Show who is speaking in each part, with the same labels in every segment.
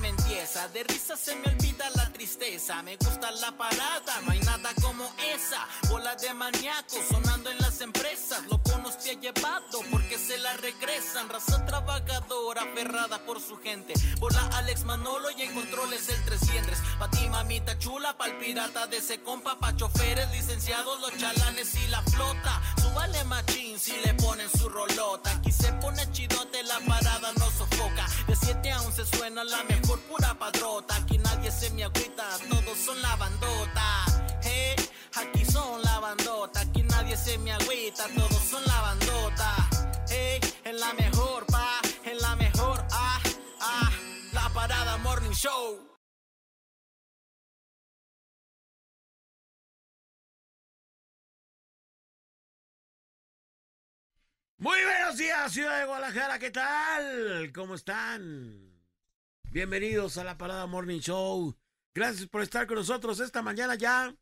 Speaker 1: cerveza, de risa se me olvida la tristeza. Me gusta la parada, no hay nada como esa. Bola de maníaco sonando en las empresas. Loco nos te ha llevado porque se la regresan. Raza trabajadora, aferrada por su gente. Bola Alex Manolo y en controles el 300. Pa' ti, mamita chula, pa'l pirata de ese compa. Pa' choferes, licenciados, los chalanes y la flota. Súbale machín si le ponen su rolota. Aquí se pone chidote, la parada no sofoca. De 7 a 11 suena la mejor pura padrota. Aquí nadie se me agüita, todos son la bandota. Hey, aquí son la bandota. Aquí nadie se me agüita, todos son la bandota. Hey, en la mejor, pa, en la mejor, ah, ah. La parada Morning Show.
Speaker 2: Muy buenos días, ciudad de Guadalajara, ¿qué tal? ¿Cómo están? Bienvenidos a la Parada Morning Show. Gracias por estar con nosotros esta mañana ya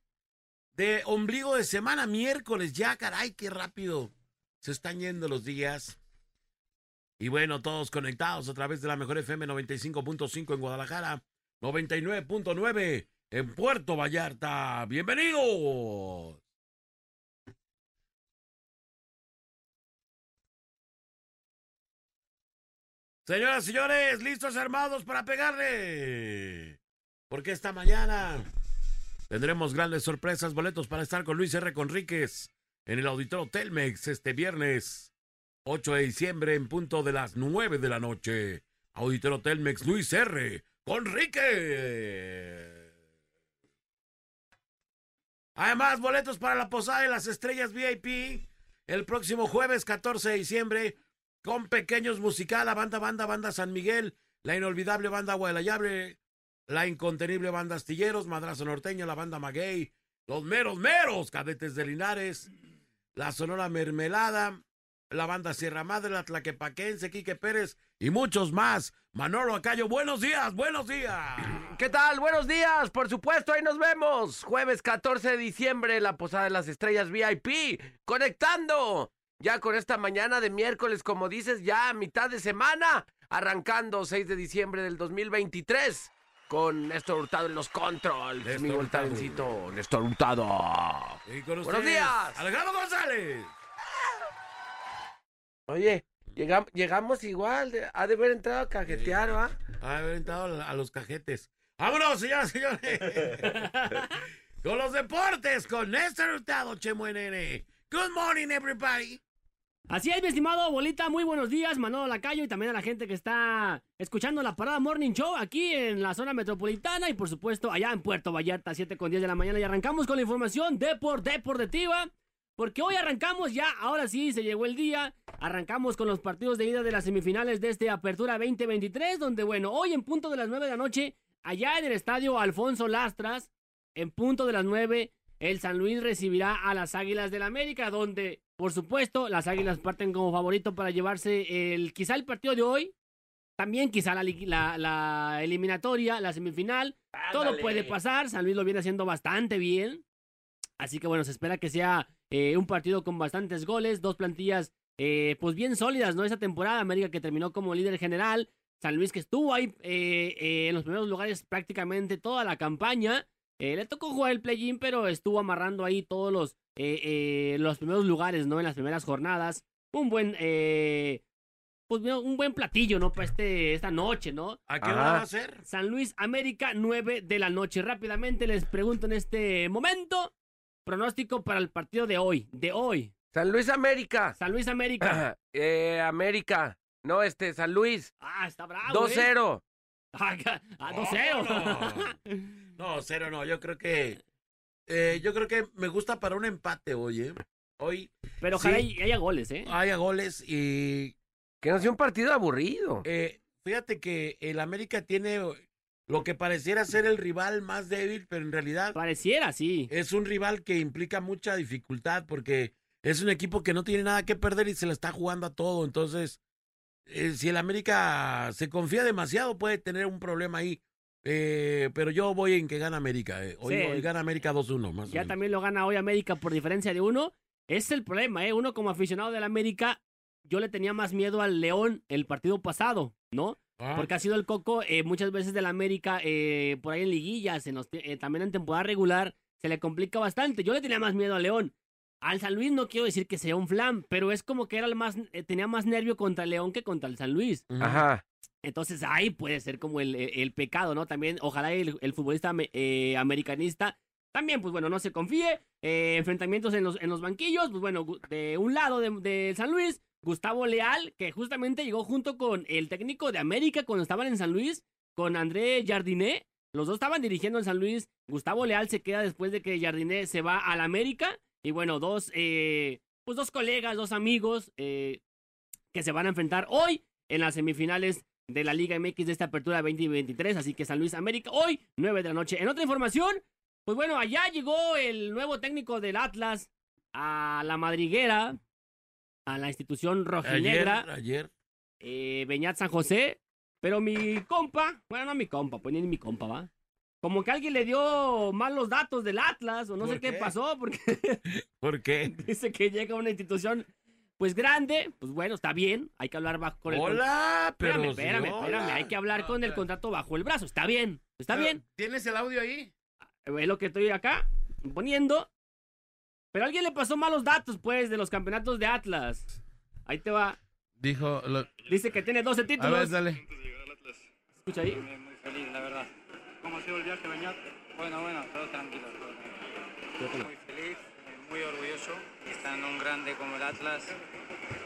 Speaker 2: de ombligo de semana, miércoles ya, caray, qué rápido. Se están yendo los días. Y bueno, todos conectados a través de la mejor FM 95.5 en Guadalajara, 99.9 en Puerto Vallarta. Bienvenidos. Señoras y señores, listos armados para pegarle. Porque esta mañana tendremos grandes sorpresas, boletos para estar con Luis R. Conríquez en el Auditorio Telmex este viernes 8 de diciembre en punto de las 9 de la noche. Auditorio Telmex Luis R. Conríquez. Además, boletos para la Posada de las Estrellas VIP el próximo jueves 14 de diciembre con Pequeños Musical, la banda, banda, banda San Miguel, la inolvidable banda Agua de la Llave, la incontenible banda Astilleros, Madrazo Norteño, la banda Maguey, los meros, meros, cadetes de Linares, la Sonora Mermelada, la banda Sierra Madre, la Tlaquepaquense, Quique Pérez y muchos más. Manolo Acayo, buenos días, buenos días.
Speaker 3: ¿Qué tal? Buenos días, por supuesto, ahí nos vemos. Jueves 14 de diciembre, la Posada de las Estrellas VIP, conectando. Ya con esta mañana de miércoles, como dices, ya a mitad de semana, arrancando 6 de diciembre del 2023, con Néstor Hurtado en los controls.
Speaker 2: Néstor
Speaker 3: mi Néstor
Speaker 2: Hurtado.
Speaker 3: Hurtado. Néstor Hurtado.
Speaker 2: Y con
Speaker 3: Buenos
Speaker 2: ustedes,
Speaker 3: días.
Speaker 2: Alejandro González.
Speaker 3: Oye, llegam- llegamos igual, de- ha de haber entrado a cajetear, ¿va?
Speaker 2: Ha aventado a los cajetes. ¡Vámonos, señoras y señores! con los deportes, con Néstor Hurtado, Chemo NN. Good morning, everybody.
Speaker 4: Así es, mi estimado Bolita, muy buenos días, Manolo Lacayo y también a la gente que está escuchando la parada Morning Show aquí en la zona metropolitana y por supuesto allá en Puerto Vallarta, 7 con 10 de la mañana y arrancamos con la información depor deportiva, porque hoy arrancamos ya, ahora sí, se llegó el día, arrancamos con los partidos de ida de las semifinales de este Apertura 2023, donde bueno, hoy en punto de las 9 de la noche, allá en el estadio Alfonso Lastras, en punto de las 9, el San Luis recibirá a las Águilas del América, donde, por supuesto, las Águilas parten como favorito para llevarse el quizá el partido de hoy, también quizá la, li- la- la eliminatoria, la semifinal. Todo
Speaker 3: Ándale.
Speaker 4: puede pasar. San Luis lo viene haciendo bastante bien. Así que bueno, se espera que sea eh, un partido con bastantes goles, dos plantillas eh, pues bien sólidas, ¿no? Esa temporada, América que terminó como líder general, San Luis que estuvo ahí eh, eh, en los primeros lugares prácticamente toda la campaña. Eh, le tocó jugar el play-in, pero estuvo amarrando ahí todos los, eh, eh, los primeros lugares, ¿no? En las primeras jornadas. Un buen, eh, pues, bueno, un buen platillo, ¿no? Para este, esta noche, ¿no?
Speaker 2: ¿A qué
Speaker 3: Ajá.
Speaker 2: hora va a ser?
Speaker 4: San Luis, América, 9 de la noche. Rápidamente les pregunto en este momento, pronóstico para el partido de hoy, de hoy.
Speaker 3: San Luis América.
Speaker 4: San Luis, América.
Speaker 3: Eh, América. No, este, San Luis.
Speaker 4: Ah, está bravo. eh.
Speaker 3: 2-0.
Speaker 4: Ah, ca- ah, 2-0.
Speaker 2: No, cero no. Yo creo que. eh, yo creo que me gusta para un empate hoy, ¿eh? Hoy
Speaker 4: Pero ojalá
Speaker 2: Sí.
Speaker 4: y haya goles, ¿eh?
Speaker 2: haya goles y.
Speaker 3: Que no sea un partido aburrido.
Speaker 2: eh, fíjate que el América tiene lo que pareciera ser el rival más débil, pero en realidad
Speaker 4: Pareciera, sí.
Speaker 2: es un rival que implica mucha dificultad porque es un equipo que no tiene nada que perder y se la está jugando a todo. Entonces, eh, si el América se confía demasiado, puede tener un problema ahí. Eh, pero yo voy en que gana América. eh. Hoy,
Speaker 4: Sí.
Speaker 2: hoy gana América 2-1, más o
Speaker 4: Ya
Speaker 2: menos.
Speaker 4: también lo gana hoy América por diferencia de uno. Es el problema, ¿eh? Uno como aficionado del América, yo le tenía más miedo al León el partido pasado, ¿no?
Speaker 5: Ah,
Speaker 4: Porque ha sido el coco eh, muchas veces del América, eh, por ahí en liguillas, en los, tie- eh, también en temporada regular, se le complica bastante. Yo le tenía más miedo a León. Al San Luis no quiero decir que sea un flan, pero es como que era el más, eh, tenía más nervio contra el León que contra el San Luis.
Speaker 5: ujú.
Speaker 3: Ajá.
Speaker 4: Entonces ahí puede ser como el, el- el pecado, ¿no? También, ojalá el, el futbolista ame- eh, americanista también, pues bueno, no se confíe. Eh, enfrentamientos en los, en los banquillos, pues bueno, gu- de un lado de, de San Luis, Gustavo Leal, que justamente llegó junto con el técnico de América cuando estaban en San Luis, con André Jardiné. Los dos estaban dirigiendo en San Luis. Gustavo Leal se queda después de que Jardiné se va al América. Y bueno, dos, eh, pues dos colegas, dos amigos eh, que se van a enfrentar hoy en las semifinales de la Liga MX de esta apertura 2023. Así que San Luis América, hoy, 9 de la noche. En otra información, pues bueno, allá llegó el nuevo técnico del Atlas a la madriguera, a la institución
Speaker 5: Ayer,
Speaker 4: rojinegra,
Speaker 5: ayer.
Speaker 4: eh, Beñat San José. Pero mi compa, bueno, no mi compa, pues ni mi compa, va. Como que alguien le dio malos datos del Atlas, o no sé
Speaker 5: ¿Por
Speaker 4: qué
Speaker 5: qué?
Speaker 4: pasó, porque
Speaker 5: ¿Por qué?
Speaker 4: dice que llega una institución, pues grande, pues bueno, está bien, hay que hablar bajo con el
Speaker 5: Hola, pero.
Speaker 4: Espérame,
Speaker 5: sí,
Speaker 4: espérame,
Speaker 5: hola.
Speaker 4: espérame. Hay que hablar
Speaker 2: No,
Speaker 4: con el
Speaker 2: espérame.
Speaker 4: contrato bajo el brazo. Está bien, está
Speaker 2: Pero,
Speaker 4: bien. Ah,
Speaker 2: ¿Tienes el audio ahí?
Speaker 4: Es lo que estoy acá poniendo. Pero alguien le pasó malos datos, pues, de los campeonatos de Atlas. Ahí te va.
Speaker 2: Dijo. lo-
Speaker 4: Dice que tiene 12
Speaker 2: A ver,
Speaker 4: títulos.
Speaker 2: dale.
Speaker 6: de llegar al Atlas.
Speaker 4: Escucha ahí.
Speaker 6: Muy, muy feliz, la verdad. ¿Cómo ha sido el viaje, Beñat? Bueno, bueno, todo tranquilo. todo tranquilo. Muy feliz, eh, muy orgulloso. Está en un grande como el Atlas,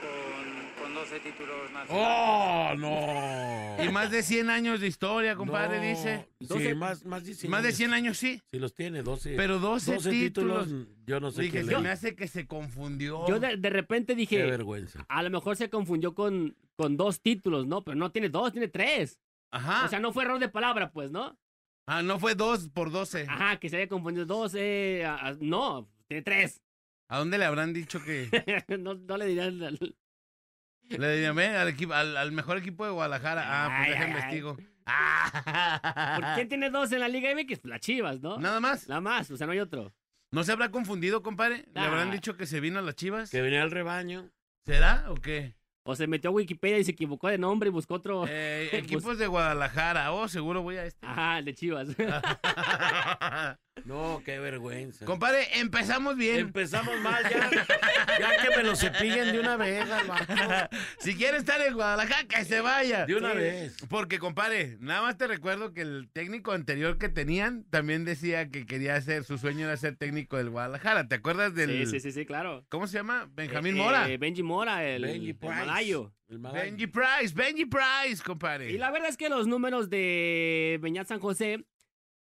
Speaker 6: con, con 12 títulos nacionales.
Speaker 5: ¡Oh, no!
Speaker 2: Y más de 100 años de historia, compadre,
Speaker 5: No,
Speaker 2: dice.
Speaker 5: sí,
Speaker 4: Doce-
Speaker 5: más, más de 100.
Speaker 2: Más de 100 años, sí.
Speaker 5: Si los tiene, 12.
Speaker 2: Pero 12,
Speaker 5: 12
Speaker 2: títulos.
Speaker 5: títulos, yo no sé
Speaker 2: Dije,
Speaker 5: quién
Speaker 2: se
Speaker 5: es.
Speaker 2: me hace que se confundió.
Speaker 4: Yo de, de repente
Speaker 5: Qué
Speaker 4: dije,
Speaker 5: vergüenza.
Speaker 4: a lo mejor se confundió con, con dos títulos, ¿no? Pero no tiene dos, tiene tres.
Speaker 2: Ajá.
Speaker 4: O sea, no fue error de palabra, pues, ¿no?
Speaker 2: ah, no fue 2 por 12.
Speaker 4: Ajá, que se haya confundido dos. eh, a- a- no, tiene tres.
Speaker 2: ¿A dónde le habrán dicho que
Speaker 4: no, no le diría al- al-
Speaker 2: le llamé al, equipo, al, al mejor equipo de Guadalajara? Ah,
Speaker 4: Ay,
Speaker 2: pues deja
Speaker 4: ay, ay.
Speaker 2: investigo. Ah.
Speaker 4: ¿Por quién tiene dos en la Liga MX? Pues Las Chivas, ¿no?
Speaker 2: Nada más.
Speaker 4: Nada más, o sea, no hay otro.
Speaker 2: ¿No se habrá confundido, compadre? ¿Le
Speaker 4: Ah.
Speaker 2: habrán dicho que se vino a las chivas?
Speaker 5: Que venía al rebaño.
Speaker 2: ¿Será o qué?
Speaker 4: O se metió a Wikipedia y se equivocó de nombre y buscó otro.
Speaker 2: Eh,
Speaker 4: Pues-
Speaker 2: equipos de Guadalajara. Oh, seguro voy a este.
Speaker 4: Ajá, el de Chivas.
Speaker 5: No, qué vergüenza.
Speaker 2: compadre, empezamos bien.
Speaker 5: Empezamos mal ya. ya que me lo cepillen de una vez, Alba.
Speaker 2: si quiere estar en Guadalajara, que se vaya.
Speaker 5: De una
Speaker 4: Sí.
Speaker 5: vez.
Speaker 2: Porque, compadre, nada más te recuerdo que el técnico anterior que tenían también decía que quería hacer, su sueño era ser técnico del Guadalajara. ¿Te acuerdas del.
Speaker 4: Sí, sí, sí, sí, claro.
Speaker 2: ¿Cómo se llama? Benjamín
Speaker 4: Eh,
Speaker 2: Mora.
Speaker 4: eh, Benji Mora, el,
Speaker 5: Benji
Speaker 4: el
Speaker 5: Price.
Speaker 4: malayo.
Speaker 5: El malayo.
Speaker 2: Benji Price, Benji Price, compadre.
Speaker 4: Y la verdad es que los números de Beñat San José,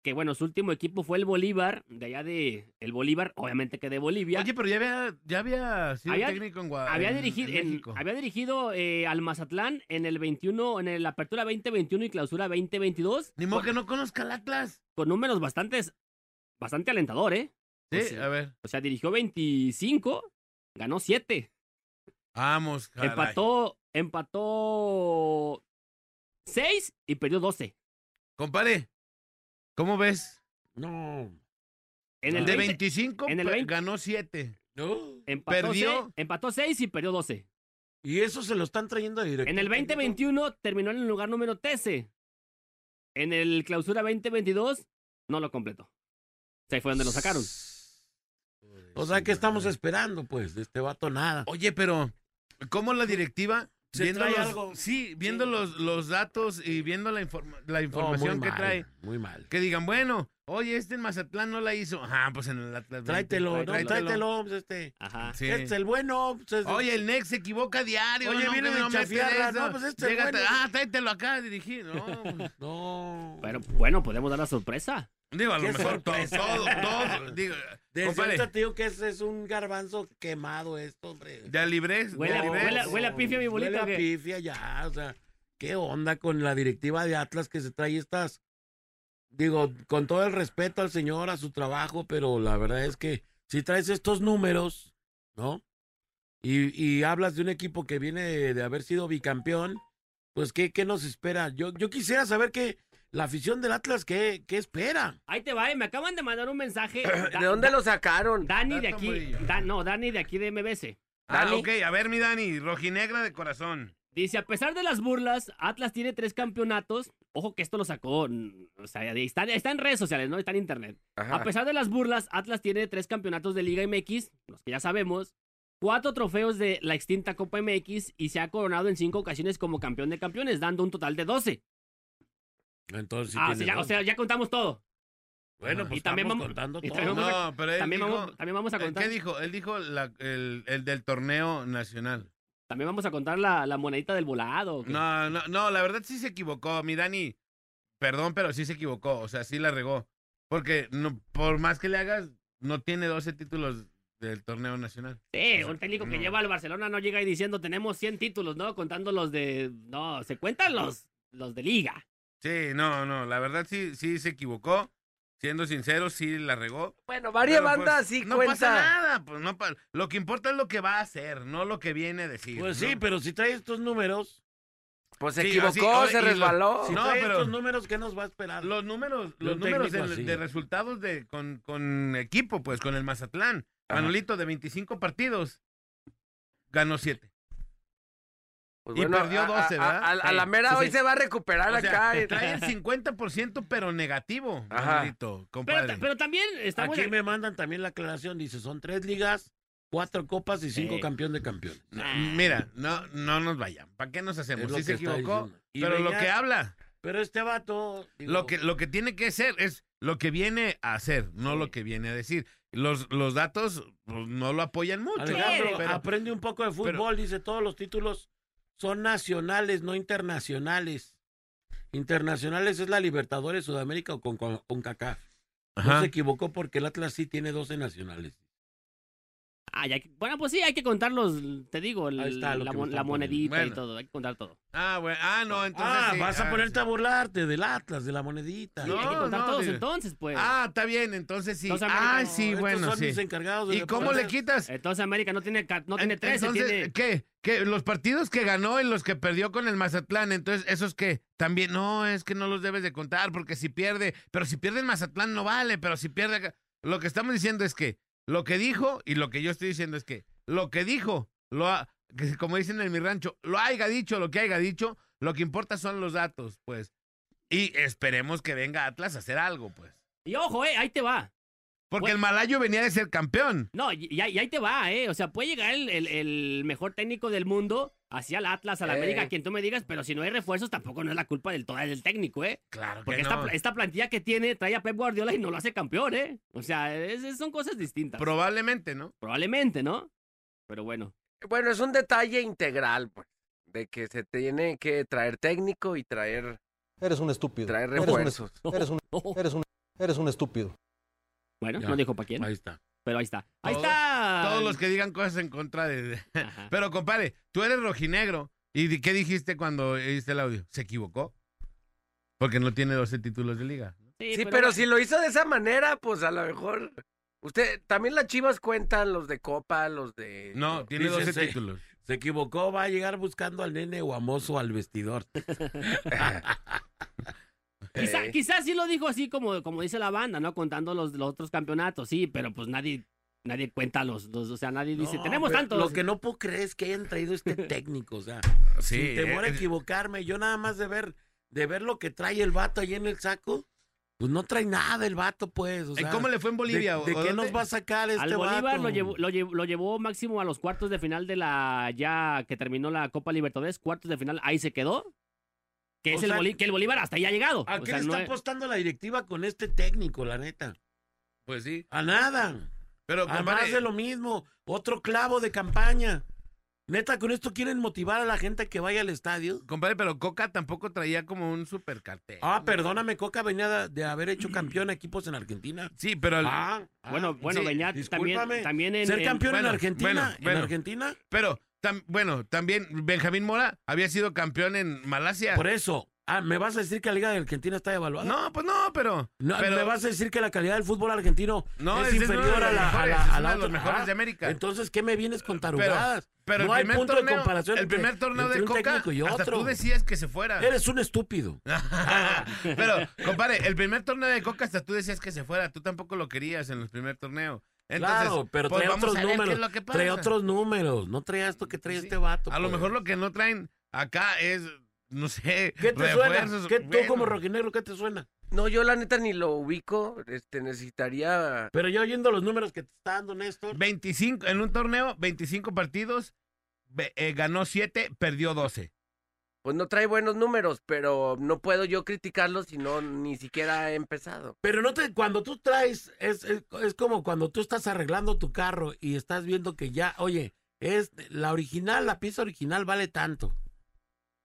Speaker 4: que bueno, su último equipo fue el Bolívar, de allá de. El Bolívar, obviamente que de Bolivia.
Speaker 2: Oye, pero ya había, ya había sido
Speaker 4: Había-
Speaker 2: técnico en Guadalajara.
Speaker 4: había, dirigido, en- había dirigido eh, al Mazatlán en el 21, en el Apertura 2021 y Clausura 2022,
Speaker 2: Ni modo que no conozca el Atlas.
Speaker 4: con números bastantes, bastante alentador, ¿eh?
Speaker 2: Sí,
Speaker 4: Pues sí.
Speaker 2: a ver.
Speaker 4: O sea, dirigió 25, ganó 7.
Speaker 2: Vamos, caray.
Speaker 4: Empató, empató 6 y perdió 12.
Speaker 2: Compadre, ¿cómo ves?
Speaker 5: No.
Speaker 4: En el
Speaker 2: de
Speaker 4: 20,
Speaker 2: 25
Speaker 4: en el
Speaker 2: pe-
Speaker 4: 20.
Speaker 2: ganó 7.
Speaker 5: No.
Speaker 4: empató,
Speaker 2: perdió.
Speaker 4: 6, empató 6 y perdió 12.
Speaker 5: Y eso se lo están trayendo de directo.
Speaker 4: En el 2021 terminó en el lugar número 13. En el clausura 2022 no lo completó. Se fue donde lo sacaron.
Speaker 5: O sea, ¿qué estamos esperando, pues? De este vato nada.
Speaker 2: Oye, pero ¿cómo la directiva
Speaker 5: Se trae
Speaker 2: los,
Speaker 5: algo.
Speaker 2: Sí, viendo
Speaker 5: Sí.
Speaker 2: Los, los datos y viendo la, informa- la
Speaker 5: No, muy
Speaker 2: información que
Speaker 5: mal,
Speaker 2: trae
Speaker 5: Muy mal.
Speaker 2: que digan, bueno, oye, este en Mazatlán no la hizo. Ah, pues en el Atlas. veinte.
Speaker 5: Tráetelo, no,
Speaker 4: tráetelo.
Speaker 5: tráetelo, pues, este.
Speaker 4: Ajá.
Speaker 2: Sí.
Speaker 5: Este es el bueno. pues, es-
Speaker 2: Oye, el Nex se equivoca diario.
Speaker 5: Oye,
Speaker 2: no,
Speaker 5: viene
Speaker 2: que
Speaker 5: de
Speaker 2: no mete
Speaker 5: chafiarra,
Speaker 2: eso.
Speaker 5: no, pues, este es
Speaker 2: Llega,
Speaker 5: bueno.
Speaker 2: Ah, tráetelo acá a dirigir. No, pues,
Speaker 5: No.
Speaker 4: Pero bueno, podemos dar la sorpresa.
Speaker 2: digo, a lo
Speaker 5: Qué
Speaker 2: mejor todo,
Speaker 5: sorpresa.
Speaker 2: todo, todo, Digo,
Speaker 5: Desde
Speaker 2: compadre,
Speaker 5: ahorita te digo que ese es un garbanzo quemado esto, hombre.
Speaker 2: de Alibrés. de
Speaker 4: Huele a-
Speaker 2: Alibrés.
Speaker 4: huele a- huele a pifia mi bolita,
Speaker 5: Huele a
Speaker 4: ¿o qué?
Speaker 5: pifia ya, o sea, ¿qué onda con la directiva de Atlas que se trae estas? Digo, con todo el respeto al señor, a su trabajo, pero la verdad es que si traes estos números, ¿no? Y, y hablas de un equipo que viene de, de haber sido bicampeón, pues ¿qué, qué nos espera? Yo, yo quisiera saber que la afición del Atlas, ¿qué, qué espera?
Speaker 4: Ahí te va, eh, me acaban de mandar un mensaje. Da-
Speaker 3: ¿De dónde lo sacaron?
Speaker 4: Dani de
Speaker 2: Dato
Speaker 4: aquí,
Speaker 2: Murillo.
Speaker 4: Dan- no, Dani de aquí de MBC.
Speaker 2: Ah,
Speaker 3: Dani.
Speaker 2: ok, a ver, mi Dani, rojinegra de corazón.
Speaker 4: Dice, a pesar de las burlas, Atlas tiene tres campeonatos. Ojo que esto lo sacó, mm, o sea, ahí está, está en redes sociales, ¿no? Está en internet.
Speaker 3: Ajá.
Speaker 4: A pesar de las burlas, Atlas tiene tres campeonatos de Liga MX, los que ya sabemos, cuatro trofeos de la extinta Copa MX y se ha coronado en cinco ocasiones como campeón de campeones, dando un total de 12.
Speaker 5: Entonces, sí
Speaker 4: ah, o sea,
Speaker 5: tiene
Speaker 4: ya, o
Speaker 5: dos.
Speaker 4: sea, ya contamos todo.
Speaker 5: bueno,
Speaker 4: y
Speaker 5: pues
Speaker 4: también
Speaker 5: estamos
Speaker 4: vamos-
Speaker 5: contando
Speaker 4: y
Speaker 5: todo.
Speaker 4: también vamos
Speaker 2: No, pero él
Speaker 4: También,
Speaker 2: dijo-
Speaker 4: vamos, también vamos a
Speaker 2: ¿eh,
Speaker 4: contar,
Speaker 2: ¿Qué dijo? Él dijo la- el, el del torneo nacional.
Speaker 4: también vamos a contar la, la monedita del volado. ¿o qué?
Speaker 2: No, no, no, la verdad sí se equivocó. Mi Dani, perdón, pero sí se equivocó. O sea, sí la regó. Porque no, por más que le hagas, no tiene 12 títulos del torneo nacional.
Speaker 4: Sí, un técnico que
Speaker 2: no.
Speaker 4: lleva al Barcelona no llega ahí diciendo tenemos 100 títulos, ¿no? Contando los de... No, se cuentan los, los de liga.
Speaker 2: Sí, no, no, la verdad sí, sí se equivocó. Siendo sincero, sí la regó.
Speaker 3: Bueno, varias
Speaker 2: Pero,
Speaker 3: bandas
Speaker 2: pues,
Speaker 3: sí
Speaker 2: no
Speaker 3: cuenta.
Speaker 2: pasa nada, pues no pa- Lo que importa es lo que va a hacer, no lo que viene a decir.
Speaker 5: Pues
Speaker 2: ¿no?
Speaker 5: sí, pero si trae estos números,
Speaker 3: Pues se
Speaker 2: Sí,
Speaker 3: equivocó,
Speaker 2: así, oye,
Speaker 3: se
Speaker 2: y lo-
Speaker 3: resbaló.
Speaker 2: sí,
Speaker 5: si
Speaker 2: No,
Speaker 5: trae
Speaker 2: pero-
Speaker 5: estos números, ¿qué nos va a esperar?
Speaker 2: Los números,
Speaker 5: De
Speaker 2: los
Speaker 5: un
Speaker 2: números
Speaker 5: técnico
Speaker 2: de,
Speaker 5: así.
Speaker 2: de resultados de con, con equipo, pues con el Mazatlán.
Speaker 3: Ajá.
Speaker 2: Manolito de 25 partidos ganó 7.
Speaker 3: Pues
Speaker 2: y perdió
Speaker 3: a- a-
Speaker 2: 12, ¿verdad?
Speaker 3: A, a- a la
Speaker 2: Sí,
Speaker 3: mera
Speaker 2: sí,
Speaker 3: hoy
Speaker 2: sí.
Speaker 3: se va a recuperar
Speaker 2: O
Speaker 3: acá. eh.
Speaker 2: sea, trae el 50% pero negativo,
Speaker 3: Ajá.
Speaker 2: Manolito,
Speaker 4: Pero,
Speaker 2: compadre.
Speaker 4: ta- pero también estamos...
Speaker 5: Aquí me mandan también la aclaración, dice, son tres ligas, cuatro copas y cinco
Speaker 4: Sí.
Speaker 5: campeón de campeones.
Speaker 2: No, mira, no, no nos vayan. ¿Para qué nos
Speaker 5: Es
Speaker 2: hacemos?
Speaker 5: lo
Speaker 2: Sí se
Speaker 5: que está
Speaker 2: equivocó.
Speaker 5: diciendo. Y
Speaker 2: Pero lo
Speaker 5: venía-
Speaker 2: que habla,
Speaker 5: Pero este vato... digo,
Speaker 2: lo que, lo que tiene que ser es lo que viene a hacer, no
Speaker 4: Sí.
Speaker 2: lo que viene a decir. Los, los datos pues, no lo apoyan mucho.
Speaker 5: Alejandro,
Speaker 2: pero-
Speaker 5: aprende un poco de fútbol, dice, todos los títulos son nacionales, no internacionales. Internacionales es la Libertadores, Sudamérica o con, con, con Kaká. No
Speaker 2: Ajá.
Speaker 5: se equivocó porque el Atlas sí tiene 12 nacionales.
Speaker 4: Ah, ya que- bueno, pues sí, hay que contar los, te digo, el-
Speaker 5: Ahí está lo
Speaker 4: la,
Speaker 5: que
Speaker 4: mon-
Speaker 5: me
Speaker 4: la
Speaker 5: están poniendo.
Speaker 4: monedita y
Speaker 2: Bueno.
Speaker 4: todo, hay que contar todo.
Speaker 2: Ah, bueno, ah, no, entonces.
Speaker 5: ah,
Speaker 2: sí,
Speaker 5: vas a
Speaker 2: ah,
Speaker 5: ponerte
Speaker 2: sí.
Speaker 5: a burlarte del Atlas, de la monedita.
Speaker 4: Sí, hay que
Speaker 2: No,
Speaker 4: contar
Speaker 2: no,
Speaker 4: todos
Speaker 2: digo-
Speaker 4: entonces, pues.
Speaker 2: Ah, está bien, entonces sí.
Speaker 4: Los
Speaker 2: ah,
Speaker 4: americanos,
Speaker 2: sí,
Speaker 5: Estos
Speaker 2: bueno,
Speaker 5: son
Speaker 2: sí.
Speaker 5: mis encargados.
Speaker 2: ¿Y
Speaker 5: de
Speaker 2: cómo le
Speaker 5: deportes.
Speaker 2: quitas?
Speaker 4: Entonces América no tiene, ca- no tiene 13,
Speaker 2: entonces,
Speaker 4: tiene...
Speaker 2: ¿qué? ¿Qué? Los partidos que ganó y los que perdió con el Mazatlán, entonces, ¿esos qué? También, no, es que no los debes de contar porque si pierde, pero si pierde el Mazatlán no vale, pero si pierde... acá- Lo que estamos diciendo es que lo que dijo y lo que yo estoy diciendo es que lo que dijo, lo ha- que como dicen en mi rancho, lo haya dicho, lo que haya dicho, lo que importa son los datos, pues. Y esperemos que venga Atlas a hacer algo, pues.
Speaker 4: Y ojo, eh, ahí te va.
Speaker 2: Porque
Speaker 4: Bueno.
Speaker 2: el malayo venía de ser campeón.
Speaker 4: No, y, y ahí- y ahí te va, eh. O sea, puede llegar el, el- el mejor técnico del mundo hacia el Atlas, a la
Speaker 3: Eh.
Speaker 4: América, a quien tú me digas, pero si no hay refuerzos, tampoco no es la culpa del todo del técnico, eh.
Speaker 2: Claro
Speaker 4: Porque esta, pla- esta plantilla que tiene trae a Pep Guardiola y no lo hace campeón, eh. O sea, es- es- son cosas distintas.
Speaker 2: Probablemente, ¿no?
Speaker 4: Probablemente, ¿no? Pero bueno.
Speaker 3: Bueno, es un detalle integral, pues, de que se tiene que traer técnico y traer,
Speaker 7: Eres un estúpido.
Speaker 3: traer
Speaker 7: Eres un
Speaker 3: refuerzos.
Speaker 7: Eres un, eres un, eres un estúpido.
Speaker 4: Bueno,
Speaker 5: Ya.
Speaker 4: no dijo para quién,
Speaker 5: Ahí está.
Speaker 4: pero ahí está. Ahí
Speaker 2: Todos-
Speaker 4: está.
Speaker 2: Todos los que digan cosas en contra de... de-
Speaker 4: Ajá.
Speaker 2: Pero, compadre, tú eres rojinegro. ¿Y di- qué dijiste cuando hiciste el audio? ¿Se equivocó? Porque no tiene 12 títulos de liga.
Speaker 3: Sí, pero, si lo hizo de esa manera, pues a lo mejor. Usted, también las chivas cuentan los de Copa, los de.
Speaker 2: No, tiene
Speaker 5: Eh, Dice
Speaker 2: 12
Speaker 5: ese.
Speaker 2: títulos.
Speaker 5: Se equivocó, va a llegar buscando al nene guamoso al vestidor.
Speaker 4: Quizá-
Speaker 3: Eh.
Speaker 4: Quizás sí lo dijo así como, como dice la banda, ¿no? Contando los, los otros campeonatos, sí, pero pues nadie, nadie cuenta los, los- o sea, nadie dice,
Speaker 5: No,
Speaker 4: tenemos
Speaker 5: pero
Speaker 4: tantos.
Speaker 5: Lo que no puedo creer es que hayan traído este técnico, o sea, sin temor a
Speaker 2: eh,
Speaker 5: equivocarme, yo nada más de ver, de ver lo que trae el vato ahí en el saco, pues no trae nada el vato, pues. O
Speaker 2: eh,
Speaker 5: sea,
Speaker 2: ¿Cómo le fue en
Speaker 5: ¿de-
Speaker 2: Bolivia?
Speaker 5: ¿De,
Speaker 2: ¿O
Speaker 5: qué
Speaker 2: dónde?
Speaker 5: nos va a sacar este
Speaker 4: Al Bolívar
Speaker 5: vato?
Speaker 4: lo llevó, lo, llevó, lo llevó máximo a los cuartos de final de la ya que terminó la Copa Libertadores, cuartos de final, ahí se quedó. Que,
Speaker 5: O
Speaker 4: es el
Speaker 5: sea,
Speaker 4: Bolí- que el Bolívar hasta ahí ha llegado.
Speaker 5: ¿A
Speaker 4: O
Speaker 5: qué
Speaker 4: sea,
Speaker 5: le
Speaker 4: no
Speaker 5: está
Speaker 4: es-
Speaker 5: apostando la directiva con este técnico, la neta?
Speaker 2: Pues sí.
Speaker 5: A nada.
Speaker 2: Pero,
Speaker 5: Además
Speaker 2: compadre,
Speaker 5: de lo mismo, otro clavo de campaña. Neta, con esto quieren motivar a la gente a que vaya al estadio.
Speaker 2: compadre, pero Coca tampoco traía como un super cartel.
Speaker 5: Ah, perdóname, Coca venía de, de haber hecho campeón a equipos en Argentina.
Speaker 2: Sí, pero... el-
Speaker 5: Ah, ah,
Speaker 4: Bueno, bueno,
Speaker 2: sí,
Speaker 4: Beñat,
Speaker 5: discúlpame.
Speaker 4: también, también en,
Speaker 5: ser
Speaker 4: en-
Speaker 5: campeón
Speaker 2: bueno,
Speaker 5: en Argentina.
Speaker 2: bueno, bueno.
Speaker 5: En Argentina.
Speaker 2: Pero, tam- bueno, también Benjamín Mora había sido campeón en Malasia.
Speaker 5: Por eso. Ah, ¿me vas a decir que la Liga de Argentina está devaluada?
Speaker 2: No, pues no, pero...
Speaker 5: No,
Speaker 2: pero
Speaker 5: ¿Me vas a decir que la calidad del fútbol argentino
Speaker 2: No,
Speaker 5: es
Speaker 2: ese es uno de
Speaker 5: inferior a
Speaker 2: los
Speaker 5: la, a
Speaker 2: mejores,
Speaker 5: la-
Speaker 2: es
Speaker 5: a la
Speaker 2: uno de los
Speaker 5: otra?
Speaker 2: mejores
Speaker 5: Ah,
Speaker 2: de América.
Speaker 5: Entonces, ¿qué me vienes con
Speaker 2: Pero,
Speaker 5: tarugadas?
Speaker 2: pero
Speaker 5: no
Speaker 2: el
Speaker 5: hay
Speaker 2: primer
Speaker 5: punto
Speaker 2: torneo,
Speaker 5: de comparación
Speaker 2: el
Speaker 5: entre-
Speaker 2: primer torneo
Speaker 5: entre
Speaker 2: de
Speaker 5: un
Speaker 2: Coca,
Speaker 5: técnico y
Speaker 2: hasta
Speaker 5: otro.
Speaker 2: tú decías que se fuera.
Speaker 5: Eres un estúpido.
Speaker 2: Pero, compadre, el primer torneo de Coca hasta tú decías que se fuera. Tú tampoco lo querías en el primer torneo. Entonces,
Speaker 5: claro, pero
Speaker 2: pues
Speaker 5: trae
Speaker 2: vamos
Speaker 5: otros
Speaker 2: a ver qué
Speaker 5: números.
Speaker 2: es lo que pasa.
Speaker 5: Trae otros números. No trae esto que trae
Speaker 2: Sí.
Speaker 5: este vato.
Speaker 2: A lo
Speaker 5: pues.
Speaker 2: mejor lo que no traen Acá es, no sé,
Speaker 5: ¿Qué te
Speaker 2: refuerzos.
Speaker 5: suena? ¿Qué, tú
Speaker 2: bueno.
Speaker 5: como rojinegro, ¿qué te suena?
Speaker 3: No, yo la neta ni lo ubico. Este, necesitaría.
Speaker 5: Pero ya oyendo los números que te está dando Néstor,
Speaker 2: 25, en un torneo, 25 partidos, ve- eh, ganó 7, perdió 12.
Speaker 3: Pues no trae buenos números, pero no puedo yo criticarlo si no ni siquiera he empezado.
Speaker 5: pero no te, cuando tú traes, es, es, es como cuando tú estás arreglando tu carro y estás viendo que ya, oye, es la original, la pieza original vale tanto.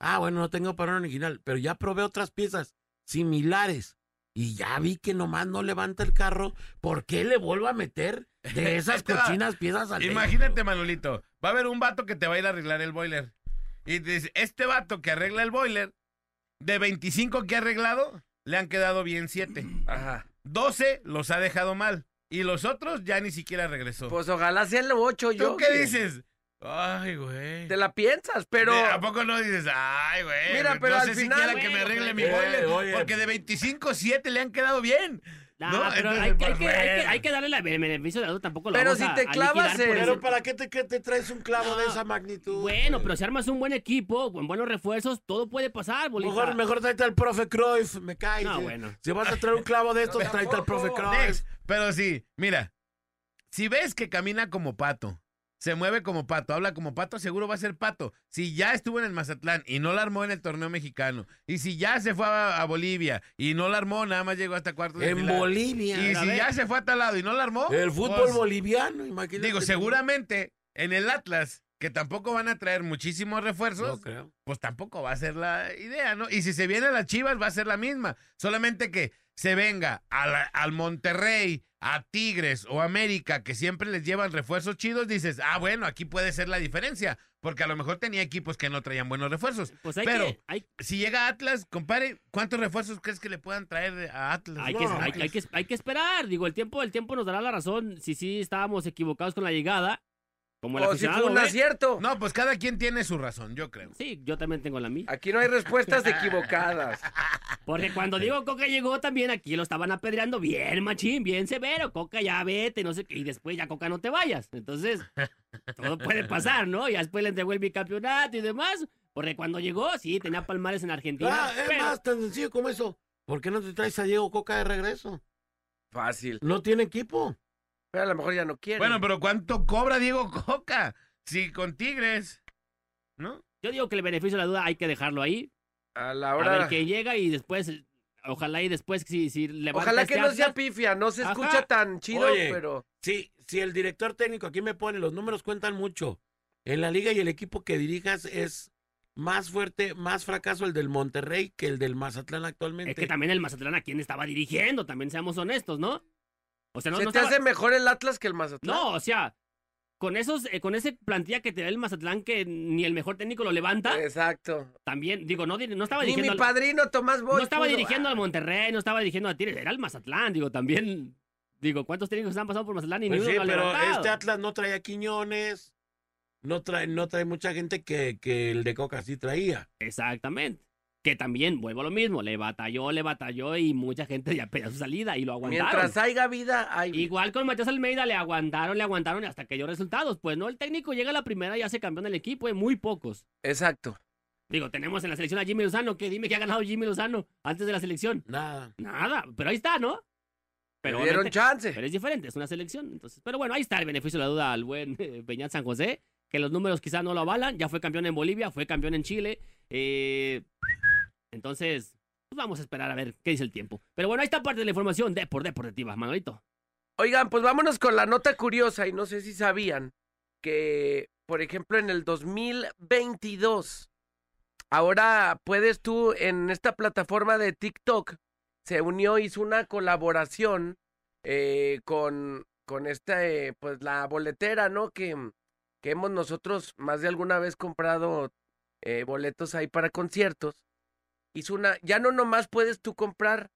Speaker 5: Ah, bueno, no tengo para una original, pero ya probé otras piezas similares y ya vi que nomás no levanta el carro, ¿por qué le vuelvo a meter de esas
Speaker 2: Ahí te va.
Speaker 5: cochinas piezas al
Speaker 2: Imagínate, Manolito, va a haber un vato que te va a ir a arreglar el boiler. Y te dice, este vato que arregla el boiler, de 25 que ha arreglado, le han quedado bien 7.
Speaker 3: Ajá.
Speaker 2: 12 los ha dejado mal. Y los otros ya ni siquiera regresó.
Speaker 3: Pues ojalá sea el 8 yo.
Speaker 2: ¿Tú qué
Speaker 3: que
Speaker 2: dices? Ay, güey.
Speaker 3: Te la piensas, pero.
Speaker 2: ¿A poco no dices, ay, güey?
Speaker 3: Mira, pero
Speaker 2: no
Speaker 3: al
Speaker 2: sé
Speaker 3: final,
Speaker 2: siquiera que
Speaker 3: güey,
Speaker 2: me arregle mi
Speaker 5: eh,
Speaker 2: boiler.
Speaker 5: oye.
Speaker 2: Porque de 25, 7 le han quedado bien.
Speaker 4: Nah,
Speaker 2: No,
Speaker 4: pero hay,
Speaker 2: entonces,
Speaker 4: que- hay
Speaker 2: pues,
Speaker 4: que, hay que-
Speaker 2: bueno.
Speaker 4: hay que darle la- el beneficio de la duda, tampoco lo
Speaker 3: Pero
Speaker 4: vamos
Speaker 3: si
Speaker 4: a-
Speaker 3: te
Speaker 4: a liquidar
Speaker 3: clavas
Speaker 4: por
Speaker 3: en-
Speaker 4: eso.
Speaker 5: Pero ¿para qué te, que te traes un clavo de esa magnitud?
Speaker 4: Bueno, pero si armas un buen equipo, con buenos refuerzos, todo puede pasar, bolita.
Speaker 5: Mejor, mejor tráete al profe Cruyff, me cae.
Speaker 4: No,
Speaker 5: si,
Speaker 4: bueno.
Speaker 5: si vas a traer un clavo de estos, tráete al profe Cruyff.
Speaker 2: Next. Pero sí, mira. Si ves que camina como pato, se mueve como pato, habla como pato, seguro va a ser pato. Si ya estuvo en el Mazatlán y no la armó en el torneo mexicano, y si ya se fue a, a Bolivia y no la armó, nada más llegó hasta cuartos de
Speaker 5: En
Speaker 2: final.
Speaker 5: Bolivia.
Speaker 2: Y
Speaker 5: a
Speaker 2: si
Speaker 5: ver,
Speaker 2: ya se fue a tal lado y no la armó,
Speaker 5: El fútbol
Speaker 2: pues,
Speaker 5: boliviano, imagínate.
Speaker 2: Digo, seguramente en el Atlas, que tampoco van a traer muchísimos refuerzos,
Speaker 5: No creo.
Speaker 2: pues tampoco va a ser la idea, ¿no? Y si se viene a las Chivas, va a ser la misma. Solamente que se venga a la- al Monterrey, a Tigres o América, que siempre les llevan refuerzos chidos, dices, ah, bueno, aquí puede ser la diferencia, porque a lo mejor tenía equipos que no traían buenos refuerzos.
Speaker 4: Pues hay
Speaker 2: Pero-
Speaker 4: que, hay,
Speaker 2: Si llega Atlas, compadre, ¿cuántos refuerzos crees que le puedan traer a Atlas?
Speaker 4: hay
Speaker 2: No,
Speaker 4: que,
Speaker 2: no,
Speaker 4: hay,
Speaker 2: no.
Speaker 4: hay que, hay que esperar. Digo, el tiempo, el tiempo nos dará la razón si sí estábamos equivocados con la llegada. Como el
Speaker 5: Oh,
Speaker 3: o si fue
Speaker 4: aficionado,
Speaker 3: un
Speaker 4: ¿eh?
Speaker 3: acierto.
Speaker 2: No, pues cada quien tiene su razón, yo creo.
Speaker 4: Sí, yo también tengo la mía.
Speaker 3: Aquí no hay respuestas equivocadas.
Speaker 4: Porque cuando digo Coca llegó también aquí lo estaban apedreando bien, machín, bien severo. Coca ya vete, no sé qué. Y después ya Coca no te vayas. Entonces, todo puede pasar, ¿no? Ya después le entregó el bicampeonato y demás. Porque cuando llegó, sí, tenía palmares en Argentina.
Speaker 5: Ah, es
Speaker 4: pero-
Speaker 5: más tan sencillo como eso. ¿Por qué no te traes a Diego Coca de regreso?
Speaker 3: Fácil.
Speaker 5: No tiene equipo.
Speaker 3: Pero a lo mejor ya no quiere.
Speaker 2: Bueno, pero ¿cuánto cobra Diego Coca? Si con Tigres, ¿no?
Speaker 4: Yo digo que el beneficio de la duda hay que dejarlo ahí.
Speaker 3: a la
Speaker 4: A
Speaker 3: hora.
Speaker 4: ver quién llega y después, eh, ojalá y después si, si levanta
Speaker 3: Ojalá
Speaker 4: este
Speaker 3: que no
Speaker 4: Atlas,
Speaker 3: sea pifia. No se
Speaker 4: Ajá.
Speaker 3: escucha tan chido,
Speaker 5: Oye.
Speaker 3: pero.
Speaker 5: Sí, si el director técnico aquí me pone, los números cuentan mucho. En la liga y el equipo que dirijas es más fuerte, más fracaso el del Monterrey que el del Mazatlán actualmente.
Speaker 4: Es que también el Mazatlán a quién estaba dirigiendo, también seamos honestos, ¿no? O sea, no,
Speaker 3: ¿Se
Speaker 4: no
Speaker 3: te
Speaker 4: estaba-
Speaker 3: hace mejor el Atlas que el Mazatlán?
Speaker 4: No, o sea, con esos, eh, con ese plantilla que te da el Mazatlán que ni el mejor técnico lo levanta,
Speaker 3: Exacto.
Speaker 4: también, digo, no, dir- no estaba
Speaker 3: Ni mi
Speaker 4: dirigiendo. al-
Speaker 3: padrino Tomás Boy.
Speaker 4: no estaba
Speaker 3: pudo. Ah.
Speaker 4: dirigiendo al Monterrey, no estaba dirigiendo a Tigres, era el Mazatlán, digo, también. Digo, ¿cuántos técnicos han pasado por Mazatlán y
Speaker 5: Pues
Speaker 4: ni uno
Speaker 5: sí,
Speaker 4: lo ha
Speaker 5: pero
Speaker 4: levantado?
Speaker 5: este Atlas no trae a Quiñones, no trae, no trae mucha gente que, que el de Coca sí traía.
Speaker 4: Exactamente. Que también, vuelvo a lo mismo, le batalló, le batalló y mucha gente ya pedía su salida y lo aguantaron.
Speaker 3: Mientras haya vida, hay. vida.
Speaker 4: Igual con Matías Almeida le aguantaron, le aguantaron hasta que dio resultados. Pues no, el técnico llega a la primera y hace campeón del equipo, y muy pocos.
Speaker 3: Exacto.
Speaker 4: Digo, tenemos en la selección a Jimmy Lozano, que dime que ha ganado Jimmy Lozano antes de la selección.
Speaker 5: Nada.
Speaker 4: Nada, pero ahí está, ¿no? Pero,
Speaker 3: Le dieron
Speaker 4: obviamente-
Speaker 3: chance.
Speaker 4: pero es diferente, es una selección. Entonces, pero bueno, ahí está el beneficio de la duda al buen eh, Peñat San José, que los números quizás no lo avalan. Ya fue campeón en Bolivia, fue campeón en Chile. eh, entonces, pues vamos a esperar a ver qué dice el tiempo. Pero bueno, ahí está parte de la información de por deportiva, Manolito.
Speaker 3: Oigan, pues vámonos con la nota curiosa y no sé si sabían que, por ejemplo, en el 2022, ahora puedes tú en esta plataforma de TikTok, se unió, hizo una colaboración eh, con, con esta, eh, pues la boletera, ¿no? Que, que hemos nosotros más de alguna vez comprado eh, boletos ahí para conciertos. Hizo una, ya no nomás puedes tú comprar,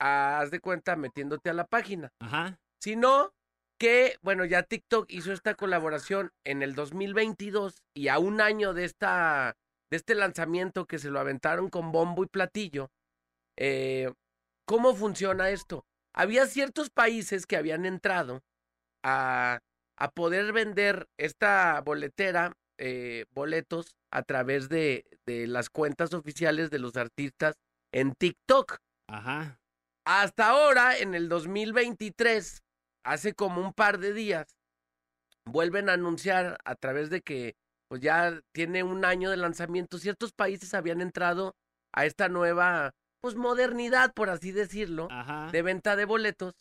Speaker 3: ah, haz de cuenta, metiéndote a la página
Speaker 4: Ajá.
Speaker 3: sino que, bueno, ya TikTok hizo esta colaboración en el 2022 y a un año de, esta, de este lanzamiento que se lo aventaron con bombo y platillo. eh, ¿Cómo funciona esto? Había ciertos países que habían entrado a, a poder vender esta boletera eh, boletos a través de, de las cuentas oficiales de los artistas en TikTok.
Speaker 4: Ajá.
Speaker 3: Hasta ahora, en el 2023, hace como un par de días, vuelven a anunciar a través de que pues ya tiene un año de lanzamiento, ciertos países habían entrado a esta nueva pues modernidad, por así decirlo,
Speaker 4: Ajá.
Speaker 3: de venta de boletos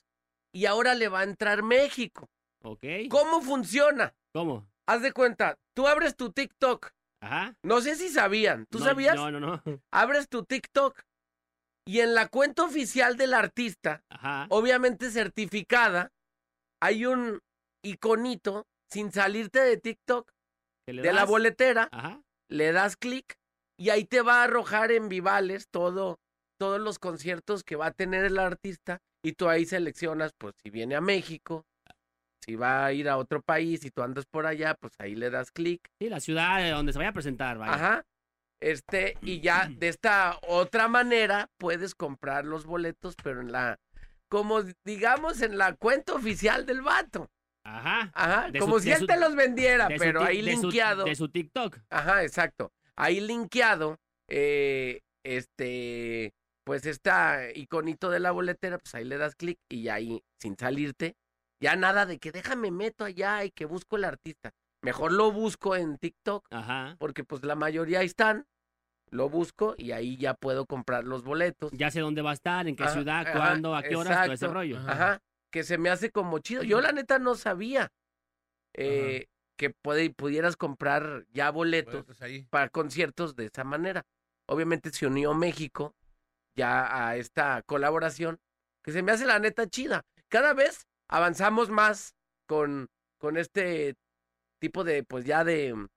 Speaker 3: y ahora le va a entrar México.
Speaker 4: Ok.
Speaker 3: ¿Cómo funciona?
Speaker 4: ¿Cómo?
Speaker 3: Haz de cuenta, tú abres tu TikTok.
Speaker 4: Ajá.
Speaker 3: No sé si sabían. ¿Tú
Speaker 4: No,
Speaker 3: sabías?
Speaker 4: No, no, no.
Speaker 3: Abres tu TikTok y en la cuenta oficial del artista
Speaker 4: Ajá.
Speaker 3: obviamente certificada, hay un iconito sin salirte de TikTok,
Speaker 4: ¿Qué le
Speaker 3: de la
Speaker 4: das?
Speaker 3: boletera,
Speaker 4: Ajá.
Speaker 3: le das clic y ahí te va a arrojar en Vivales todo, todos los conciertos que va a tener el artista y tú ahí seleccionas, pues si viene a México, si va a ir a otro país y tú andas por allá, pues ahí le das clic.
Speaker 4: Sí, la ciudad de donde se vaya a presentar, vaya.
Speaker 3: Ajá. Este, y ya de esta otra manera puedes comprar los boletos, pero en la, como digamos, en la cuenta oficial del vato.
Speaker 4: Ajá.
Speaker 3: Ajá.
Speaker 4: De
Speaker 3: como
Speaker 4: su-
Speaker 3: si
Speaker 4: de
Speaker 3: él
Speaker 4: su-
Speaker 3: te los vendiera,
Speaker 4: De su
Speaker 3: pero
Speaker 4: ti-
Speaker 3: ahí
Speaker 4: de su-
Speaker 3: linkeado.
Speaker 4: de su TikTok.
Speaker 3: Ajá, exacto. Ahí linkeado, eh, este, pues está iconito de la boletera, pues ahí le das clic y ahí, sin salirte, ya nada de que déjame meto allá y que busco el artista. Mejor lo busco en TikTok
Speaker 4: Ajá.
Speaker 3: porque pues la mayoría ahí están. Lo busco y ahí ya puedo comprar los boletos.
Speaker 4: Ya sé dónde va a estar, en qué
Speaker 3: Ajá,
Speaker 4: ciudad,
Speaker 3: ajá,
Speaker 4: cuándo, a qué horas, todo ese
Speaker 3: exacto.
Speaker 4: rollo.
Speaker 8: Ajá.
Speaker 3: Ajá, que se me hace como chido. Yo la neta no sabía eh, que puede- pudieras comprar ya boletos
Speaker 8: Boletos ahí.
Speaker 3: para conciertos de esa manera. Obviamente se unió México ya a esta colaboración que se me hace la neta chida. Cada vez avanzamos más con, con este tipo de, pues ya de,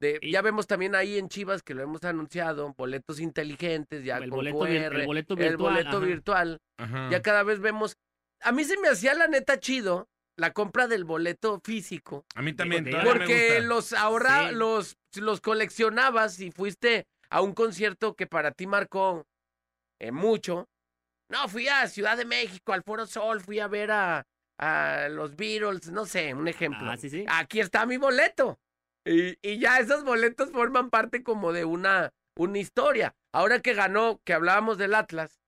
Speaker 3: de-
Speaker 4: Y-
Speaker 3: ya vemos también ahí en Chivas que lo hemos anunciado, boletos inteligentes, ya
Speaker 4: El
Speaker 3: con
Speaker 4: boleto vir- el
Speaker 3: QR,
Speaker 4: boleto
Speaker 3: el
Speaker 4: virtual,
Speaker 3: boleto
Speaker 4: ajá.
Speaker 3: virtual.
Speaker 8: Ajá.
Speaker 3: Ya cada vez vemos, a mí se me hacía la neta chido la compra del boleto físico
Speaker 8: A mí también.
Speaker 4: Digo,
Speaker 8: todavía me
Speaker 3: porque
Speaker 8: gusta.
Speaker 3: los ahorra,
Speaker 4: Sí.
Speaker 3: los, los coleccionabas y fuiste a un concierto que para ti marcó eh, mucho. No, fui a Ciudad de México, al Foro Sol, fui a ver a, a los Beatles, no sé, un ejemplo.
Speaker 4: Ah, sí, sí.
Speaker 3: Aquí está mi boleto. Y, y ya esos boletos forman parte como de una, una historia. Ahora que ganó, que hablábamos del Atlas,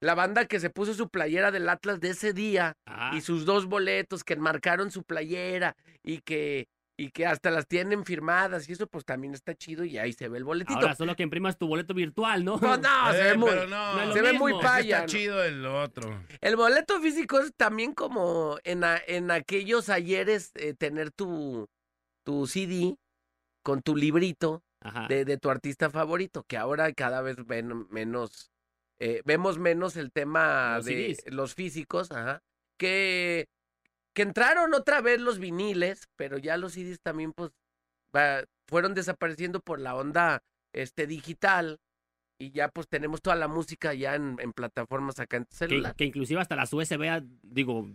Speaker 3: la banda que se puso su playera del Atlas de ese día,
Speaker 4: Ajá.
Speaker 3: y sus dos boletos que enmarcaron su playera y que, y que hasta las tienen firmadas y eso pues también está chido y ahí se ve el boletito.
Speaker 4: Ahora solo que imprimas tu boleto virtual, ¿no?
Speaker 3: no, no, se
Speaker 8: Eh,
Speaker 3: ve muy-
Speaker 8: pero no,
Speaker 4: no es lo
Speaker 3: se ve muy
Speaker 4: mismo.
Speaker 8: ese
Speaker 3: paya.
Speaker 8: Está
Speaker 3: ¿no?
Speaker 8: chido el otro.
Speaker 3: El boleto físico es también como en, a- en aquellos ayeres eh, tener tu, tu CD con tu librito
Speaker 4: Ajá.
Speaker 3: de, de tu artista favorito, que ahora cada vez ven menos, eh, vemos menos el tema
Speaker 4: Los
Speaker 3: de
Speaker 4: CDs.
Speaker 3: los físicos, ajá, que, que entraron otra vez los viniles, pero ya los CDs también pues va- fueron desapareciendo por la onda este, digital y ya pues tenemos toda la música ya en, en plataformas acá en tu
Speaker 4: que,
Speaker 3: celular.
Speaker 4: que inclusive hasta las USB, ah, digo,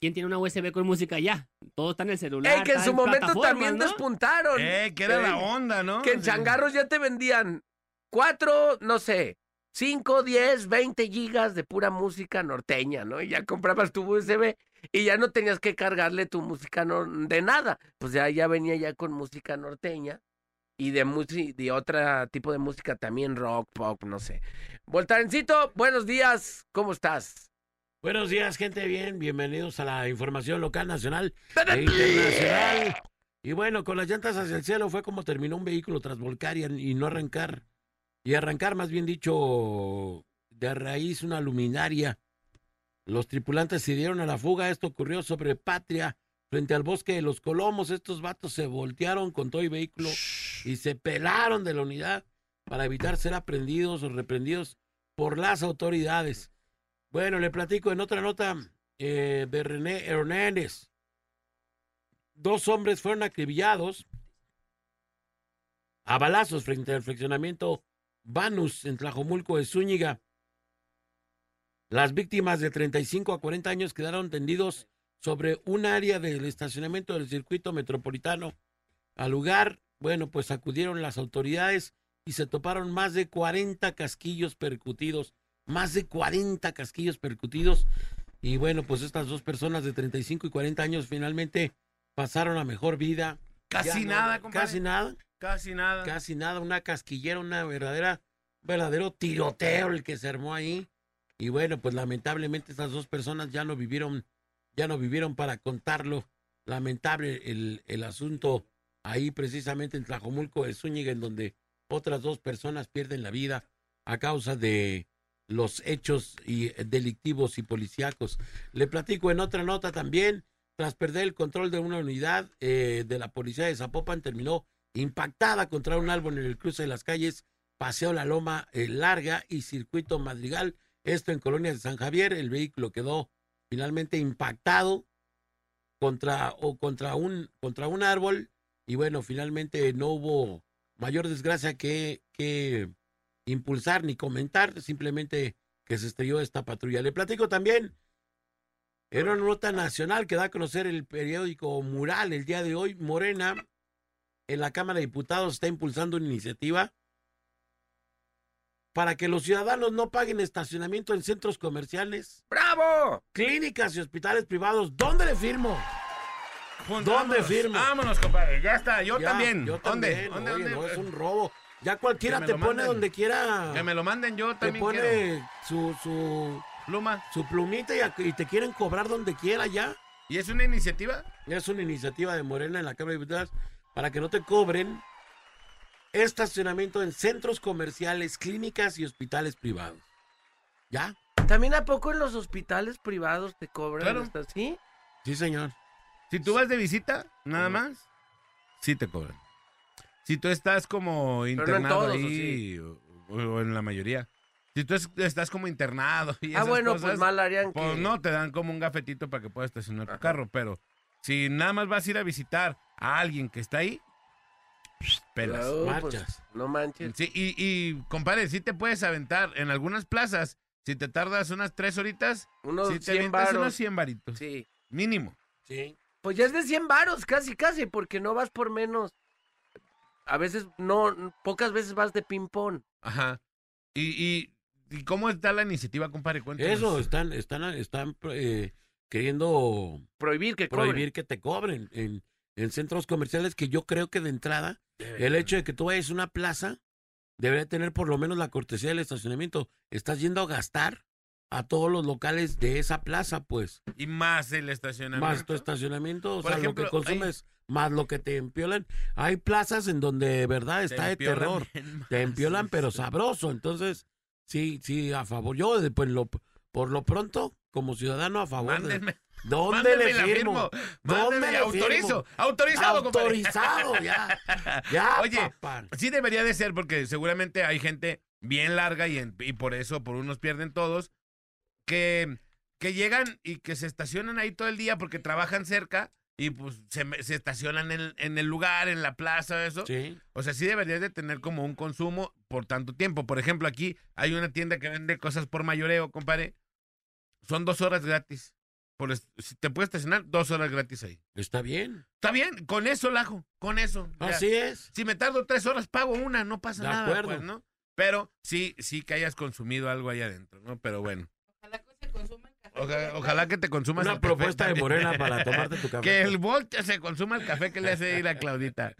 Speaker 4: ¿quién tiene una USB con música ya? Todo está en el celular.
Speaker 3: Ey, que en
Speaker 4: está
Speaker 3: su momento
Speaker 4: plataformas,
Speaker 3: también
Speaker 4: ¿no?
Speaker 3: despuntaron.
Speaker 8: Eh, que era
Speaker 3: Eh,
Speaker 8: la onda, ¿no?
Speaker 3: Que en
Speaker 8: Sí.
Speaker 3: changarros ya te vendían cuatro, no sé, cinco, diez, veinte gigas de pura música norteña, ¿no? Y ya comprabas tu USB y ya no tenías que cargarle tu música nor- de nada. Pues ya, ya venía ya con música norteña y de, musi- de otro tipo de música también, rock, pop, no sé. Voltarencito, buenos días, ¿cómo estás?
Speaker 2: Buenos días, gente bien. Bienvenidos a la información local, nacional e internacional. Y bueno, con las llantas hacia el cielo fue como terminó un vehículo tras volcar y, y no arrancar. Y arrancar, más bien dicho, de raíz una luminaria. Los tripulantes se dieron a la fuga. Esto ocurrió sobre Patria, frente al bosque de los Colomos. Estos vatos se voltearon con todo el vehículo y se pelaron de la unidad para evitar ser aprendidos o reprendidos por las autoridades. Bueno, le platico en otra nota eh, de René Hernández. Dos hombres fueron acribillados a balazos frente al fraccionamiento Vanus en Tlajomulco de Zúñiga. Las víctimas de 35 a 40 años quedaron tendidos sobre un área del estacionamiento del circuito metropolitano. Al lugar, bueno, pues acudieron las autoridades y se toparon más de 40 casquillos percutidos más de 40 casquillos percutidos. Y bueno, pues estas dos personas de 35 y 40 años finalmente pasaron a mejor vida
Speaker 5: Casi
Speaker 2: Ya
Speaker 5: nada,
Speaker 2: no,
Speaker 5: compadre.
Speaker 2: Casi nada,
Speaker 5: Casi nada.
Speaker 2: casi nada, una casquillera, una verdadera, verdadero tiroteo el que se armó ahí. Y bueno, pues lamentablemente estas dos personas ya no vivieron, ya no vivieron para contarlo. Lamentable el, el asunto ahí precisamente en Tlajomulco de Zúñiga, en donde otras dos personas pierden la vida a causa de los hechos y, eh, delictivos y policíacos. Le platico en otra nota también, tras perder el control de una unidad eh, de la policía de Zapopan, terminó impactada contra un árbol en el cruce de las calles Paseo La Loma eh, Larga y Circuito Madrigal, esto en Colonia de San Javier. El vehículo quedó finalmente impactado contra, o contra, un, contra un árbol y bueno, finalmente no hubo mayor desgracia que, que impulsar ni comentar, simplemente que se estrelló esta patrulla. Le platico también en una nota nacional que da a conocer el periódico Mural el día de hoy. Morena en la Cámara de Diputados está impulsando una iniciativa para que los ciudadanos no paguen estacionamiento en centros comerciales,
Speaker 3: ¡Bravo!
Speaker 2: clínicas y hospitales privados. ¿Dónde le firmo? ¿Dónde
Speaker 5: Vámonos,
Speaker 2: firmo?
Speaker 5: Vámonos, compadre. Ya está, yo
Speaker 2: Ya,
Speaker 5: también.
Speaker 2: Yo
Speaker 5: ¿Dónde?
Speaker 2: también.
Speaker 5: ¿Dónde?
Speaker 2: Oye,
Speaker 5: ¿Dónde?
Speaker 2: no, es un robo. Ya cualquiera
Speaker 5: Que me
Speaker 2: te
Speaker 5: lo
Speaker 2: pone
Speaker 5: manden.
Speaker 2: donde quiera.
Speaker 5: Que me lo manden, yo
Speaker 2: te
Speaker 5: también quiero.
Speaker 2: pone su, su,
Speaker 5: Pluma.
Speaker 2: su plumita y, a- y te quieren cobrar donde quiera ya.
Speaker 5: ¿Y es una iniciativa?
Speaker 2: Es una iniciativa de Morena en la Cámara de Diputados para que no te cobren estacionamiento en centros comerciales, clínicas y hospitales privados. ¿Ya?
Speaker 3: ¿También a poco en los hospitales privados te cobran?
Speaker 5: Claro.
Speaker 3: hasta- ¿Sí?
Speaker 2: Sí, señor.
Speaker 5: Si tú vas de visita, nada
Speaker 3: Mm.
Speaker 5: más, sí te cobran. Si tú estás como
Speaker 3: no en
Speaker 5: internado
Speaker 3: todos, ¿o
Speaker 5: ahí, o, o en la mayoría. Si tú es- estás como internado y
Speaker 3: Ah,
Speaker 5: esas
Speaker 3: bueno,
Speaker 5: cosas,
Speaker 3: pues mal harían que...
Speaker 5: pues no, te dan como un gafetito para que puedas estacionar tu carro, pero si nada más vas a ir a visitar a alguien que está ahí, pelas.
Speaker 3: Claro, pues,
Speaker 2: marchas.
Speaker 3: no manches.
Speaker 5: Sí, y, y compadre, sí te puedes aventar en algunas plazas. Si te tardas unas tres horitas,
Speaker 3: Unos
Speaker 5: sí te
Speaker 3: 100
Speaker 5: avientas
Speaker 3: varos.
Speaker 5: unos 100 varitos.
Speaker 3: Sí.
Speaker 5: Mínimo.
Speaker 2: Sí.
Speaker 3: Pues ya es de 100 varos, casi, casi, porque no vas por menos. A veces, no, pocas veces vas de ping-pong.
Speaker 5: Ajá. Y, y, ¿y cómo está la iniciativa, compadre? Cuéntanos.
Speaker 2: Eso, están, están, están eh, queriendo
Speaker 3: Prohibir que cobren.
Speaker 2: prohibir que te cobren en, en centros comerciales que yo creo que de entrada el hecho de que tú vayas a una plaza debería tener por lo menos la cortesía del estacionamiento. Estás yendo a gastar a todos los locales de esa plaza, pues.
Speaker 5: Y más el estacionamiento.
Speaker 2: Más tu estacionamiento, o
Speaker 5: Por
Speaker 2: sea,
Speaker 5: ejemplo,
Speaker 2: lo que consumes, más lo que te empiolan. Hay plazas en donde de verdad
Speaker 5: Te
Speaker 2: está de
Speaker 5: empiolan
Speaker 2: terror.
Speaker 5: bien más.
Speaker 2: Te empiolan, pero sabroso. Entonces, sí, sí, a favor. Yo, de- pues, lo, por lo pronto, como ciudadano, a favor. de-
Speaker 5: Mándenme.
Speaker 2: ¿Dónde
Speaker 5: mándenme
Speaker 2: le
Speaker 5: la
Speaker 2: firmo? ¿Dónde
Speaker 5: Mándenme,
Speaker 2: le
Speaker 5: autorizo.
Speaker 2: firmo?
Speaker 5: Autorizado, compadre.
Speaker 2: Autorizado, ya. Ya,
Speaker 5: Oye,
Speaker 2: papá.
Speaker 5: Sí debería de ser porque seguramente hay gente bien larga y, en- y por eso por unos pierden todos que, que llegan y que se estacionan ahí todo el día porque trabajan cerca y pues se, me- se estacionan en, en el lugar, en la plaza, eso.
Speaker 2: Sí,
Speaker 5: O sea, sí deberías de tener como un consumo por tanto tiempo. Por ejemplo, aquí hay una tienda que vende cosas por mayoreo, compadre. Son dos horas gratis. Por est- si te puedes estacionar, dos horas gratis ahí.
Speaker 2: está bien.
Speaker 5: Está bien, con eso, Lajo, con eso. ya.
Speaker 2: Así es.
Speaker 5: Si me tardo tres horas, pago una, no pasa
Speaker 2: De
Speaker 5: nada,
Speaker 2: acuerdo.
Speaker 5: pues, ¿no? Pero sí, sí que hayas consumido algo ahí adentro, ¿no? Pero bueno. Oja- Ojalá que te consumas
Speaker 2: Una
Speaker 5: el café
Speaker 2: propuesta de
Speaker 5: también.
Speaker 2: Morena para tomarte tu café.
Speaker 5: Que el volta se consuma el café que le hace ir a Claudita.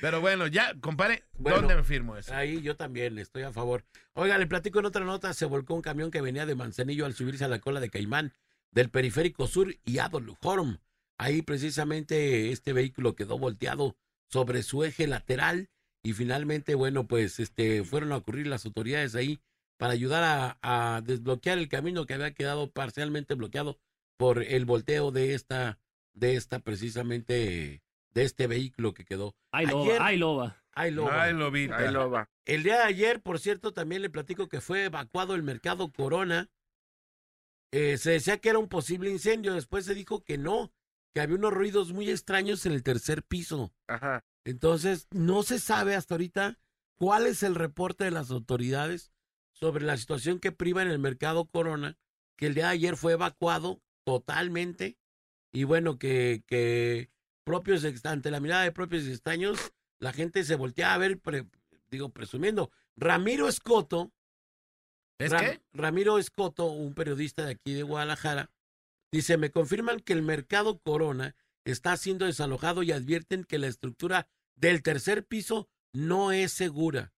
Speaker 5: Pero bueno, ya, compadre,
Speaker 2: Bueno,
Speaker 5: ¿dónde me firmo eso?
Speaker 2: Ahí yo también estoy a favor. Oiga, le platico en otra nota. Se volcó un camión que venía de Manzanillo al subirse a la cola de Caimán del periférico sur y Adolforum. Ahí precisamente este vehículo quedó volteado sobre su eje lateral y finalmente, bueno, pues este fueron a ocurrir las autoridades ahí para ayudar a, a desbloquear el camino que había quedado parcialmente bloqueado por el volteo de esta, de esta precisamente, de este vehículo que quedó.
Speaker 9: Ay, loba,
Speaker 2: Ayer-
Speaker 9: ay, loba.
Speaker 2: Ahí lo va.
Speaker 5: Ay, Lobita.
Speaker 3: Ahí lo va.
Speaker 2: El día de ayer, por cierto, también le platico que fue evacuado el mercado Corona. Eh, se decía que era un posible incendio, después se dijo que no, que había unos ruidos muy extraños en el tercer piso.
Speaker 3: Ajá.
Speaker 2: Entonces, no se sabe hasta ahorita cuál es el reporte de las autoridades sobre la situación que priva en el mercado Corona, que el día de ayer fue evacuado totalmente y bueno, que, que propios, ex- ante la mirada de propios extraños, la gente se voltea a ver, pre- digo, presumiendo. Ramiro Escoto,
Speaker 5: ¿Es
Speaker 2: Ram-
Speaker 5: que?
Speaker 2: Ramiro Escoto, un periodista de aquí de Guadalajara, dice, me confirman que el mercado Corona está siendo desalojado y advierten que la estructura del tercer piso no es segura.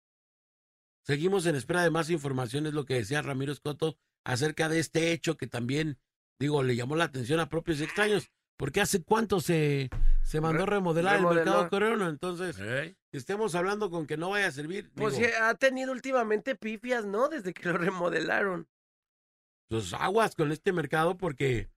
Speaker 2: Seguimos en espera de más información, es lo que decía Ramiro Escoto acerca de este hecho que también, digo, le llamó la atención a propios y extraños, porque hace cuánto se, se mandó a remodelar
Speaker 3: remodeló.
Speaker 2: el mercado coreano, entonces
Speaker 5: ¿Eh?
Speaker 2: estemos hablando con que no vaya a servir.
Speaker 3: Pues
Speaker 2: digo,
Speaker 3: eh, ha tenido últimamente pifias, ¿no? Desde que lo remodelaron.
Speaker 2: pues aguas con este mercado porque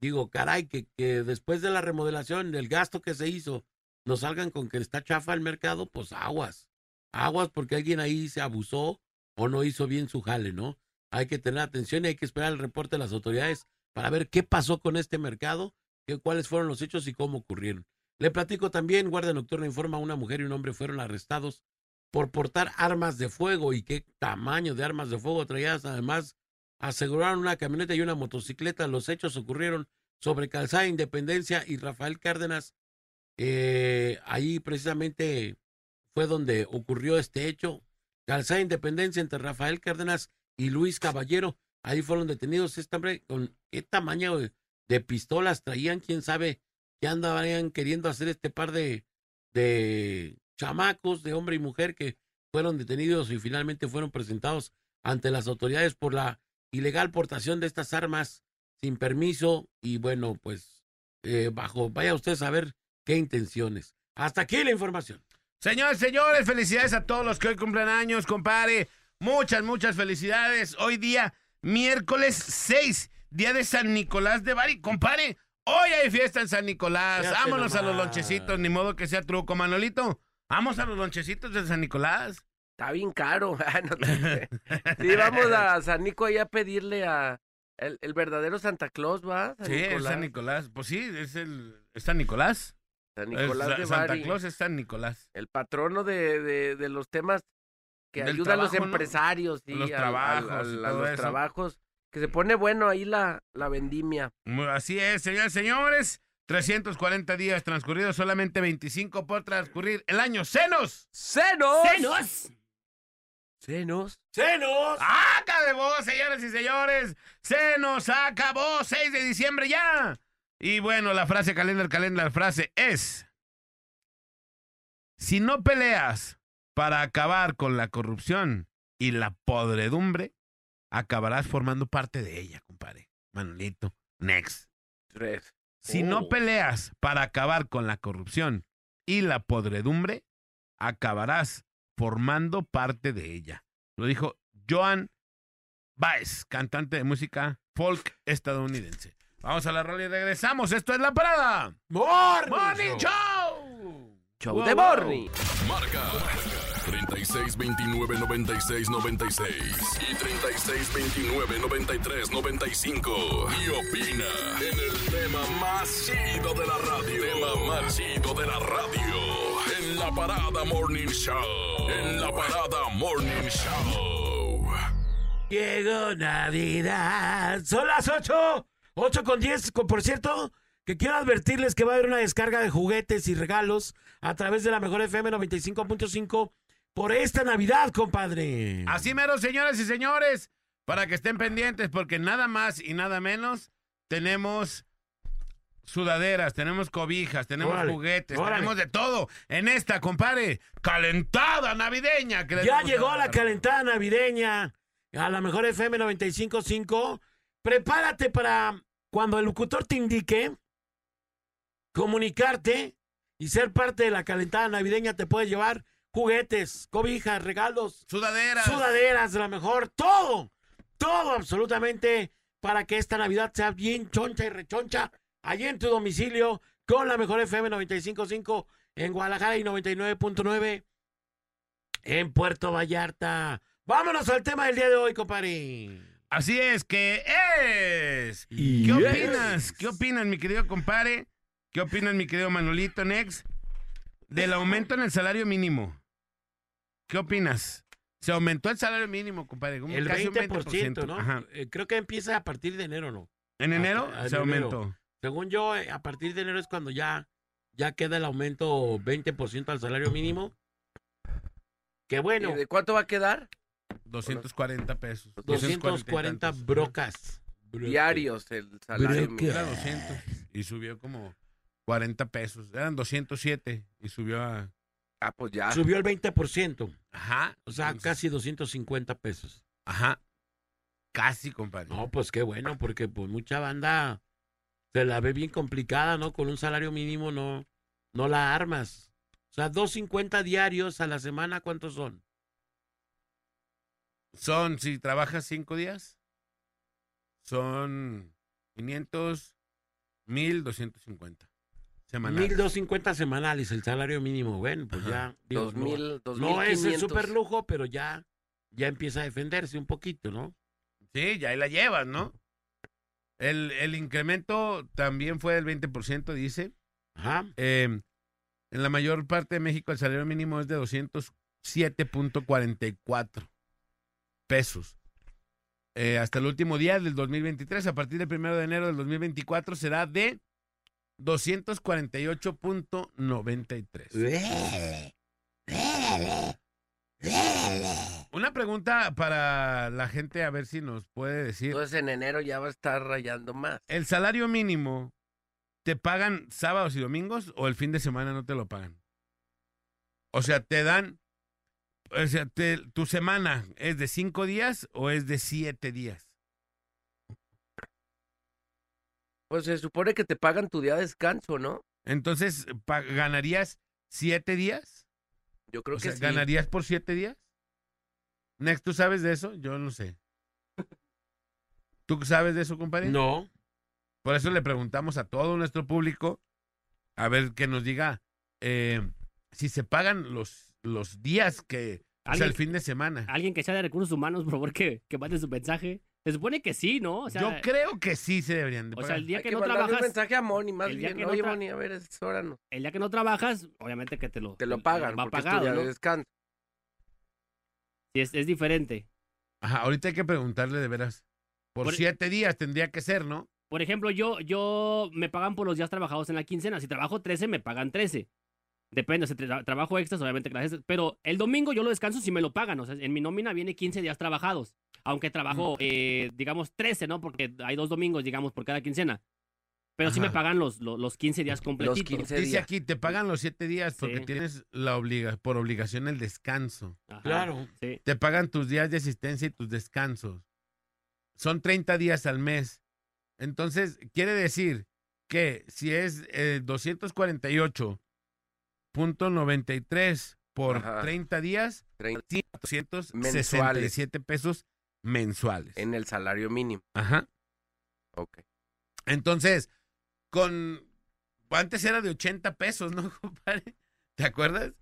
Speaker 2: digo, caray, que, que después de la remodelación, del gasto que se hizo, nos salgan con que está chafa el mercado, pues aguas. Aguas porque alguien ahí se abusó o no hizo bien su jale, ¿no? Hay que tener atención y hay que esperar el reporte de las autoridades para ver qué pasó con este mercado, qué, cuáles fueron los hechos y cómo ocurrieron. Le platico también, Guardia Nocturna informa, una mujer y un hombre fueron arrestados por portar armas de fuego y qué tamaño de armas de fuego traías además aseguraron una camioneta y una motocicleta. Los hechos ocurrieron sobre Calzada Independencia y Rafael Cárdenas. Eh, ahí precisamente fue donde ocurrió este hecho. Calzada Independencia entre Rafael Cárdenas y Luis Caballero. Ahí fueron detenidos este hombre con qué tamaño de, de pistolas traían, quién sabe qué andaban queriendo hacer este par de, de chamacos, de hombre y mujer que fueron detenidos y finalmente fueron presentados ante las autoridades por la ilegal portación de estas armas sin permiso y bueno, pues eh, bajo, vaya usted a saber qué intenciones. Hasta aquí la información.
Speaker 5: Señores, señores, felicidades a todos los que hoy cumplen años, compadre. Muchas, muchas felicidades. Hoy día, miércoles 6, día de San Nicolás de Bari. Compadre, hoy hay fiesta en San Nicolás.
Speaker 2: Fíjate
Speaker 5: Vámonos a los
Speaker 2: nomás.
Speaker 5: lonchecitos, ni modo que sea truco, Manolito. Vamos a los lonchecitos de San Nicolás.
Speaker 3: Está bien caro. Ah, no te- sí, vamos a San Nico ahí a pedirle a el, el verdadero Santa Claus, ¿va? San
Speaker 5: sí, es San Nicolás. Pues sí, es el es San Nicolás.
Speaker 3: San
Speaker 5: Es
Speaker 3: Nicolás
Speaker 5: Sa-
Speaker 3: de
Speaker 5: Santa
Speaker 3: Bari.
Speaker 5: Claus es San Nicolás.
Speaker 3: El patrono de, de, de los temas que
Speaker 5: Del
Speaker 3: ayuda a los
Speaker 5: trabajo, ¿no?
Speaker 3: empresarios, sí,
Speaker 5: Los
Speaker 3: al- al-
Speaker 5: trabajos
Speaker 3: al-
Speaker 5: y
Speaker 3: a
Speaker 5: todo
Speaker 3: los
Speaker 5: eso.
Speaker 3: trabajos. Que se pone bueno ahí la, la vendimia.
Speaker 5: Mu- Así es, señores, señores. 340 días transcurridos, solamente 25 por transcurrir el año. ¡Senos!
Speaker 3: ¡Senos!
Speaker 10: ¡Senos!
Speaker 3: ¡Senos!
Speaker 2: ¡Senos!
Speaker 5: ¡Acá de vos, señores y señores! ¡Se nos acabó! ¡6 de diciembre ya! Y bueno, la frase calendar, calendar, frase es... Si no peleas para acabar con la corrupción y la podredumbre, acabarás formando parte de ella, compadre. Manolito, next.
Speaker 3: Tres.
Speaker 5: Si no
Speaker 2: Oh.
Speaker 5: peleas para acabar con la corrupción y la podredumbre, acabarás formando parte de ella. Lo dijo Joan Baez, cantante de música folk estadounidense. Vamos a la rola y regresamos. Esto es La Parada. ¡Morning Show!
Speaker 3: Show
Speaker 5: Wow,
Speaker 3: de
Speaker 5: wow.
Speaker 3: Borny.
Speaker 11: Marca 36 29 96 96 y 36 29 93 95. Y opina en el tema más chido de la radio. Tema más chido de la radio. En la parada Morning Show. En la parada Morning Show.
Speaker 2: Llegó Navidad. Son las 8. 8 con 10. Con- Por cierto, que quiero advertirles que va a haber una descarga de juguetes y regalos a través de la mejor FM 95.5 por esta Navidad, compadre.
Speaker 5: Así mero, señoras y señores, para que estén pendientes, porque nada más y nada menos tenemos sudaderas, tenemos cobijas, tenemos
Speaker 2: Órale,
Speaker 5: juguetes,
Speaker 2: órale.
Speaker 5: tenemos de todo en esta, compadre, calentada navideña. que le
Speaker 2: Ya
Speaker 5: vamos a
Speaker 2: llegó la
Speaker 5: dar.
Speaker 2: calentada navideña a la mejor FM 95.5. Prepárate para cuando el locutor te indique comunicarte y ser parte de la calentada navideña. Te puede llevar juguetes, cobijas, regalos,
Speaker 5: Sudaderas.
Speaker 2: sudaderas de la mejor, todo, todo absolutamente para que esta Navidad sea bien choncha y rechoncha allí en tu domicilio con la mejor FM 95.5 en Guadalajara y 99.9 en Puerto Vallarta. Vámonos al tema del día de hoy, compadre.
Speaker 5: Así es que es. ¿Qué opinas? ¿Qué opinas, mi querido compadre? ¿Qué opinas, mi querido Manolito Nex? Del aumento en el salario mínimo. ¿Qué opinas? Se aumentó el salario mínimo, compadre. como
Speaker 2: El
Speaker 5: casi un
Speaker 2: 20%, ¿no?
Speaker 5: Ajá.
Speaker 2: Eh, creo que empieza a partir de enero, ¿no?
Speaker 5: En enero
Speaker 2: Hasta-
Speaker 5: se
Speaker 2: en enero.
Speaker 5: aumentó.
Speaker 2: Según yo, eh, a partir de enero es cuando ya, ya queda el aumento 20% al salario mínimo. Que bueno.
Speaker 3: ¿Y de cuánto va a quedar?
Speaker 5: 240 pesos. 240 y
Speaker 2: 240
Speaker 5: tantos.
Speaker 2: brocas.
Speaker 3: Diarios el salario.
Speaker 2: Brocas.
Speaker 3: mínimo.
Speaker 5: Era 200. Y subió como
Speaker 2: 40 pesos. Eran 207 y subió a.
Speaker 3: Ah, pues ya.
Speaker 5: Subió el 20%,
Speaker 2: Ajá.
Speaker 5: o sea,
Speaker 2: Entonces-
Speaker 5: casi 250 pesos.
Speaker 2: Ajá. Casi, compadre.
Speaker 5: No, pues qué bueno, porque pues mucha banda se la ve bien complicada, ¿no? Con un salario mínimo no, no la armas. O sea, 250 diarios a la semana, ¿cuántos son?
Speaker 2: Son, si trabajas cinco días, son 500, 1250 semanales.
Speaker 5: 1.250 semanales el salario mínimo, bueno, pues
Speaker 2: Ajá.
Speaker 5: ya. digo,
Speaker 3: Dos
Speaker 5: no-
Speaker 3: mil, dos
Speaker 5: no
Speaker 3: mil
Speaker 5: es el
Speaker 3: quinientos.
Speaker 5: super lujo, pero ya, ya empieza a defenderse un poquito, ¿no?
Speaker 2: Sí, ya ahí la llevas, ¿no? El, el incremento también fue del 20%, dice.
Speaker 5: Ajá.
Speaker 2: Eh, en la mayor parte de México el salario mínimo es de 207.44 pesos. Eh, hasta el último día del 2023, a partir del primero de enero del 2024, será de 248.93. Una pregunta para la gente, a ver si nos puede decir.
Speaker 3: Entonces en enero ya va a estar rayando más.
Speaker 2: ¿El salario mínimo te pagan sábados y domingos o el fin de semana no te lo pagan? O sea, te dan, o sea, te- tu semana es de cinco días o es de siete días.
Speaker 3: Pues se supone que te pagan tu día de descanso, ¿no?
Speaker 2: Entonces, pa- ¿ganarías siete días?
Speaker 3: Yo creo
Speaker 2: O
Speaker 3: que
Speaker 2: sea,
Speaker 3: sí.
Speaker 2: ¿ganarías por siete días? Next, ¿tú sabes de eso? Yo no sé. ¿Tú sabes de eso, compadre?
Speaker 5: No.
Speaker 2: Por eso le preguntamos a todo nuestro público, a ver que nos diga eh, si se pagan los, los días que, o sea,
Speaker 4: ¿Alguien-
Speaker 2: el fin de semana.
Speaker 4: Alguien que sea de recursos humanos, por favor, que, que mande su mensaje. Se supone que sí, ¿no? O sea,
Speaker 2: Yo creo que sí se deberían de
Speaker 4: o
Speaker 2: pagar.
Speaker 4: sea el día
Speaker 3: Hay
Speaker 4: que, no
Speaker 3: mandarle un
Speaker 4: trabajas,
Speaker 3: mensaje a Moni, más
Speaker 4: el día
Speaker 3: bien.
Speaker 4: que no
Speaker 3: Oye,
Speaker 4: tra-
Speaker 3: Moni, a ver, asesóranos.
Speaker 4: el día que no trabajas, obviamente que te lo,
Speaker 3: Te lo pagan
Speaker 4: Va
Speaker 3: porque es tu
Speaker 4: pagado,
Speaker 3: día
Speaker 4: ¿no?
Speaker 3: de descanso.
Speaker 4: Sí, es, es diferente.
Speaker 2: Ajá, ahorita hay que preguntarle de veras. Por,
Speaker 4: Por-
Speaker 2: siete días tendría que ser, ¿no?
Speaker 4: Por ejemplo, yo, yo me pagan por los días trabajados en la quincena. Si trabajo 13, me pagan 13. Depende, si tra- trabajo extras, obviamente que las extras. Pero el domingo yo lo descanso si me lo pagan. O sea, en mi nómina viene 15 días trabajados. Aunque trabajo, eh, digamos, 13, ¿no? Porque hay dos domingos, digamos, por cada quincena. Pero sí me
Speaker 2: Ajá.
Speaker 4: pagan los, los, los 15 días
Speaker 3: Los
Speaker 4: completitos.
Speaker 3: 15
Speaker 2: Dice
Speaker 3: días.
Speaker 2: aquí, te pagan los siete días porque
Speaker 4: Sí.
Speaker 2: tienes la obliga por obligación el descanso.
Speaker 4: Ajá,
Speaker 5: Claro.
Speaker 4: Sí.
Speaker 2: Te pagan tus días de asistencia y tus descansos. Son 30 días al mes. Entonces, quiere decir que si es eh, 248.93 por
Speaker 3: Ajá.
Speaker 2: 30 días,
Speaker 3: 30
Speaker 2: $267 pesos mensuales.
Speaker 3: en el salario mínimo.
Speaker 2: Ajá.
Speaker 3: Ok.
Speaker 2: Entonces, con... Pues Antes era de 80 pesos, ¿no, compadre? ¿Te acuerdas?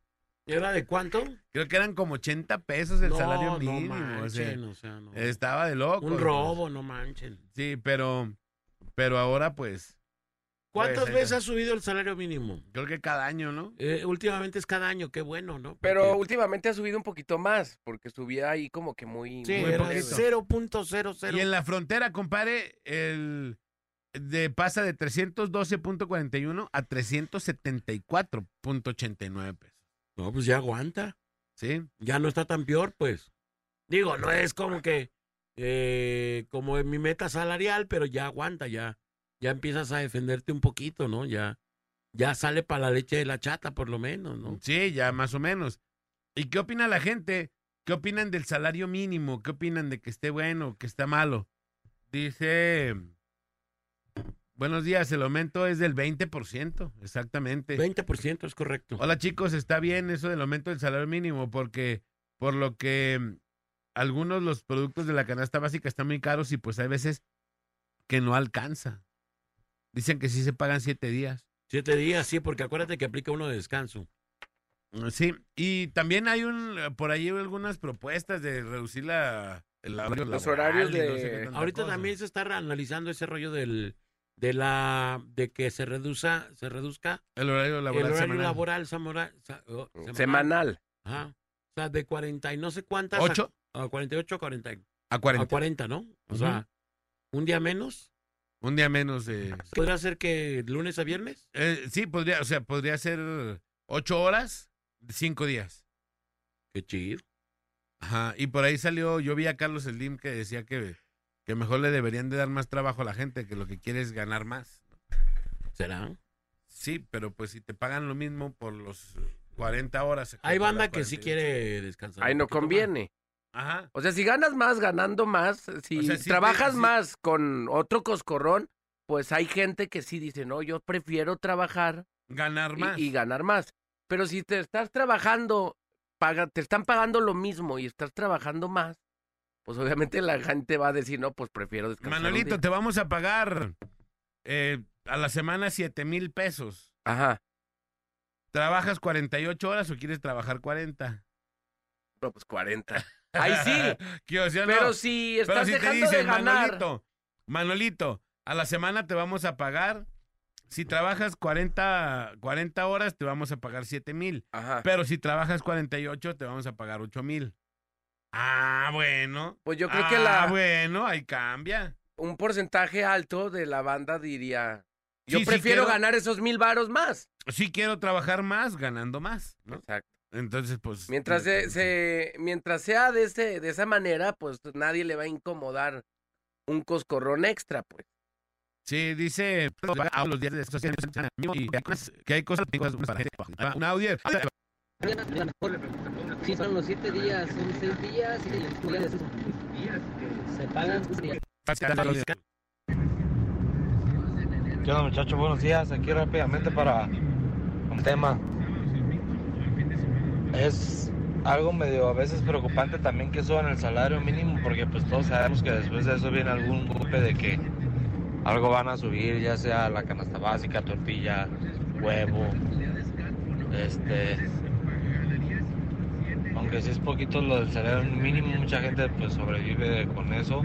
Speaker 5: ¿Y ahora de cuánto?
Speaker 2: Creo que eran como 80 pesos el
Speaker 5: no,
Speaker 2: salario
Speaker 5: no
Speaker 2: mínimo. o sea,
Speaker 5: manchen, o sea, no.
Speaker 2: estaba de loco.
Speaker 5: Un robo, no manchen.
Speaker 2: Sí, pero, pero ahora pues,
Speaker 5: ¿Cuántas
Speaker 2: Pues, ahí
Speaker 5: veces
Speaker 2: está.
Speaker 5: ha subido el salario mínimo?
Speaker 2: creo que cada año, ¿no?
Speaker 5: Eh, últimamente es cada año, qué bueno, ¿no?
Speaker 3: Pero
Speaker 5: Porque-
Speaker 3: últimamente ha subido un poquito más, porque subía ahí como que muy...
Speaker 5: sí,
Speaker 3: muy
Speaker 5: era
Speaker 2: poquito.
Speaker 5: de
Speaker 3: poquito.
Speaker 5: 0.00.
Speaker 2: Y en la frontera, compadre, el de, pasa de 312.41 a 374.89 pesos.
Speaker 5: No, pues ya aguanta.
Speaker 2: ¿Sí?
Speaker 5: Ya no está tan peor, pues. Digo, no es como que eh, como en mi meta salarial, pero ya aguanta, ya. Ya empiezas a defenderte un poquito, ¿no? Ya, ya sale para la leche de la chata, por lo menos, ¿no?
Speaker 2: Sí, ya más o menos. ¿Y qué opina la gente? ¿Qué opinan del salario mínimo? ¿Qué opinan de que esté bueno, que está malo? Dice, buenos días, el aumento es del 20%, exactamente.
Speaker 5: 20% es correcto.
Speaker 2: Hola chicos, está bien eso del aumento del salario mínimo porque por lo que mm, algunos los productos de la canasta básica están muy caros y pues hay veces que no alcanza. Dicen que sí se pagan siete días.
Speaker 5: Siete días, sí, porque acuérdate que aplica uno de descanso.
Speaker 2: Mm, Sí, y también hay un eh, por ahí algunas propuestas de reducir la, el horario
Speaker 3: Los
Speaker 2: laboral
Speaker 3: horarios
Speaker 2: y no
Speaker 3: de-
Speaker 2: sé qué tanta
Speaker 5: Ahorita
Speaker 2: cosa.
Speaker 5: también se está analizando ese rollo del de la de que se reduza, se reduzca
Speaker 2: el horario laboral.
Speaker 5: el horario
Speaker 2: semanal.
Speaker 5: laboral samora- sa- oh, semanal.
Speaker 3: Semanal.
Speaker 5: Ajá. O sea, de 40 y no sé cuántas a-
Speaker 2: Ocho
Speaker 5: a, 48 a 40, y-
Speaker 2: a
Speaker 5: a
Speaker 2: 40.
Speaker 5: 40, ¿no? O sea, un día menos.
Speaker 2: Un día menos. eh,
Speaker 5: ¿Podría ser que lunes a viernes?
Speaker 2: eh, sí, podría, o sea, podría ser ocho horas, cinco días.
Speaker 5: Qué chido.
Speaker 2: Ajá, y por ahí salió, yo vi a Carlos Slim que decía que, que mejor le deberían de dar más trabajo a la gente, que lo que quiere es ganar más.
Speaker 5: ¿Será?
Speaker 2: Sí, pero pues si te pagan lo mismo por los 40 horas. se
Speaker 5: Hay
Speaker 2: calcula
Speaker 5: banda que sí
Speaker 2: 48.
Speaker 5: quiere descansar.
Speaker 3: Ahí
Speaker 5: un
Speaker 3: no
Speaker 5: poquito más.
Speaker 3: conviene.
Speaker 2: Ajá.
Speaker 3: O sea, si ganas más ganando más, si
Speaker 2: O sea, si
Speaker 3: trabajas
Speaker 2: te- si-
Speaker 3: más con otro coscorrón, pues hay gente que sí dice, no, yo prefiero trabajar
Speaker 2: Ganar
Speaker 3: y-
Speaker 2: más.
Speaker 3: y, ganar más. Pero si te estás trabajando, paga- te están pagando lo mismo y estás trabajando más, pues obviamente la gente va a decir, no, pues prefiero descansar. un
Speaker 2: Manolito,
Speaker 3: día".
Speaker 2: te vamos a pagar eh, a la semana 7 mil pesos.
Speaker 3: Ajá.
Speaker 2: ¿Trabajas 48 horas o quieres trabajar 40?
Speaker 3: No, pues 40. Ahí sí,
Speaker 2: ¿Qué, o sea, no?
Speaker 3: pero si
Speaker 2: Pero
Speaker 3: estás
Speaker 2: si te
Speaker 3: dejando de
Speaker 2: dicen,
Speaker 3: ganar.
Speaker 2: Manolito, Manolito, a la semana te vamos a pagar. Si trabajas 40, 40 horas, te vamos a pagar 7 mil.
Speaker 3: Ajá.
Speaker 2: Pero si trabajas 48, te vamos a pagar 8 mil. Ah, bueno.
Speaker 3: Pues yo creo
Speaker 2: ah,
Speaker 3: que la,
Speaker 2: bueno, ahí cambia.
Speaker 3: un porcentaje alto de la banda diría, yo
Speaker 2: Sí, sí,
Speaker 3: prefiero
Speaker 2: quiero-
Speaker 3: ganar esos mil varos más.
Speaker 2: Sí quiero trabajar más, ganando más, ¿no?
Speaker 3: Exacto.
Speaker 2: Entonces, pues...
Speaker 3: Mientras,
Speaker 2: eh,
Speaker 3: se, se- mientras sea de, ese, de esa manera, pues nadie le va a incomodar un coscorrón extra, pues.
Speaker 2: Sí, dice a los días de estos días, amigo, y que hay cosas que hay cosas para la gente. Un audio.
Speaker 12: Sí, son los siete días, son seis días y se pagan.
Speaker 6: ¿Qué onda muchachos? Buenos días. Aquí rápidamente para un tema. Es algo medio a veces preocupante también que suban el salario mínimo porque pues todos sabemos que después de eso viene algún golpe de que algo van a subir, ya sea la canasta básica, tortilla, huevo, este... Aunque si es poquito lo del salario mínimo, mucha gente pues sobrevive con eso.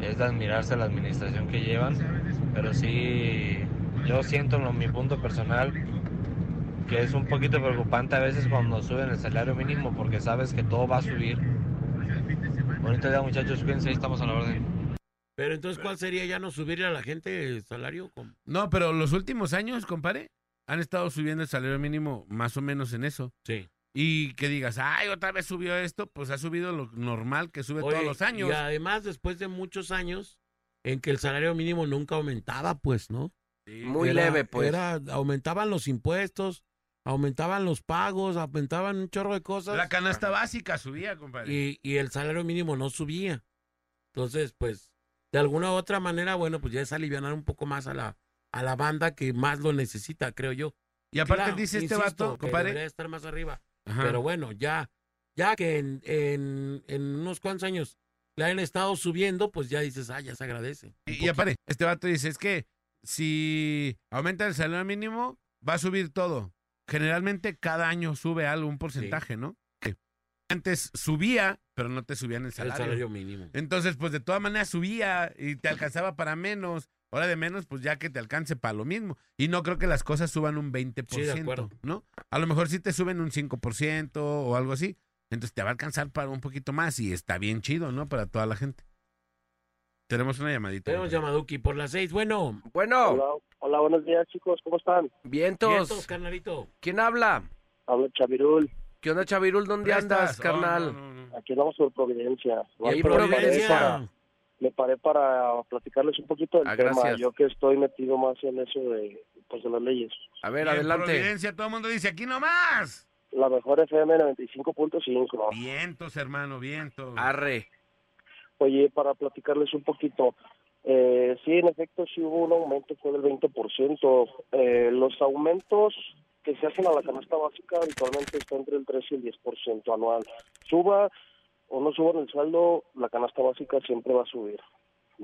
Speaker 6: Es de admirarse la administración que llevan. Pero sí, yo siento en lo- mi punto personal que es un poquito preocupante a veces cuando suben el salario mínimo porque sabes que todo va a subir. Bonito día muchachos, cuídense, ahí estamos a la orden.
Speaker 5: Pero entonces, ¿cuál sería ya no subirle a la gente el salario? ¿Cómo?
Speaker 2: No, pero los últimos años, compadre, han estado subiendo el salario mínimo más o menos en eso.
Speaker 5: Sí.
Speaker 2: Y que digas, ay, otra vez subió esto, pues ha subido lo normal que sube todos
Speaker 5: Oye,
Speaker 2: los años.
Speaker 5: Y además, después de muchos años en que el salario mínimo nunca aumentaba, pues, ¿no?
Speaker 2: Sí.
Speaker 3: Muy
Speaker 5: Era-
Speaker 3: leve, pues.
Speaker 5: Era, aumentaban los impuestos, aumentaban los pagos, aumentaban un chorro de cosas. Ah,
Speaker 2: La canasta básica subía, compadre.
Speaker 5: y, y el salario mínimo no subía. Entonces, pues, de alguna u otra manera, bueno, pues ya es alivianar un poco más a la, a la banda que más lo necesita, creo yo.
Speaker 2: Y, aparte
Speaker 5: Claro,
Speaker 2: dice este
Speaker 5: insisto,
Speaker 2: vato,
Speaker 5: que
Speaker 2: compadre.
Speaker 5: Debería estar más arriba.
Speaker 2: Ajá.
Speaker 5: Pero bueno, ya, ya que en, en, en unos cuantos años le han estado subiendo, pues ya dices, ah, ya se agradece.
Speaker 2: Y, y aparte, este vato dice, es que si aumenta el salario mínimo, va a subir todo. Generalmente cada año sube algo, un porcentaje, ¿no? Que Antes subía, pero no te subían el
Speaker 5: El salario,
Speaker 2: salario.
Speaker 13: Mm.
Speaker 5: mínimo.
Speaker 2: Entonces, pues de todas maneras subía y te alcanzaba para menos. Ahora de menos, pues ya que te alcance para lo mismo. Y no creo que las cosas suban un 20%,
Speaker 5: Sí, de acuerdo.
Speaker 2: ¿no? A lo mejor sí te suben un 5% o algo así. Entonces te va a alcanzar para un poquito más y está bien chido, ¿no? Para toda la gente. Tenemos una llamadita.
Speaker 5: Tenemos llamaduki por las seis. Bueno,
Speaker 3: Bueno,
Speaker 14: Hola, hola, buenos días chicos, ¿cómo están?
Speaker 3: vientos.
Speaker 5: vientos, carnalito.
Speaker 3: ¿Quién habla?
Speaker 14: Habla Chavirul,
Speaker 3: ¿Qué onda, Chavirul? ¿Dónde andas,
Speaker 2: ¿Prestas? Oh,
Speaker 3: carnal?
Speaker 2: no, no, no.
Speaker 14: aquí vamos por Providencia.
Speaker 3: Y ahí
Speaker 14: Me paré
Speaker 3: Providencia.
Speaker 14: para- Me paré para platicarles un poquito del
Speaker 3: Ah,
Speaker 14: tema,
Speaker 3: gracias.
Speaker 14: yo que estoy metido más en eso de, pues, de las leyes.
Speaker 3: A ver,
Speaker 2: Y en
Speaker 3: adelante.
Speaker 2: Providencia, todo el mundo dice, aquí nomás.
Speaker 14: La mejor FM 95.5.
Speaker 2: Vientos, hermano, vientos.
Speaker 3: Arre.
Speaker 14: Oye, para platicarles un poquito, eh, sí, en efecto, sí hubo un aumento, fue del 20%. Eh, los aumentos que se hacen a la canasta básica habitualmente está entre el 3 y el 10% anual. Suba o no suba en el saldo, la canasta básica siempre va a subir,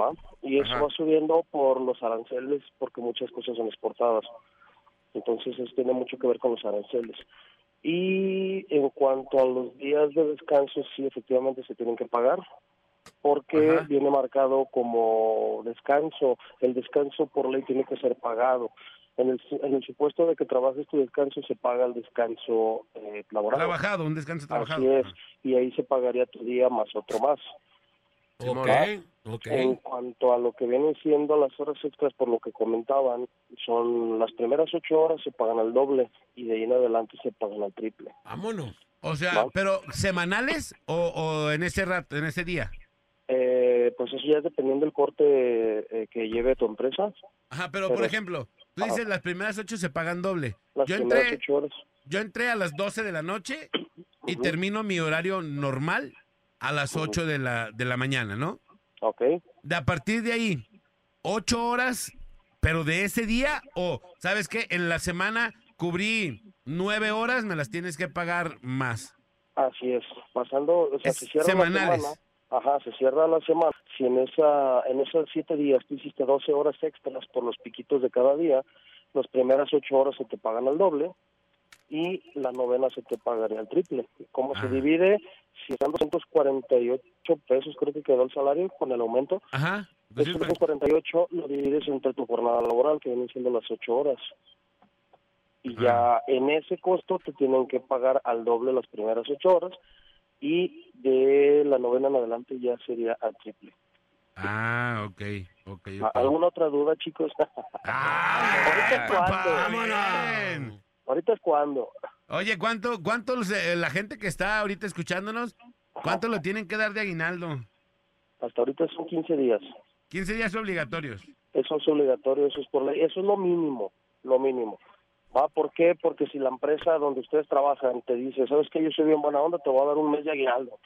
Speaker 14: ¿va? Y eso
Speaker 3: Ajá.
Speaker 14: va subiendo por los aranceles, porque muchas cosas son exportadas. Entonces, eso tiene mucho que ver con los aranceles. Y en cuanto a los días de descanso, sí, efectivamente se tienen que pagar, porque
Speaker 3: Ajá.
Speaker 14: viene marcado como descanso. El descanso por ley tiene que ser pagado. En el, su- en el supuesto de que trabajes tu descanso, se paga el descanso eh, laboral.
Speaker 2: Trabajado, un descanso trabajado.
Speaker 14: Así es, y ahí se pagaría tu día más otro más.
Speaker 5: Ok,
Speaker 14: Simón.
Speaker 5: ok.
Speaker 14: En cuanto a lo que vienen siendo las horas extras, por lo que comentaban, son las primeras ocho horas se pagan al doble y de ahí en adelante se pagan al triple.
Speaker 2: Ah,
Speaker 5: Vámonos.
Speaker 2: O sea,
Speaker 14: ¿No?
Speaker 2: pero semanales o, o en ese rato, en ese día.
Speaker 14: Eh, pues eso ya es dependiendo del corte eh, que lleve tu empresa.
Speaker 2: Ajá, pero
Speaker 14: Pero-
Speaker 2: por ejemplo, Tú dices, las primeras ocho se pagan doble.
Speaker 14: Las
Speaker 2: yo
Speaker 14: primeras
Speaker 2: entré,
Speaker 14: ocho horas.
Speaker 2: yo entré a las 12 de la noche y termino mi horario normal a las 8 de la, de la mañana, ¿no?
Speaker 14: Ok.
Speaker 2: De a partir de ahí, 8 horas, pero de ese día, o, ¿sabes qué? En la semana cubrí 9 horas, me las tienes que pagar más.
Speaker 14: Así es, pasando, o sea,
Speaker 2: Es
Speaker 14: se cierra
Speaker 2: semanales.
Speaker 14: la semana. Ajá, se cierra la semana. Si en esa en esos siete días tú hiciste 12 horas extras por los piquitos de cada día, las primeras ocho horas se te pagan al doble y la novena se te pagaría al triple. ¿Cómo
Speaker 2: Ah.
Speaker 14: se divide? Si están 248 pesos, creo que quedó el salario con el aumento.
Speaker 2: Ajá.
Speaker 14: Esos 248 lo divides entre tu jornada laboral, que vienen siendo las ocho horas. Y ya en ese costo te tienen que pagar al doble las primeras ocho horas y de la novena en adelante ya sería al triple.
Speaker 2: Ah, ok, ok.
Speaker 14: ¿A- ¿Alguna otra duda, chicos? ¿Ahorita es cuando? ¿Ahorita es cuando?
Speaker 2: Oye, ¿cuánto, cuánto los, eh, la gente que está ahorita escuchándonos, cuánto lo tienen que dar de aguinaldo?
Speaker 14: Hasta ahorita son 15 días.
Speaker 2: 15 días obligatorios.
Speaker 14: Eso es obligatorio, eso es por ley, eso es lo mínimo, lo mínimo. ¿Va? ¿Por qué? Porque si la empresa donde ustedes trabajan te dice, sabes que yo soy bien buena onda, te voy a dar un mes de aguinaldo.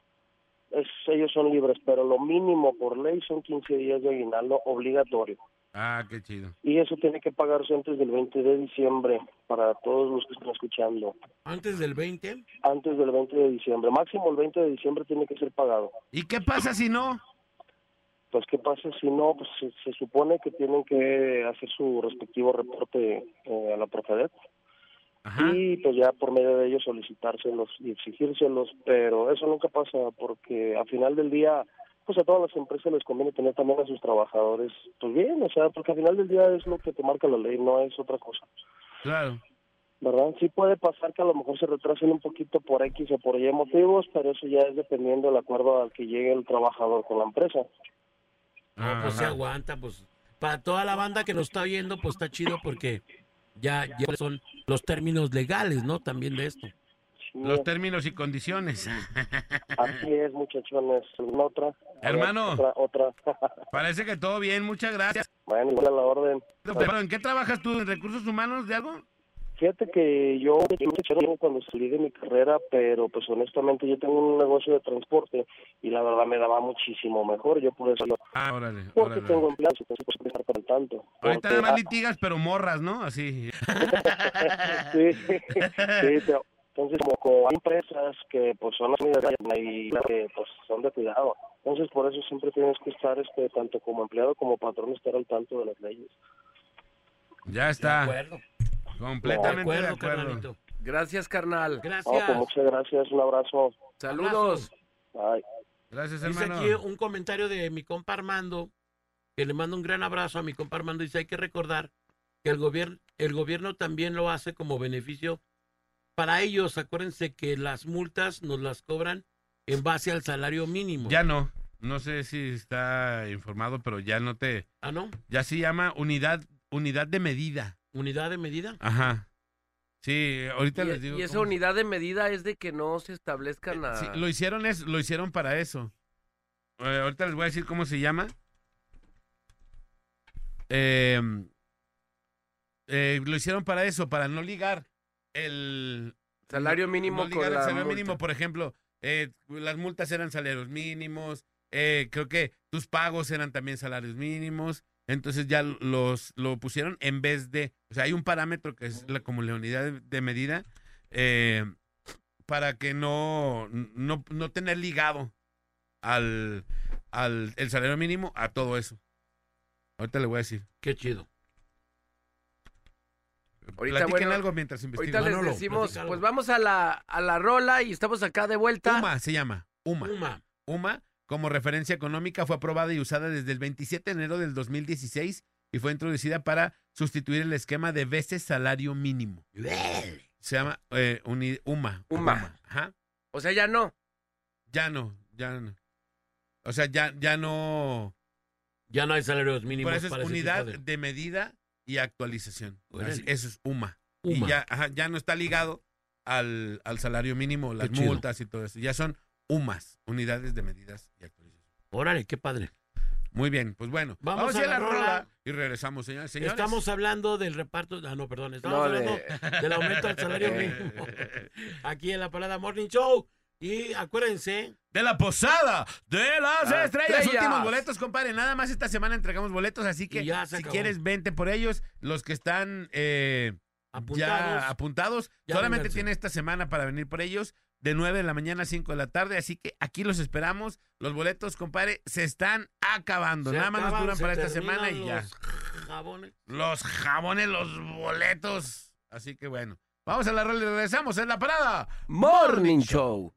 Speaker 14: Es, ellos son libres, pero lo mínimo por ley son 15 días de aguinaldo obligatorio.
Speaker 2: Ah, qué chido.
Speaker 14: Y eso tiene que pagarse antes del 20 de diciembre para todos los que están escuchando.
Speaker 5: Antes del 20.
Speaker 14: Antes del 20 de diciembre, máximo el 20 de diciembre tiene que ser pagado.
Speaker 2: ¿Y qué pasa si no?
Speaker 14: Pues, ¿qué pasa si no? Pues se, se supone que tienen que hacer su respectivo reporte eh, a la Profedet. Y pues ya por medio de ellos solicitárselos y exigírselos, pero eso nunca pasa porque al final del día, pues a todas las empresas les conviene tener también a sus trabajadores, pues bien, o sea, porque al final del día es lo que te marca la ley, no es otra cosa.
Speaker 2: Claro.
Speaker 14: ¿verdad? Sí puede pasar que a lo mejor se retrasen un poquito por X o por Y motivos, pero eso ya es dependiendo del acuerdo al que llegue el trabajador con la empresa.
Speaker 5: No, pues se aguanta, pues. Para toda la banda que nos está viendo, pues está chido porque ya, ya son los términos legales, ¿no? También de esto.
Speaker 2: Los términos y condiciones.
Speaker 14: Así es, muchachones. ¿Alguna otra? A ver,
Speaker 2: Hermano.
Speaker 14: Otra, otra.
Speaker 2: Parece que todo bien, muchas gracias.
Speaker 14: bueno, igual a la orden.
Speaker 2: Pero, ¿En qué trabajas tú? ¿En recursos humanos de algo?
Speaker 14: Fíjate que yo yo me echaron cuando salí de mi carrera, pero pues honestamente yo tengo un negocio de transporte y la verdad me daba muchísimo mejor. Yo por eso,
Speaker 2: Ah, órale,
Speaker 14: porque
Speaker 2: órale.
Speaker 14: tengo empleados, entonces pues ah. estar por el tanto.
Speaker 2: Ahorita
Speaker 14: Porque-
Speaker 2: nada más litigas, pero morras, ¿no? Así.
Speaker 14: sí, sí, pero, entonces como, como hay empresas que pues son las mismas y las que pues son de cuidado, entonces por eso siempre tienes que estar este tanto como empleado como patrón estar al tanto de las leyes.
Speaker 2: Ya está.
Speaker 3: Completamente
Speaker 2: de
Speaker 3: de
Speaker 2: acuerdo,
Speaker 3: acuerdo.
Speaker 2: carnalito.
Speaker 3: Gracias, carnal.
Speaker 14: Oh, pues, muchas gracias, un abrazo.
Speaker 3: Saludos.
Speaker 14: Bye.
Speaker 2: Gracias,
Speaker 5: Dice
Speaker 2: hermano.
Speaker 5: aquí un comentario de mi compa Armando, que le mando un gran abrazo a mi compa Armando. Dice, hay que recordar que el, gobierno el gobierno también lo hace como beneficio para ellos. Acuérdense que las multas nos las cobran en base al salario mínimo.
Speaker 2: Ya no. No sé si está informado, pero ya no te.
Speaker 5: Ah, ¿no?
Speaker 2: Ya se llama unidad, unidad de medida.
Speaker 5: Unidad de medida.
Speaker 2: Ajá. Sí, ahorita
Speaker 3: Y, e-
Speaker 2: les digo.
Speaker 3: y esa
Speaker 2: cómo- Eh,
Speaker 3: unidad de medida es de que no se establezcan a...
Speaker 2: Sí, lo hicieron es, lo hicieron para eso. Eh, ahorita les voy a decir cómo se llama. Eh, eh, lo hicieron para eso, para no ligar el
Speaker 3: Salario
Speaker 2: no-
Speaker 3: mínimo
Speaker 2: no ligar
Speaker 3: con
Speaker 2: el
Speaker 3: la
Speaker 2: salario
Speaker 3: multa.
Speaker 2: mínimo, por ejemplo, eh, las multas eran salarios mínimos, eh, creo que tus pagos eran también salarios mínimos, entonces ya los lo pusieron en vez de, o sea, hay un parámetro que es la como la unidad de, de medida eh, para que no, no no tener ligado al al el salario mínimo a todo eso. Ahorita le voy a decir.
Speaker 5: Qué chido.
Speaker 2: Ahorita Platiquen algo mientras investigo.
Speaker 3: Ahorita les
Speaker 2: Manolo,
Speaker 3: decimos,
Speaker 2: platica algo.
Speaker 3: pues vamos a la, a la rola y estamos acá de vuelta.
Speaker 2: UMA se llama. UMA. UMA. como referencia económica, fue aprobada y usada desde el 27 de enero del 2016 y fue introducida para sustituir el esquema de veces salario mínimo. Se llama eh, uni- UMA.
Speaker 3: UMA.
Speaker 2: Ajá.
Speaker 3: O sea, ya no.
Speaker 2: Ya no, ya no. O sea, ya, ya no.
Speaker 5: Ya no hay salarios mínimos
Speaker 2: Por eso es
Speaker 5: para ese
Speaker 2: unidad de...
Speaker 5: tipo de-
Speaker 2: medida y actualización.
Speaker 5: Órale.
Speaker 2: Así- eso es UMA.
Speaker 5: UMA.
Speaker 2: Y ya, ajá, ya no está ligado al, al salario mínimo, las
Speaker 5: Qué chido.
Speaker 2: multas y todo eso. Ya son UMAS, unidades de medidas y actualización.
Speaker 5: Órale, qué padre.
Speaker 2: Muy bien, pues bueno,
Speaker 5: Vamos a la rola.
Speaker 2: y Y regresamos, señores. señores.
Speaker 5: Estamos hablando del reparto. Ah, no, perdón. Estamos
Speaker 2: No,
Speaker 5: hablando
Speaker 2: de-
Speaker 5: del aumento del salario
Speaker 2: Eh.
Speaker 5: mínimo. Aquí en la parada Morning Show. Y acuérdense.
Speaker 2: De la posada de las
Speaker 5: Ah,
Speaker 2: estrellas.
Speaker 5: estrellas.
Speaker 2: Últimos boletos, compadre. Nada más esta semana entregamos boletos, así que
Speaker 5: Y ya se
Speaker 2: si
Speaker 5: acabó.
Speaker 2: quieres, vente por ellos. Los que están eh,
Speaker 5: Apuntados.
Speaker 2: ya apuntados,
Speaker 5: Ya
Speaker 2: solamente
Speaker 5: vénganse.
Speaker 2: tiene esta semana para venir por ellos. De 9 de la mañana a 5 de la tarde, así que aquí los esperamos. Los boletos, compadre, se están acabando.
Speaker 5: se
Speaker 2: Nada más nos
Speaker 5: acaban,
Speaker 2: duran
Speaker 5: se
Speaker 2: para esta
Speaker 5: terminan
Speaker 2: semana y ya.
Speaker 5: los jabones.
Speaker 2: Los jabones, los boletos. Así que bueno, vamos a la rola y regresamos en la parada.
Speaker 3: Morning Show.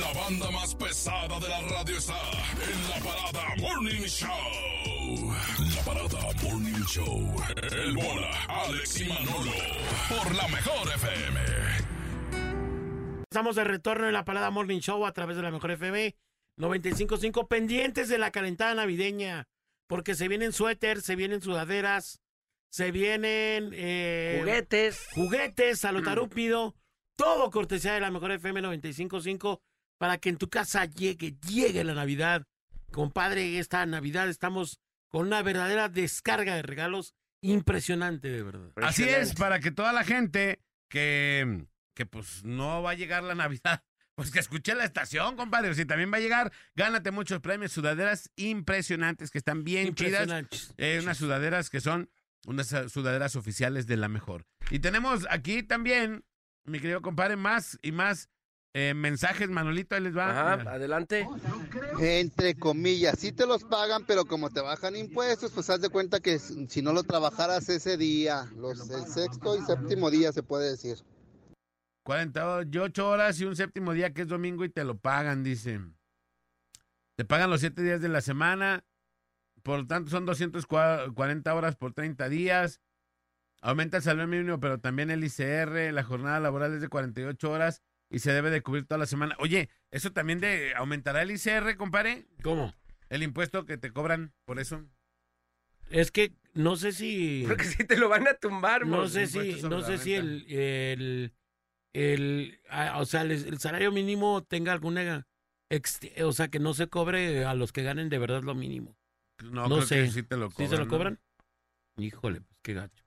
Speaker 11: La banda más pesada de la radio está en la parada Morning Show. La parada Morning Show. El bola, Alex y Manolo. Por la mejor FM.
Speaker 5: Estamos de retorno en la parada Morning Show a través de la Mejor FM 95.5. Pendientes de la calentada navideña. Porque se vienen suéteres, se vienen sudaderas, se vienen. eh,
Speaker 3: Juguetes.
Speaker 5: Juguetes, a lo tarúpido. Todo cortesía de la Mejor FM 95.5 para que en tu casa llegue, llegue la Navidad. Compadre, esta Navidad estamos con una verdadera descarga de regalos impresionante, de verdad.
Speaker 2: Así es, para que toda la gente que, que pues no va a llegar la Navidad, pues que escuche la estación, compadre. Si también va a llegar, gánate muchos premios, sudaderas impresionantes que están bien chidas.
Speaker 5: Impresionantes.
Speaker 2: Eh, unas sudaderas que son unas eh, sudaderas oficiales de la mejor. Y tenemos aquí también, mi querido compadre, más y más eh, mensajes. Manolito, ahí les va. Mira.
Speaker 3: adelante.
Speaker 15: Entre comillas, sí te los pagan, pero como te bajan impuestos, pues haz de cuenta que s- si no lo trabajaras ese día, los, el sexto y séptimo día se puede decir.
Speaker 2: 48 horas y un séptimo día que es domingo y te lo pagan, dice. Te pagan los 7 días de la semana. Por lo tanto, son 240 horas por 30 días. Aumenta el salario mínimo, pero también el ICR. La jornada laboral es de 48 horas y se debe de cubrir toda la semana. Oye, ¿eso también de aumentará el ICR, compadre?
Speaker 5: ¿Cómo?
Speaker 2: El impuesto que te cobran por eso.
Speaker 5: Es que no sé si.
Speaker 2: Porque
Speaker 3: si te lo van a tumbar,
Speaker 5: No
Speaker 2: mon.
Speaker 5: sé si,
Speaker 2: Impuestos sobre
Speaker 5: no
Speaker 2: la
Speaker 5: sé si el, el, el- ah, o sea, el, el salario mínimo tenga alguna, ex- o sea, que no se cobre a los que ganen de verdad lo mínimo.
Speaker 2: No,
Speaker 5: No
Speaker 2: creo
Speaker 5: sé.
Speaker 2: que sí te lo
Speaker 5: ¿Sí
Speaker 2: cobran.
Speaker 5: se lo
Speaker 2: ¿no?
Speaker 5: cobran? Híjole, pues qué gacho.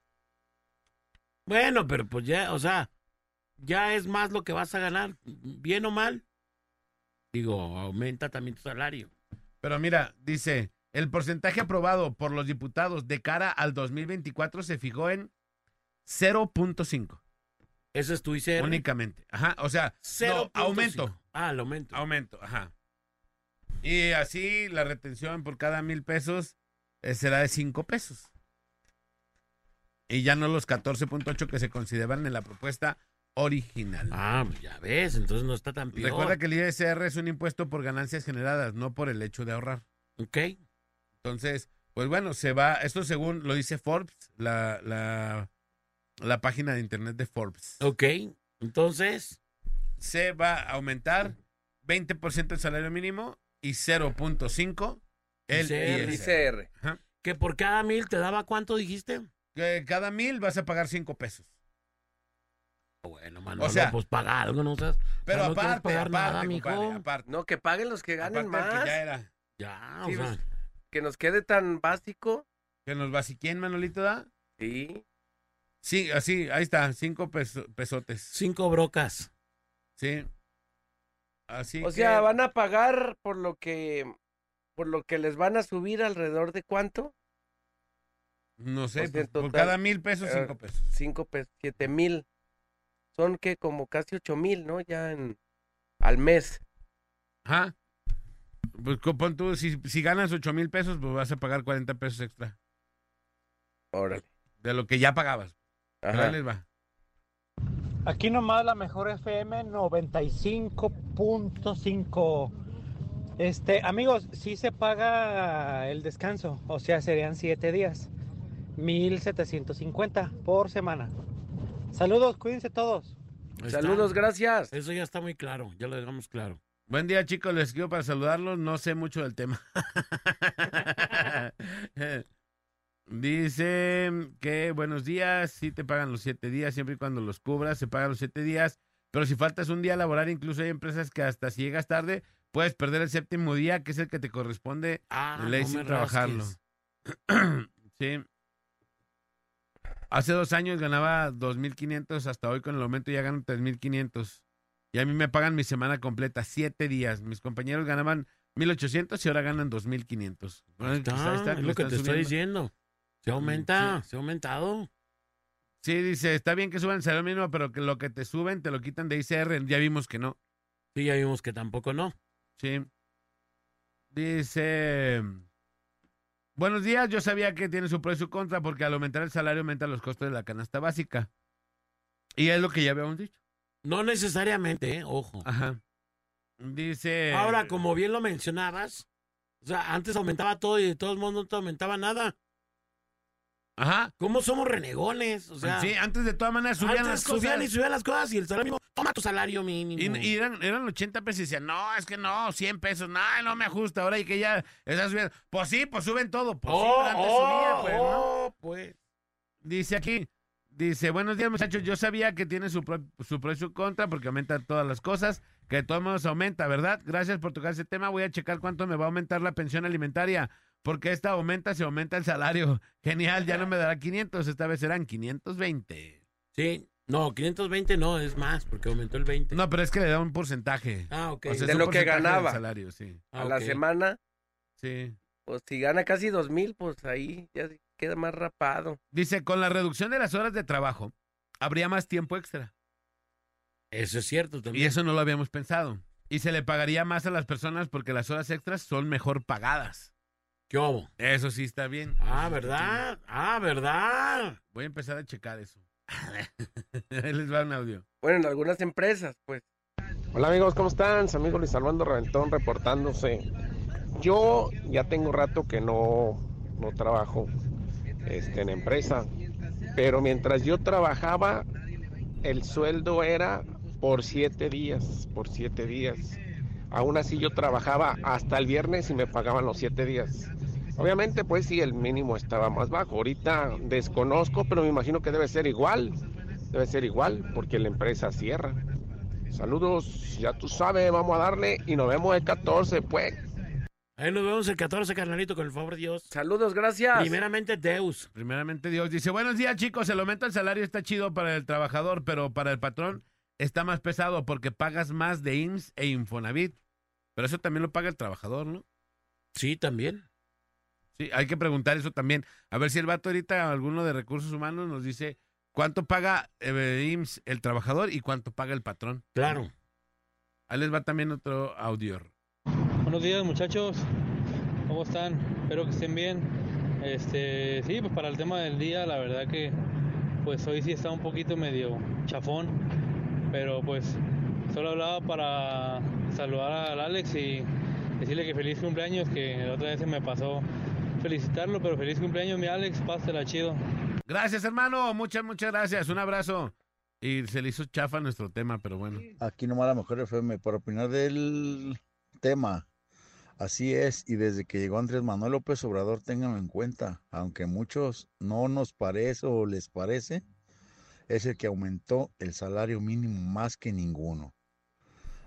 Speaker 5: Bueno, pero pues ya, o sea, ya es más lo que vas a ganar, bien o mal. Digo, aumenta también tu salario.
Speaker 2: Pero mira, dice, el porcentaje aprobado por los diputados de cara al 2024 se fijó en 0.5.
Speaker 5: Ese es tu ICR.
Speaker 2: Únicamente. Ajá, o sea, no,
Speaker 5: 0.5.
Speaker 2: aumento.
Speaker 5: Ah, el aumento.
Speaker 2: Aumento, ajá. Y así la retención por cada mil pesos eh, será de 5 pesos. Y ya no los 14.8 que se consideraban en la propuesta original.
Speaker 5: Ah, ya ves, entonces no está tan peor.
Speaker 2: Recuerda que el ISR es un impuesto por ganancias generadas, no por el hecho de ahorrar.
Speaker 5: Ok.
Speaker 2: Entonces, pues bueno, se va, esto según lo dice Forbes, la, la, la página de internet de Forbes.
Speaker 5: Ok, entonces.
Speaker 2: Se va a aumentar 20% el salario mínimo y 0.5 el
Speaker 5: ICR.
Speaker 2: ISR. Ajá.
Speaker 5: Que por cada mil te daba cuánto dijiste?
Speaker 2: Que cada mil vas a pagar 5 pesos.
Speaker 5: Bueno, Manolo,
Speaker 2: O sea,
Speaker 5: pues paga algo, no seas-
Speaker 2: Pero
Speaker 5: o sea, no quieres
Speaker 2: aparte,
Speaker 5: pagar
Speaker 2: aparte,
Speaker 5: nada,
Speaker 2: compadre,
Speaker 5: mijo.
Speaker 2: aparte.
Speaker 3: No, que paguen los que ganen
Speaker 2: Aparte del
Speaker 3: más.
Speaker 2: que ya era.
Speaker 5: Ya,
Speaker 3: Sí,
Speaker 5: o sea,
Speaker 3: pues, que nos quede tan básico.
Speaker 2: Que nos va si quién, Manolito, da.
Speaker 3: Sí.
Speaker 2: Sí, así, ahí está, 5 pesotes.
Speaker 5: cinco brocas.
Speaker 2: Sí. Así
Speaker 3: O
Speaker 2: que-
Speaker 3: sea, van a pagar por lo que por lo que les van a subir alrededor de cuánto?
Speaker 2: No
Speaker 3: O
Speaker 2: sé,
Speaker 3: sea, pues, en
Speaker 2: por, por
Speaker 3: total,
Speaker 2: cada mil pesos,
Speaker 3: eh,
Speaker 2: cinco pesos.
Speaker 3: Cinco pesos, siete mil. Son que como casi ocho mil, ¿no? Ya en al mes.
Speaker 2: Ajá. Pues co- pon tú, si, si ganas ocho mil pesos, pues vas a pagar 40 pesos extra
Speaker 3: Órale.
Speaker 2: de lo que ya pagabas. Pero
Speaker 3: Ajá.
Speaker 2: ahí les va.
Speaker 16: Aquí nomás la mejor FM 95.5. Este, amigos, sí se paga el descanso, o sea, serían 7 días. 1750 por semana. Saludos, cuídense todos.
Speaker 5: Ahí está.
Speaker 3: Saludos, gracias.
Speaker 5: Eso ya está muy claro, ya lo dejamos claro.
Speaker 2: Buen día, chicos. Les escribo para saludarlos. No sé mucho del tema. Dice que buenos días. Sí te pagan los siete días, siempre y cuando los cubras, se pagan los siete días. Pero si faltas un día laboral, incluso hay empresas que hasta si llegas tarde, puedes perder el séptimo día, que es el que te corresponde
Speaker 5: Ah,
Speaker 2: ley
Speaker 5: no me
Speaker 2: sin trabajarlo.
Speaker 5: rasques.
Speaker 2: sí. Hace dos años ganaba 2.500, hasta hoy con el aumento ya gano 3.500. Y a mí me pagan mi semana completa, siete días. Mis compañeros ganaban 1.800 y ahora ganan 2.500. Bueno,
Speaker 5: está, es lo que
Speaker 2: están
Speaker 5: te estoy
Speaker 2: subiendo.
Speaker 5: diciendo. Se aumenta, se ha aumentado.
Speaker 2: Sí, dice, está bien que suban el salario mínimo, pero que lo que te suben te lo quitan de ICR. Ya vimos que no.
Speaker 5: Sí, ya vimos que tampoco no.
Speaker 2: Sí. Dice, buenos días, yo sabía que tiene su pro y su contra porque al aumentar el salario aumentan los costos de la canasta básica. Y es lo que ya habíamos dicho.
Speaker 5: No necesariamente, ¿eh? ojo.
Speaker 2: Ajá. Dice...
Speaker 5: Ahora, como bien lo mencionabas, o sea, antes aumentaba todo y de todos modos no te aumentaba nada.
Speaker 2: Ajá.
Speaker 5: ¿Cómo somos renegones? O sea,
Speaker 2: sí, antes de todas maneras subían
Speaker 5: antes
Speaker 2: las
Speaker 5: subían
Speaker 2: cosas.
Speaker 5: y subían las cosas y el salario mínimo, toma tu salario mínimo.
Speaker 2: Y, y eran, eran 80 pesos y decían, no, es que no, 100 pesos, no, no me ajusta. Ahora y que ya están subiendo. Pues sí, pues suben todo. Pues sí,
Speaker 5: Oh,
Speaker 2: pero antes
Speaker 5: oh,
Speaker 2: subía, pues, ¿no?
Speaker 5: oh, pues.
Speaker 2: Dice aquí, dice, buenos días muchachos, yo sabía que tiene su pro, su pro y su contra porque aumenta todas las cosas, que de todos modos aumenta, ¿verdad? Gracias por tocar ese tema, voy a checar cuánto me va a aumentar la pensión alimentaria, porque esta aumenta, se aumenta el salario. Genial, ya no me dará 500, esta vez serán 520.
Speaker 5: Sí, no, 520 no, es más, porque aumentó el 20.
Speaker 2: No, pero es que le da un porcentaje.
Speaker 5: Ah, ok. Ah,
Speaker 2: O sea, es
Speaker 3: De
Speaker 2: un
Speaker 3: lo que
Speaker 2: porcentaje del
Speaker 3: ganaba.
Speaker 2: salario, sí.
Speaker 3: a la
Speaker 5: ok.
Speaker 3: semana,
Speaker 2: Sí.
Speaker 3: pues si gana casi dos mil, pues ahí ya se queda más rapado.
Speaker 2: Dice, con la reducción de las horas de trabajo, habría más tiempo extra.
Speaker 5: Eso es cierto también.
Speaker 2: Y eso no lo habíamos pensado. Y se le pagaría más a las personas porque las horas extras son mejor pagadas.
Speaker 5: ¿Qué hubo?
Speaker 2: Eso sí está bien. Eso
Speaker 5: Ah,
Speaker 2: sí está
Speaker 5: ¿verdad? Ah, ¿verdad?
Speaker 2: bien. Voy a empezar a checar eso. Ahí les va un audio.
Speaker 3: Bueno, en algunas empresas, pues.
Speaker 13: Hola amigos, ¿cómo están? Su amigo Luis Armando Reventón reportándose. Yo ya tengo rato que no, no trabajo este, en empresa, pero mientras yo trabajaba, el sueldo era por siete días, por siete días. Aún así yo trabajaba hasta el viernes y me pagaban los siete días. Obviamente, pues sí, el mínimo estaba más bajo. Ahorita desconozco, pero me imagino que debe ser igual. Debe ser igual, porque la empresa cierra. Saludos, ya tú sabes, vamos a darle y nos vemos el 14, pues.
Speaker 5: Ahí nos vemos el 14, carnalito, con el favor de Dios.
Speaker 3: Saludos, gracias.
Speaker 5: Primeramente, Deus.
Speaker 2: Primeramente Dios dice, buenos días chicos, el aumento del salario está chido para el trabajador, pero para el patrón está más pesado porque pagas más de IMSS e Infonavit. Pero eso también lo paga el trabajador, ¿no?
Speaker 5: Sí, también.
Speaker 2: Sí, hay que preguntar eso también. A ver si el vato ahorita, alguno de recursos humanos, nos dice cuánto paga eh, IMSS el trabajador y cuánto paga el patrón.
Speaker 5: Claro.
Speaker 2: Ahí les va también otro audio.
Speaker 17: Buenos días muchachos, ¿cómo están? Espero que estén bien. Este, sí, pues para el tema del día, la verdad que pues hoy sí está un poquito medio chafón, pero pues solo hablaba para saludar al Alex y decirle que feliz cumpleaños, que la otra vez se me pasó felicitarlo, pero feliz cumpleaños mi Alex, pásela chido.
Speaker 2: Gracias, hermano. Muchas, muchas gracias. Un abrazo. Y se le hizo chafa nuestro tema, pero bueno.
Speaker 18: Aquí nomás la Mujer FM para opinar del tema. Así es, y desde que llegó Andrés Manuel López Obrador, ténganlo en cuenta, aunque muchos no nos parece o les parece, es el que aumentó el salario mínimo más que ninguno.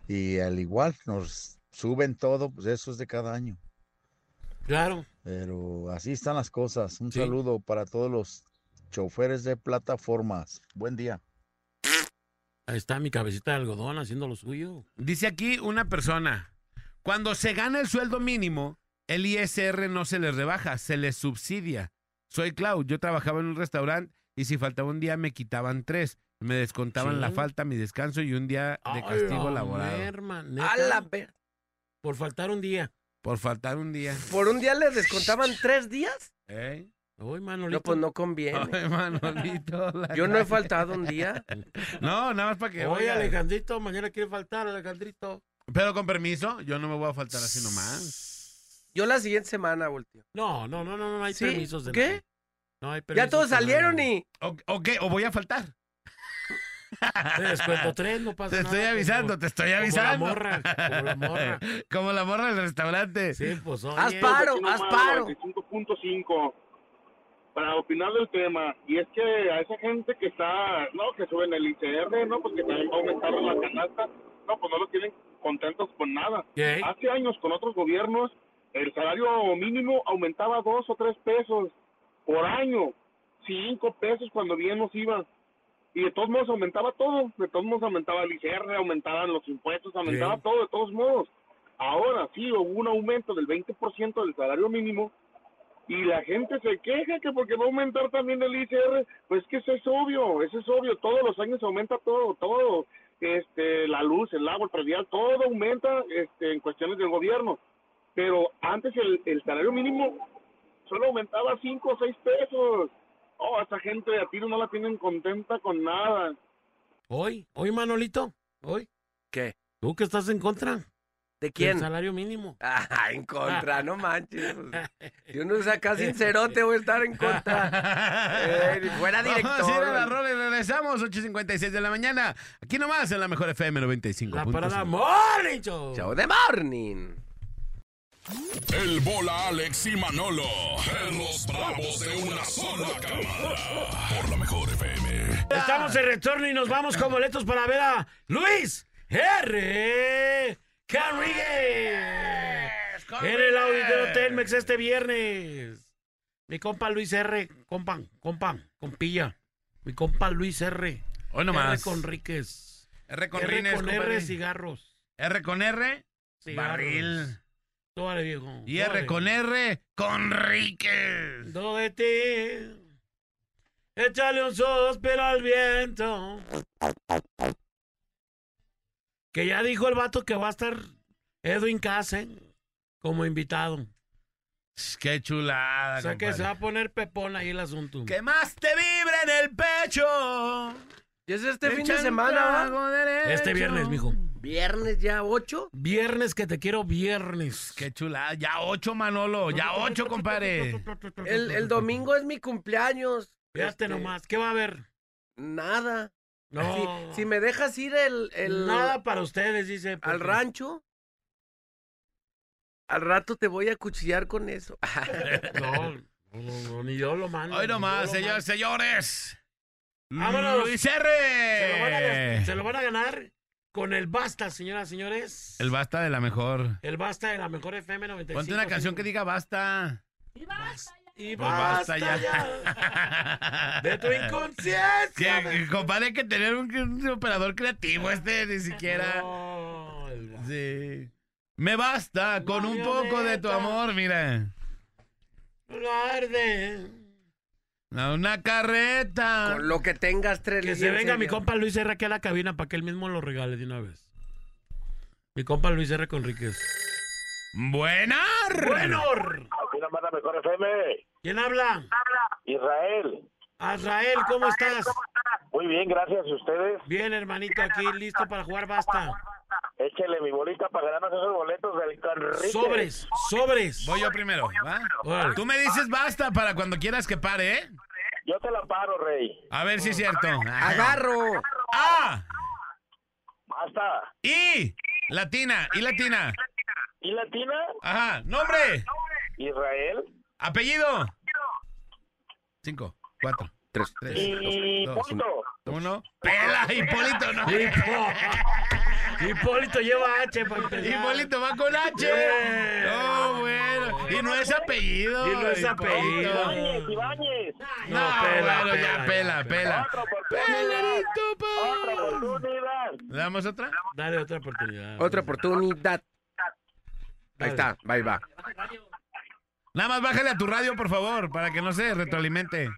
Speaker 18: Y al igual nos suben todo, pues eso es de cada año.
Speaker 5: Claro.
Speaker 18: Pero así están las cosas. Un saludo para todos los choferes de plataformas. Buen día.
Speaker 5: Ahí está mi cabecita de algodón haciendo lo suyo.
Speaker 2: Dice aquí una persona, cuando se gana el sueldo mínimo, el ISR no se les rebaja, se les subsidia. Soy Clau, yo trabajaba en un restaurante y si faltaba un día me quitaban tres, me descontaban
Speaker 5: Sí.
Speaker 2: la falta, mi descanso y un día de castigo laboral
Speaker 5: A la ver- Por faltar un día.
Speaker 2: por faltar un día.
Speaker 3: ¿Por un día les descontaban tres días?
Speaker 2: ¿Eh?
Speaker 5: Uy, Manolito.
Speaker 3: No, pues no conviene.
Speaker 2: Ay, Manolito, la
Speaker 3: Yo no he
Speaker 2: calle.
Speaker 3: faltado un día.
Speaker 2: No, nada más para que...
Speaker 5: Oye,
Speaker 2: oiga.
Speaker 5: Alejandrito, mañana quiere faltar, Alejandrito.
Speaker 2: Pero con permiso, yo no me voy a faltar así nomás.
Speaker 3: Yo la siguiente semana, volteo.
Speaker 5: No, no, no, no, no hay
Speaker 3: ¿Sí?
Speaker 5: permisos de
Speaker 3: ¿Qué?
Speaker 5: nada. No hay permisos
Speaker 3: Ya todos
Speaker 5: de nada.
Speaker 3: salieron y.
Speaker 2: O, o qué, o voy a faltar.
Speaker 5: Te descuento tres, no pasa
Speaker 2: Te
Speaker 5: nada.
Speaker 2: estoy avisando, te estoy avisando.
Speaker 5: Como la morra, como la morra.
Speaker 2: Como la morra del restaurante.
Speaker 5: Sí, pues oye.
Speaker 3: Haz paro, haz paro.
Speaker 19: 25.5 para opinar del tema. Y es que a esa gente que está, no, que suben el ICR, no, pues que también va a aumentar la canasta. no, pues no los tienen contentos con nada.
Speaker 5: ¿Qué?
Speaker 19: Hace años con otros gobiernos el salario mínimo aumentaba dos o tres pesos por año, cinco pesos cuando bien nos iba. Y de todos modos aumentaba todo, de todos modos aumentaba el ICR, aumentaban los impuestos, aumentaba
Speaker 20: Sí.
Speaker 19: todo, de todos modos. Ahora sí hubo un aumento del 20% del salario mínimo y la gente se queja que porque va a aumentar también el ICR, pues que eso es obvio, eso es obvio, todos los años aumenta todo, todo, este, la luz, el agua, el predial, todo aumenta este, en cuestiones del gobierno, pero antes el, el salario mínimo solo aumentaba 5 o 6 pesos, oh, esta gente de a tiro no la tienen contenta con nada.
Speaker 5: Hoy, hoy, Manolito, hoy.
Speaker 3: ¿Qué?
Speaker 5: ¿Tú que estás en contra?
Speaker 3: ¿De quién?
Speaker 5: Del salario mínimo.
Speaker 3: Ah, en contra, no manches. Si uno es acá sincerote, voy a estar en contra. Eh, fuera director.
Speaker 2: Vamos a ir a la
Speaker 3: güey.
Speaker 2: rola y regresamos, 8.56 de la mañana. Aquí nomás en la mejor FM 95.
Speaker 3: La parada Morning Show. Show de morning.
Speaker 11: El bola Alex y Manolo, en los bravos de una sola cámara. Por la mejor FM.
Speaker 5: Estamos de retorno y nos vamos con boletos para ver a Luis R. Carrigue. En el auditorio Telmex este viernes. Mi compa Luis R. Compa, compa, compilla. Mi compa Luis R.
Speaker 2: Hoy nomás.
Speaker 5: R con Ríquez.
Speaker 2: R con
Speaker 5: R
Speaker 2: Rines,
Speaker 5: con R
Speaker 2: compadre.
Speaker 5: cigarros.
Speaker 2: R con R.
Speaker 5: Cigarros.
Speaker 2: Barril.
Speaker 5: Tómale, viejo.
Speaker 2: Y R
Speaker 5: tómale.
Speaker 2: con R. Conríquez.
Speaker 5: Do de ti. Échale un suspiro al viento. Que ya dijo el vato que va a estar Edwin Case como invitado.
Speaker 2: Qué chulada.
Speaker 5: O sea que
Speaker 2: compadre.
Speaker 5: se va a poner pepón ahí el asunto.
Speaker 2: Que más te vibra en el pecho.
Speaker 3: ¿Y es este
Speaker 2: Echa
Speaker 3: fin de
Speaker 2: un
Speaker 3: semana?
Speaker 2: trago
Speaker 3: ¿va?
Speaker 2: derecho.
Speaker 5: Este viernes, mijo.
Speaker 3: ¿Viernes ya 8?
Speaker 5: Viernes que te quiero viernes.
Speaker 2: Qué chulada. Ya ocho, Manolo. Ya ocho, compadre.
Speaker 3: El, el domingo es mi cumpleaños.
Speaker 5: Fíjate
Speaker 3: Este,
Speaker 5: nomás. ¿Qué va a haber?
Speaker 3: Nada.
Speaker 5: No.
Speaker 3: Si, si me dejas ir el, el-
Speaker 5: Nada para ustedes, dice.
Speaker 3: al
Speaker 5: porque-
Speaker 3: rancho, al rato te voy a cuchillar con eso.
Speaker 5: No, no, no, no, ni yo lo mando.
Speaker 2: Hoy
Speaker 5: ni yo
Speaker 2: nomás,
Speaker 5: lo
Speaker 2: señores,
Speaker 5: mando.
Speaker 2: señores.
Speaker 5: Vámonos.
Speaker 2: Luis R. Eh,
Speaker 5: Se lo, van a, se lo van a ganar con el basta, señoras y señores.
Speaker 2: El basta de la mejor.
Speaker 5: El basta de la mejor FM 95.
Speaker 2: Ponte una canción que diga basta.
Speaker 5: Y
Speaker 2: Pues
Speaker 5: basta,
Speaker 2: basta
Speaker 5: ya.
Speaker 2: ya.
Speaker 5: De tu inconsciencia.
Speaker 2: Que, compadre, hay que tener un, un operador creativo este, ni siquiera.
Speaker 5: No, el basta.
Speaker 2: Sí. Me basta con un poco de tu
Speaker 5: Marioneta.
Speaker 2: amor, mira.
Speaker 5: No arde.
Speaker 2: A Una carreta.
Speaker 3: Con lo que tengas tres
Speaker 5: Que se
Speaker 3: líneas,
Speaker 5: venga mi
Speaker 3: señor.
Speaker 5: compa Luis R. aquí a la cabina para que él mismo lo regale de una vez. Mi compa Luis R. Conríquez.
Speaker 2: ¡Buenar!
Speaker 5: ¡Buenor!
Speaker 21: Aquí la manda mejor FM.
Speaker 5: ¿Quién habla?
Speaker 21: Israel.
Speaker 5: Azrael, ¿cómo estás?
Speaker 21: Muy bien, gracias a ustedes.
Speaker 5: Bien, hermanito, aquí listo para jugar basta.
Speaker 21: Échele mi bolita para ganarnos esos boletos del Conrique.
Speaker 5: Sobres, sobres.
Speaker 2: Voy yo primero, ¿va?
Speaker 5: Órale.
Speaker 2: Tú me dices basta para cuando quieras que pare, ¿eh?
Speaker 21: Yo te la paro, Rey.
Speaker 2: A ver si es cierto.
Speaker 3: Agarro.
Speaker 2: ¡Ah!
Speaker 21: Basta.
Speaker 2: ¡Y! Latina, y latina.
Speaker 21: ¿Y Latina?
Speaker 2: Ajá, nombre.
Speaker 21: Israel.
Speaker 2: Apellido. Cinco, cuatro, tres, tres,
Speaker 21: Y
Speaker 2: dos,
Speaker 21: Hipólito.
Speaker 2: uno. uno. ¡Pela, Hipólito, no!
Speaker 5: Hipo- Hipólito lleva H pues. para empezar.
Speaker 2: Hipólito va con H.
Speaker 5: Yeah.
Speaker 2: No, bueno. Y no es apellido.
Speaker 5: Y no es
Speaker 2: Hipólito.
Speaker 5: apellido.
Speaker 21: Ibáñez, Ibáñez.
Speaker 2: No,
Speaker 5: pela, pues.
Speaker 2: bueno,
Speaker 5: pela,
Speaker 2: ya pela,
Speaker 5: ya,
Speaker 2: pela.
Speaker 21: Otra oportunidad.
Speaker 2: Pelerito,
Speaker 21: Otra
Speaker 2: pa.
Speaker 21: oportunidad.
Speaker 2: ¿Le damos otra?
Speaker 5: Dale otra oportunidad.
Speaker 3: Otra oportunidad. Ahí está, va y va.
Speaker 2: Nada más bájale a tu radio, por favor, para que no se retroalimente.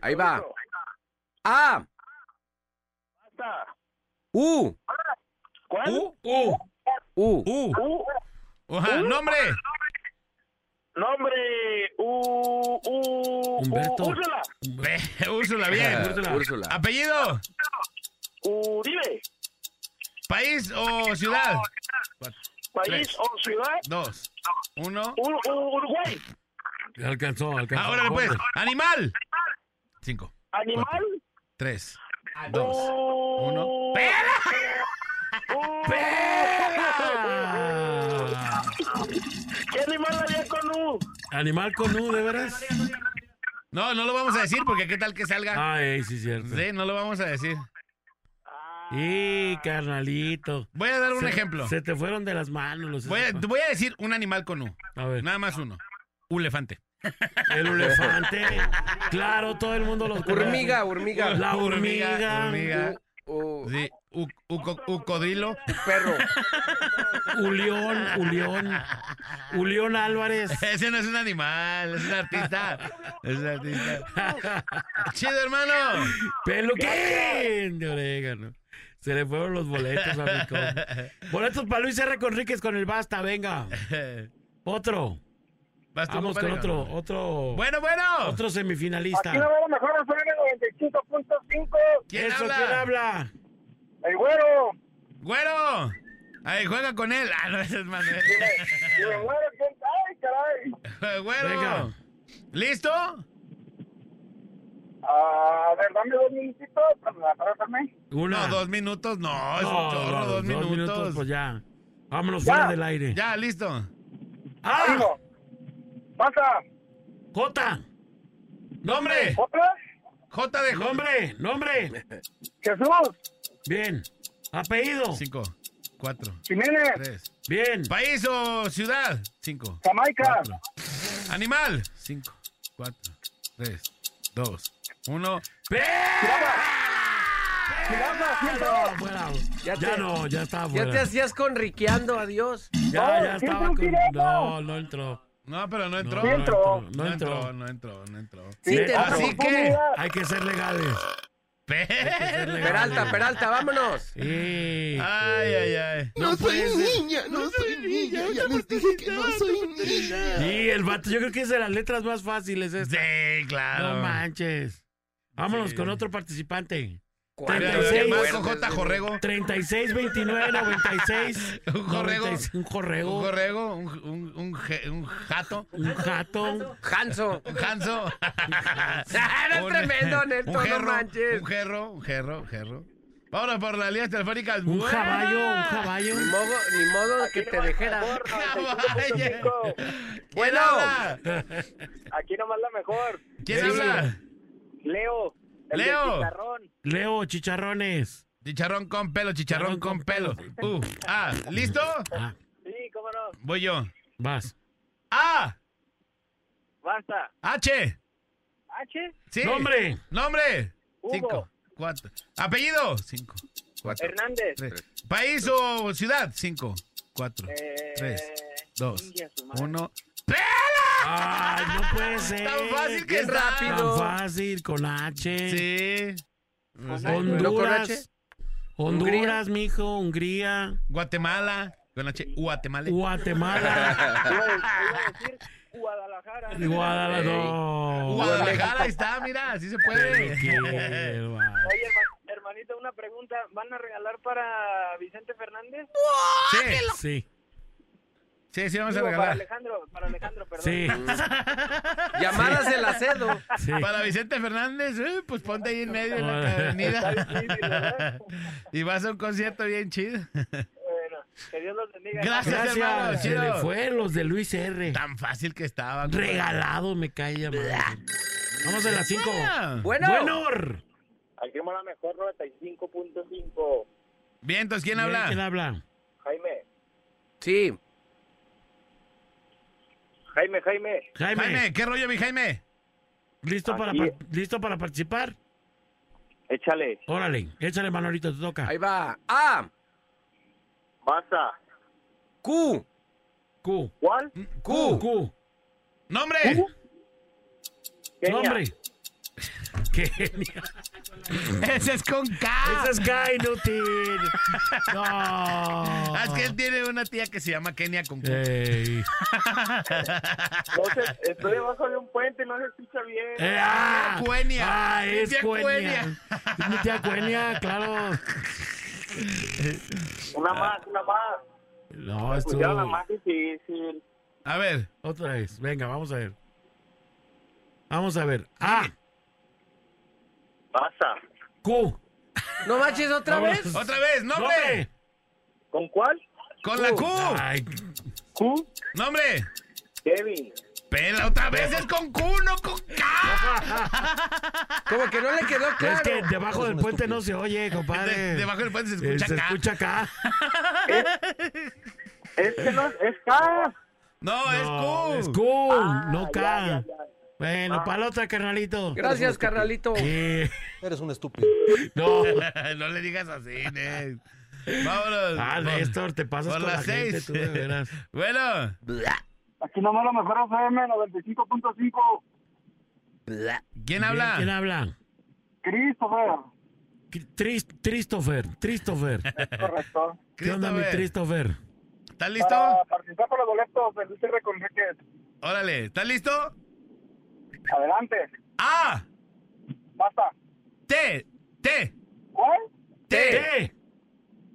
Speaker 3: Ahí va. A,
Speaker 21: Basta.
Speaker 3: U,
Speaker 21: ¿Cuál?
Speaker 2: U,
Speaker 5: U,
Speaker 3: U.
Speaker 2: U.
Speaker 21: U.
Speaker 2: Ajá, nombre.
Speaker 21: Nombre. U. U.
Speaker 5: Humberto.
Speaker 21: U. Úrsula.
Speaker 2: Ve, Úrsula, bien.
Speaker 5: Úrsula.
Speaker 3: Úrsula.
Speaker 2: Apellido,
Speaker 21: Uribe.
Speaker 2: país o ciudad.
Speaker 21: País
Speaker 2: Tres.
Speaker 21: o ciudad.
Speaker 2: Dos, uno.
Speaker 21: Ur- Ur- Uruguay.
Speaker 5: Alcanzó, alcanzó.
Speaker 2: Ahora pues, animal. Cinco,
Speaker 21: Animal.
Speaker 2: tres,
Speaker 5: Ah,
Speaker 2: dos, uno.
Speaker 21: U- U- ¿Qué animal había con U?
Speaker 5: Animal con U, de veras.
Speaker 2: No, no lo vamos a decir porque qué tal que salga.
Speaker 5: Ay, sí, cierto.
Speaker 2: Sí, no lo vamos a decir.
Speaker 5: Y carnalito.
Speaker 2: Voy a dar un
Speaker 5: Se-
Speaker 2: ejemplo.
Speaker 5: Se te fueron de las manos los
Speaker 2: Voy a,
Speaker 5: zapatos.
Speaker 2: voy a decir un animal con U. Nada más uno. Elefante.
Speaker 5: El elefante. claro, todo el mundo los conoce.
Speaker 2: Hormiga, hormiga.
Speaker 5: La hormiga.
Speaker 2: Hormiga. Sí, u- uco- ucodrilo.
Speaker 5: Perro. Ulión, Ulión. Ulión Álvarez.
Speaker 2: Ese no es un animal, es un artista. Es un artista. Chido, hermano.
Speaker 5: Peluquín de orégano. Se le fueron los boletos a mi compa. Boletos para Luis R. Conríquez con el basta, venga. Otro.
Speaker 2: Vas tú,
Speaker 5: Vamos con
Speaker 2: compadre.
Speaker 5: otro, otro.
Speaker 2: Bueno, bueno.
Speaker 5: Otro semifinalista.
Speaker 21: Aquí no veo mejor FM 95.5.
Speaker 5: ¿Quién Eso, habla? ¿quién habla?
Speaker 21: El güero.
Speaker 2: ¡Güero! Ahí, juega con él. Ah, no, ese es Manuel.
Speaker 21: Y el güero, ¿quién? ¡Ay, caray!
Speaker 2: ¡Güero!
Speaker 21: Venga.
Speaker 2: ¿Listo?
Speaker 21: Ah, a ver, dame dos minutitos para atrasarme.
Speaker 2: No, dos minutos, no, es
Speaker 5: Ah. No,
Speaker 2: un chorro,
Speaker 5: no,
Speaker 2: dos, minutos.
Speaker 5: pues ya. Vámonos
Speaker 2: Ya.
Speaker 5: fuera del aire.
Speaker 2: Ya, listo.
Speaker 5: ¡Ah!
Speaker 21: ¡Pasa!
Speaker 5: ¡Jota!
Speaker 2: ¡Nombre!
Speaker 21: ¿Otra?
Speaker 2: ¡Jota de
Speaker 5: ¡Nombre! ¡Nombre!
Speaker 21: ¡Jesús!
Speaker 5: Bien. Apellido.
Speaker 2: Cinco, cuatro.
Speaker 21: Jiménez.
Speaker 2: Tres.
Speaker 5: Bien.
Speaker 2: País o ciudad. Cinco.
Speaker 21: Jamaica.
Speaker 2: cuatro. Animal. Cinco, cuatro, tres, dos, uno.
Speaker 3: Ya,
Speaker 5: Ya no, ya está fuera.
Speaker 3: Ya te hacías con Riqueando, adiós.
Speaker 2: ¡Oh,
Speaker 5: Ya, ya estaba con... No, no entró.
Speaker 2: No, pero no entró.
Speaker 5: No, no entró.
Speaker 2: No entró,
Speaker 5: entró.
Speaker 2: no entró, no entró.
Speaker 5: Sí, te-
Speaker 2: Así que.
Speaker 5: Hay que ser legales.
Speaker 3: Peralta, Peralta, vámonos.
Speaker 5: Sí.
Speaker 2: Ay, ay, ay.
Speaker 5: No pues. puede ser.
Speaker 15: no soy niña, ya les dije que no soy niña.
Speaker 5: Sí, el vato, yo creo que es de las letras más fáciles esta.
Speaker 2: Sí, claro.
Speaker 5: No manches. Vámonos con otro participante.
Speaker 2: ¿Cuál? ¿Qué más con J. Jorrego?
Speaker 5: 36, 29, 96.
Speaker 2: Un jorrego.
Speaker 5: 96, un jorrego.
Speaker 2: Un corrego, un, un, un, je- un jato.
Speaker 5: Un jato.
Speaker 3: Hanso.
Speaker 2: Un Hanso.
Speaker 3: Era
Speaker 2: Un-
Speaker 3: tremendo, Nelson,
Speaker 2: un
Speaker 3: no
Speaker 2: jerro,
Speaker 3: manches.
Speaker 2: Un jerro, un jerro, un jerro. Ahora por las líneas telefónicas.
Speaker 5: Un caballo, un caballo.
Speaker 3: Ni modo, ni modo que te dejera.
Speaker 2: Bueno.
Speaker 21: Aquí nomás la mejor.
Speaker 2: ¿Quién habla?
Speaker 21: Leo. el
Speaker 2: Leo.
Speaker 21: del chicharrón.
Speaker 5: Leo, chicharrones.
Speaker 2: Chicharrón con pelo, chicharrón con pelo. Uh, ah, ¿listo?
Speaker 21: Sí, cómo no.
Speaker 2: Voy yo.
Speaker 5: Vas.
Speaker 2: A.
Speaker 21: Basta.
Speaker 2: H.
Speaker 21: ¿H?
Speaker 2: Sí.
Speaker 5: Nombre.
Speaker 2: Nombre.
Speaker 21: Hugo.
Speaker 2: Cinco. Cuatro. Apellido. Cinco. Cuatro.
Speaker 21: Hernández.
Speaker 2: Tres. País o ciudad. Cinco. Cuatro.
Speaker 21: Eh,
Speaker 2: Tres. Dos.
Speaker 21: chingue a su madre.
Speaker 2: Uno.
Speaker 5: Ay, no puede ser.
Speaker 2: Tan fácil que
Speaker 5: Bien
Speaker 2: está.
Speaker 5: Tan fácil, con H.
Speaker 2: Sí. No sé. ¿No con H?
Speaker 5: Honduras. Honduras, mijo. Hungría.
Speaker 2: Guatemala. Con H. Guatemala.
Speaker 5: Guatemala. Guadalajara. No.
Speaker 2: Guadalajara, ahí está, mira, así se puede.
Speaker 5: Peluquín,
Speaker 21: Oye, herma- hermanito, una pregunta. ¿Van a regalar para Vicente Hernández?
Speaker 2: Sí,
Speaker 5: Sí.
Speaker 2: sí, sí, vamos a
Speaker 21: Digo, Para
Speaker 2: regalar.
Speaker 21: Alejandro, para Alejandro, perdón.
Speaker 5: Sí.
Speaker 3: Llamadas
Speaker 2: Sí.
Speaker 3: de la cedo.
Speaker 5: Sí.
Speaker 2: Para Vicente Fernández, eh, pues ponte ahí en medio de la avenida. y vas a un concierto bien chido.
Speaker 21: Bueno, que Dios los bendiga.
Speaker 2: Gracias, hermano.
Speaker 5: Gracias. Se
Speaker 2: chido.
Speaker 5: le fue los de Luis R.
Speaker 2: Tan fácil que estaba. compadre.
Speaker 5: Regalado me cae llamada. Vamos a las 5.
Speaker 2: Bueno.
Speaker 5: Buenor.
Speaker 21: Aquí la mejor 95.5.
Speaker 2: Bien, entonces, ¿quién
Speaker 5: Bien,
Speaker 2: habla?
Speaker 5: ¿Quién habla?
Speaker 21: Jaime,
Speaker 3: Sí.
Speaker 21: Jaime, Jaime.
Speaker 5: Jaime.
Speaker 2: Jaime, ¿qué rollo, mi Jaime?
Speaker 5: ¿Listo, para,
Speaker 21: Aquí.
Speaker 5: par- ¿Listo para participar?
Speaker 21: Échale.
Speaker 5: Órale, échale mano ahorita, te toca.
Speaker 3: Ahí va. A.
Speaker 21: Basta.
Speaker 3: Q.
Speaker 5: Q. Mm,
Speaker 21: ¿Cuál?
Speaker 3: Q.
Speaker 5: Q.
Speaker 2: ¡Nombre!
Speaker 21: Kenia.
Speaker 5: Nombre. Kenia.
Speaker 2: ¡Ese es con K!
Speaker 5: Esa es K inútil. No.
Speaker 2: Ah, Es que él tiene una tía que se llama Kenia con Q.
Speaker 5: Ey.
Speaker 21: No se- estoy debajo de un puente, no se escucha bien.
Speaker 5: Eh, ah,
Speaker 2: Cuenia.
Speaker 5: Ah,
Speaker 2: Mi
Speaker 5: es
Speaker 2: tía
Speaker 5: Cuenia.
Speaker 2: Cuenia.
Speaker 5: Es mi tía Cuenia, claro. Ah,
Speaker 21: Una más, una más.
Speaker 5: No,
Speaker 21: Escucharon la
Speaker 5: esto.
Speaker 21: más difícil.
Speaker 2: A ver,
Speaker 5: Otra vez. Venga, vamos a ver. Vamos a ver. Ah. A,
Speaker 21: Basta.
Speaker 5: Q.
Speaker 3: No manches otra
Speaker 5: Vámonos.
Speaker 3: vez.
Speaker 2: otra vez, nombre.
Speaker 5: Nombre.
Speaker 21: ¿Con cuál?
Speaker 2: Con la Q.
Speaker 5: Ay,
Speaker 21: Q.
Speaker 2: Nombre.
Speaker 21: Kevin.
Speaker 2: Pero otra vez es con Q, no con K.
Speaker 3: Como que no le quedó claro.
Speaker 5: Es que debajo del puente no se oye, compadre.
Speaker 2: De- debajo del puente se escucha
Speaker 5: Eh, Se
Speaker 2: K.
Speaker 5: escucha acá.
Speaker 19: Es que no es K.
Speaker 2: No,
Speaker 5: es
Speaker 2: Q.
Speaker 5: Es Q, no K.
Speaker 7: ya,
Speaker 5: Bueno,
Speaker 7: Ah.
Speaker 5: para la otra, carnalito.
Speaker 7: Gracias, carnalito.
Speaker 5: Sí.
Speaker 7: Eres un estúpido.
Speaker 5: No.
Speaker 2: no le digas así, Ned. Vámonos.
Speaker 5: Ah,
Speaker 2: Por-
Speaker 5: Néstor, te pasas
Speaker 2: por
Speaker 5: con la
Speaker 2: las
Speaker 5: gente,
Speaker 2: seis.
Speaker 5: tú, de veras.
Speaker 2: Bueno.
Speaker 19: Aquí nomás lo mejor FM 95.5.
Speaker 2: ¿Quién habla?
Speaker 5: ¿Quién habla?
Speaker 19: Christopher.
Speaker 5: Trist, Christopher, Christopher.
Speaker 19: Correcto.
Speaker 5: ¿Qué onda, mi Christopher?
Speaker 2: ¿Estás listo?
Speaker 19: Para participar por los boletos del cierre con Enriquez.
Speaker 2: Órale, ¿estás listo?
Speaker 19: Adelante.
Speaker 2: ¡Ah!
Speaker 19: Basta.
Speaker 2: T, T.
Speaker 19: ¿Cuál?
Speaker 2: T.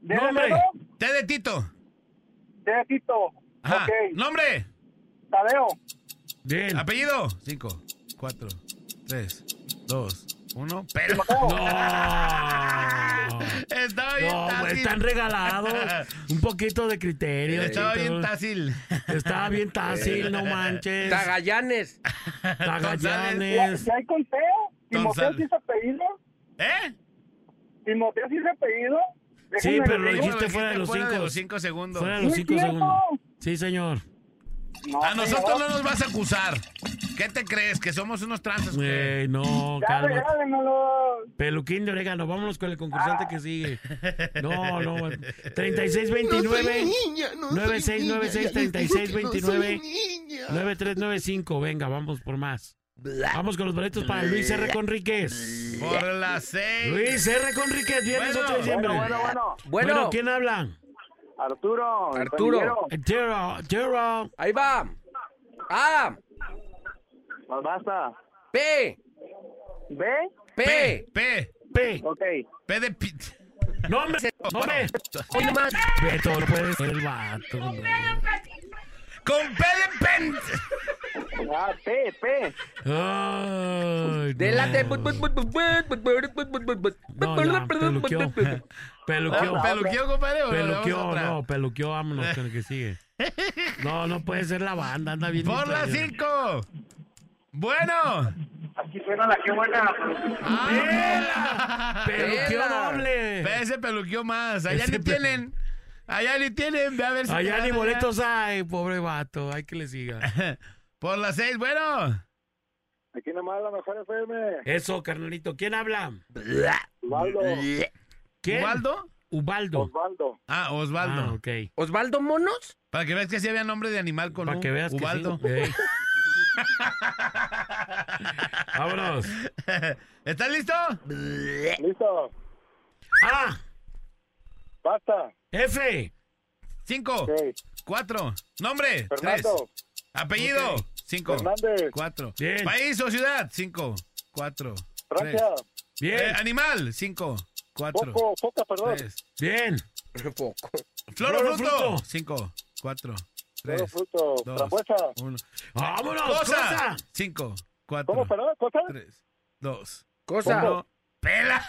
Speaker 19: ¿De
Speaker 2: Nombre.
Speaker 19: dedo?
Speaker 2: T de Tito.
Speaker 19: T de Tito.
Speaker 2: Ajá.
Speaker 19: Ok.
Speaker 2: Nombre.
Speaker 19: Tadeo.
Speaker 5: Bien.
Speaker 2: Apellido. Cinco, cuatro, tres, dos, uno. Pero. Estaba bien
Speaker 5: No, güey,
Speaker 2: tácil.
Speaker 5: están regalados. Un poquito de criterio.
Speaker 2: Estaba bien
Speaker 5: chiquitos.
Speaker 2: tácil.
Speaker 5: Estaba bien tácil, no manches.
Speaker 3: Tagallanes.
Speaker 5: Tagallanes.
Speaker 19: ¿Y hay con T? ¿Timoteo
Speaker 5: González.
Speaker 19: sí se apellido?
Speaker 2: ¿Eh?
Speaker 19: ¿Timoteo sí se apellido?
Speaker 5: Sí,
Speaker 19: Déjenme
Speaker 5: pero lo
Speaker 19: les digo.
Speaker 5: dijiste fuera de los
Speaker 2: fuera
Speaker 5: cinco.
Speaker 2: de los cinco segundos.
Speaker 5: Fuera de los
Speaker 2: Muy
Speaker 5: cinco
Speaker 2: cierto.
Speaker 5: segundos. Sí, señor.
Speaker 2: a nosotros no nos vas a acusar. ¿Qué te crees? ¿Que somos unos tranzas?
Speaker 5: Güey, no,
Speaker 2: Ya,
Speaker 5: calma.
Speaker 19: regálenmelo.
Speaker 5: Peluquín de orégano, vámonos con el
Speaker 2: Ah.
Speaker 5: concursante que sigue. No, no, güey. 3629 9696 9395, venga, vamos por más. Vamos con los boletos para Luis R. Conríquez.
Speaker 2: Por las seis.
Speaker 5: Luis R. Conríquez, viernes
Speaker 2: Bueno,
Speaker 5: 8 de diciembre.
Speaker 2: bueno, bueno, bueno.
Speaker 5: Bueno, ¿quién habla?
Speaker 19: Arturo.
Speaker 3: Arturo.
Speaker 5: Arturo, Arturo.
Speaker 3: Ahí va. A.
Speaker 19: Pues basta.
Speaker 3: P.
Speaker 19: ¿B?
Speaker 3: P.
Speaker 2: P.
Speaker 5: P.
Speaker 19: Ok.
Speaker 2: P de pit.
Speaker 5: No, hombre. No, hombre.
Speaker 3: Oye, más.
Speaker 5: Beto, no puede ser el vato. hombre.
Speaker 2: Con P de pen.
Speaker 19: Ah, P, P.
Speaker 5: Ay,
Speaker 3: Delante.
Speaker 5: no. No, ya, peluqueó. Peluqueó.
Speaker 2: Ah, ¿peluqueó, compadre, o le damos
Speaker 5: Peluqueó,
Speaker 2: otra?
Speaker 5: no, peluqueó, vámonos con el que sigue. No, no puede ser la banda, anda bien.
Speaker 2: Por las
Speaker 5: distraída.
Speaker 2: cinco. Bueno. Ah,
Speaker 19: Aquí suena la que buena.
Speaker 2: ¡Pela!
Speaker 5: ¡Peluqueó doble!
Speaker 2: Ve, Ese peluqueó más. Allá
Speaker 5: Ese
Speaker 2: ni
Speaker 5: pelu-
Speaker 2: tienen. Allá ni tienen. Ve a ver si te
Speaker 5: Allá
Speaker 2: dan
Speaker 5: ni boletos hay, pobre vato, hay que le siga.
Speaker 2: Por las seis, bueno.
Speaker 19: Aquí nomás la mejor FM.
Speaker 5: Eso, carnalito, ¿quién habla?
Speaker 19: Osvaldo.
Speaker 5: ¿Quién?
Speaker 2: ¿Ubaldo?
Speaker 5: Ubaldo.
Speaker 19: Osvaldo.
Speaker 2: Ah, Osvaldo.
Speaker 5: Ah, ok.
Speaker 3: ¿Osvaldo Monos?
Speaker 2: Para que veas que sí había nombre de animal con
Speaker 5: Para
Speaker 2: U.
Speaker 5: que veas que
Speaker 2: Ubaldo.
Speaker 5: sí. Ey. Vámonos.
Speaker 2: ¿Estás listo? Ah.
Speaker 19: Listo.
Speaker 5: A,
Speaker 19: Basta.
Speaker 5: F,
Speaker 2: Cinco.
Speaker 19: Ok.
Speaker 2: Cuatro. Nombre.
Speaker 19: Fernando.
Speaker 2: Tres. Apellido.
Speaker 5: Ok.
Speaker 2: Cinco.
Speaker 19: Fernández.
Speaker 2: Cuatro.
Speaker 5: Bien.
Speaker 2: País o ciudad. Cinco. Cuatro. tres.
Speaker 19: Francia.
Speaker 2: Eh,
Speaker 5: bien,
Speaker 2: animal. Cinco. Cuatro.
Speaker 19: Poco, poca, perdón.
Speaker 2: Tres.
Speaker 5: bien.
Speaker 3: Poco.
Speaker 2: Flor
Speaker 5: Flor
Speaker 2: o
Speaker 5: o
Speaker 2: fruto.
Speaker 5: fruto.
Speaker 2: Cinco. Cuatro.
Speaker 19: Todo
Speaker 2: Tres.
Speaker 19: fruto.
Speaker 2: dos,
Speaker 19: Frambuesa.
Speaker 2: Uno.
Speaker 5: Vámonos,
Speaker 2: Cosa.
Speaker 5: cosa.
Speaker 2: Cinco. Cuatro.
Speaker 19: ¿Cómo, perdón? ¿Cosa?
Speaker 2: Tres. Dos.
Speaker 3: Cosa.
Speaker 2: Uno. Pela.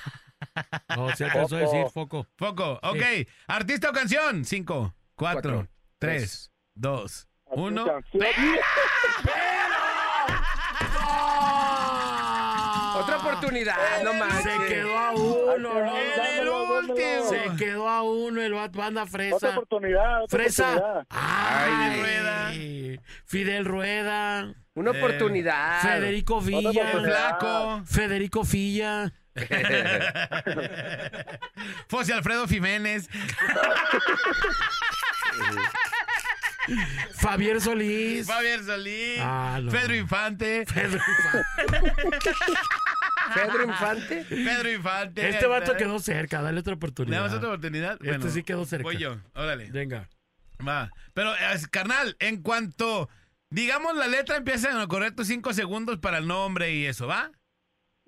Speaker 5: No, se alcanzó a
Speaker 19: Foco.
Speaker 5: decir foco.
Speaker 2: Poco. Ok. Artista o canción. Cinco. Cuatro.
Speaker 3: Cuatro,
Speaker 2: tres.
Speaker 3: tres,
Speaker 2: Dos. Uno.
Speaker 19: Canción.
Speaker 3: Otra oportunidad,
Speaker 5: Eh,
Speaker 3: no manches.
Speaker 5: Se quedó a uno,
Speaker 19: Ay, qué
Speaker 5: ¿no?
Speaker 2: Ah, ¡En
Speaker 19: onda.
Speaker 2: el
Speaker 19: Dámelo, dámelo.
Speaker 5: Se
Speaker 2: último!
Speaker 5: quedó a uno el bat- banda
Speaker 19: Otra
Speaker 5: fresa.
Speaker 19: oportunidad. Otra
Speaker 5: Fresa.
Speaker 19: oportunidad.
Speaker 5: Ay,
Speaker 2: Rueda.
Speaker 5: Fidel Rueda.
Speaker 3: Una
Speaker 2: Eh,
Speaker 3: oportunidad.
Speaker 5: Federico Villa.
Speaker 19: oportunidad.
Speaker 2: Flaco.
Speaker 5: Federico Filla.
Speaker 2: Fossi Alfredo Jiménez.
Speaker 5: Javier Solís.
Speaker 2: Javier Solís.
Speaker 5: Ah, no.
Speaker 2: Pedro Infante.
Speaker 5: Pedro Infante.
Speaker 3: Pedro Infante.
Speaker 2: Pedro Infante.
Speaker 5: Este vato quedó cerca, dale otra
Speaker 2: ¿Le
Speaker 5: oportunidad.
Speaker 2: damos otra oportunidad?
Speaker 5: Este sí quedó cerca.
Speaker 2: Voy yo, órale.
Speaker 5: Venga.
Speaker 2: Va. Pero, eh, carnal, en cuanto digamos la letra, empieza en lo correcto cinco segundos para el nombre y eso, ¿va?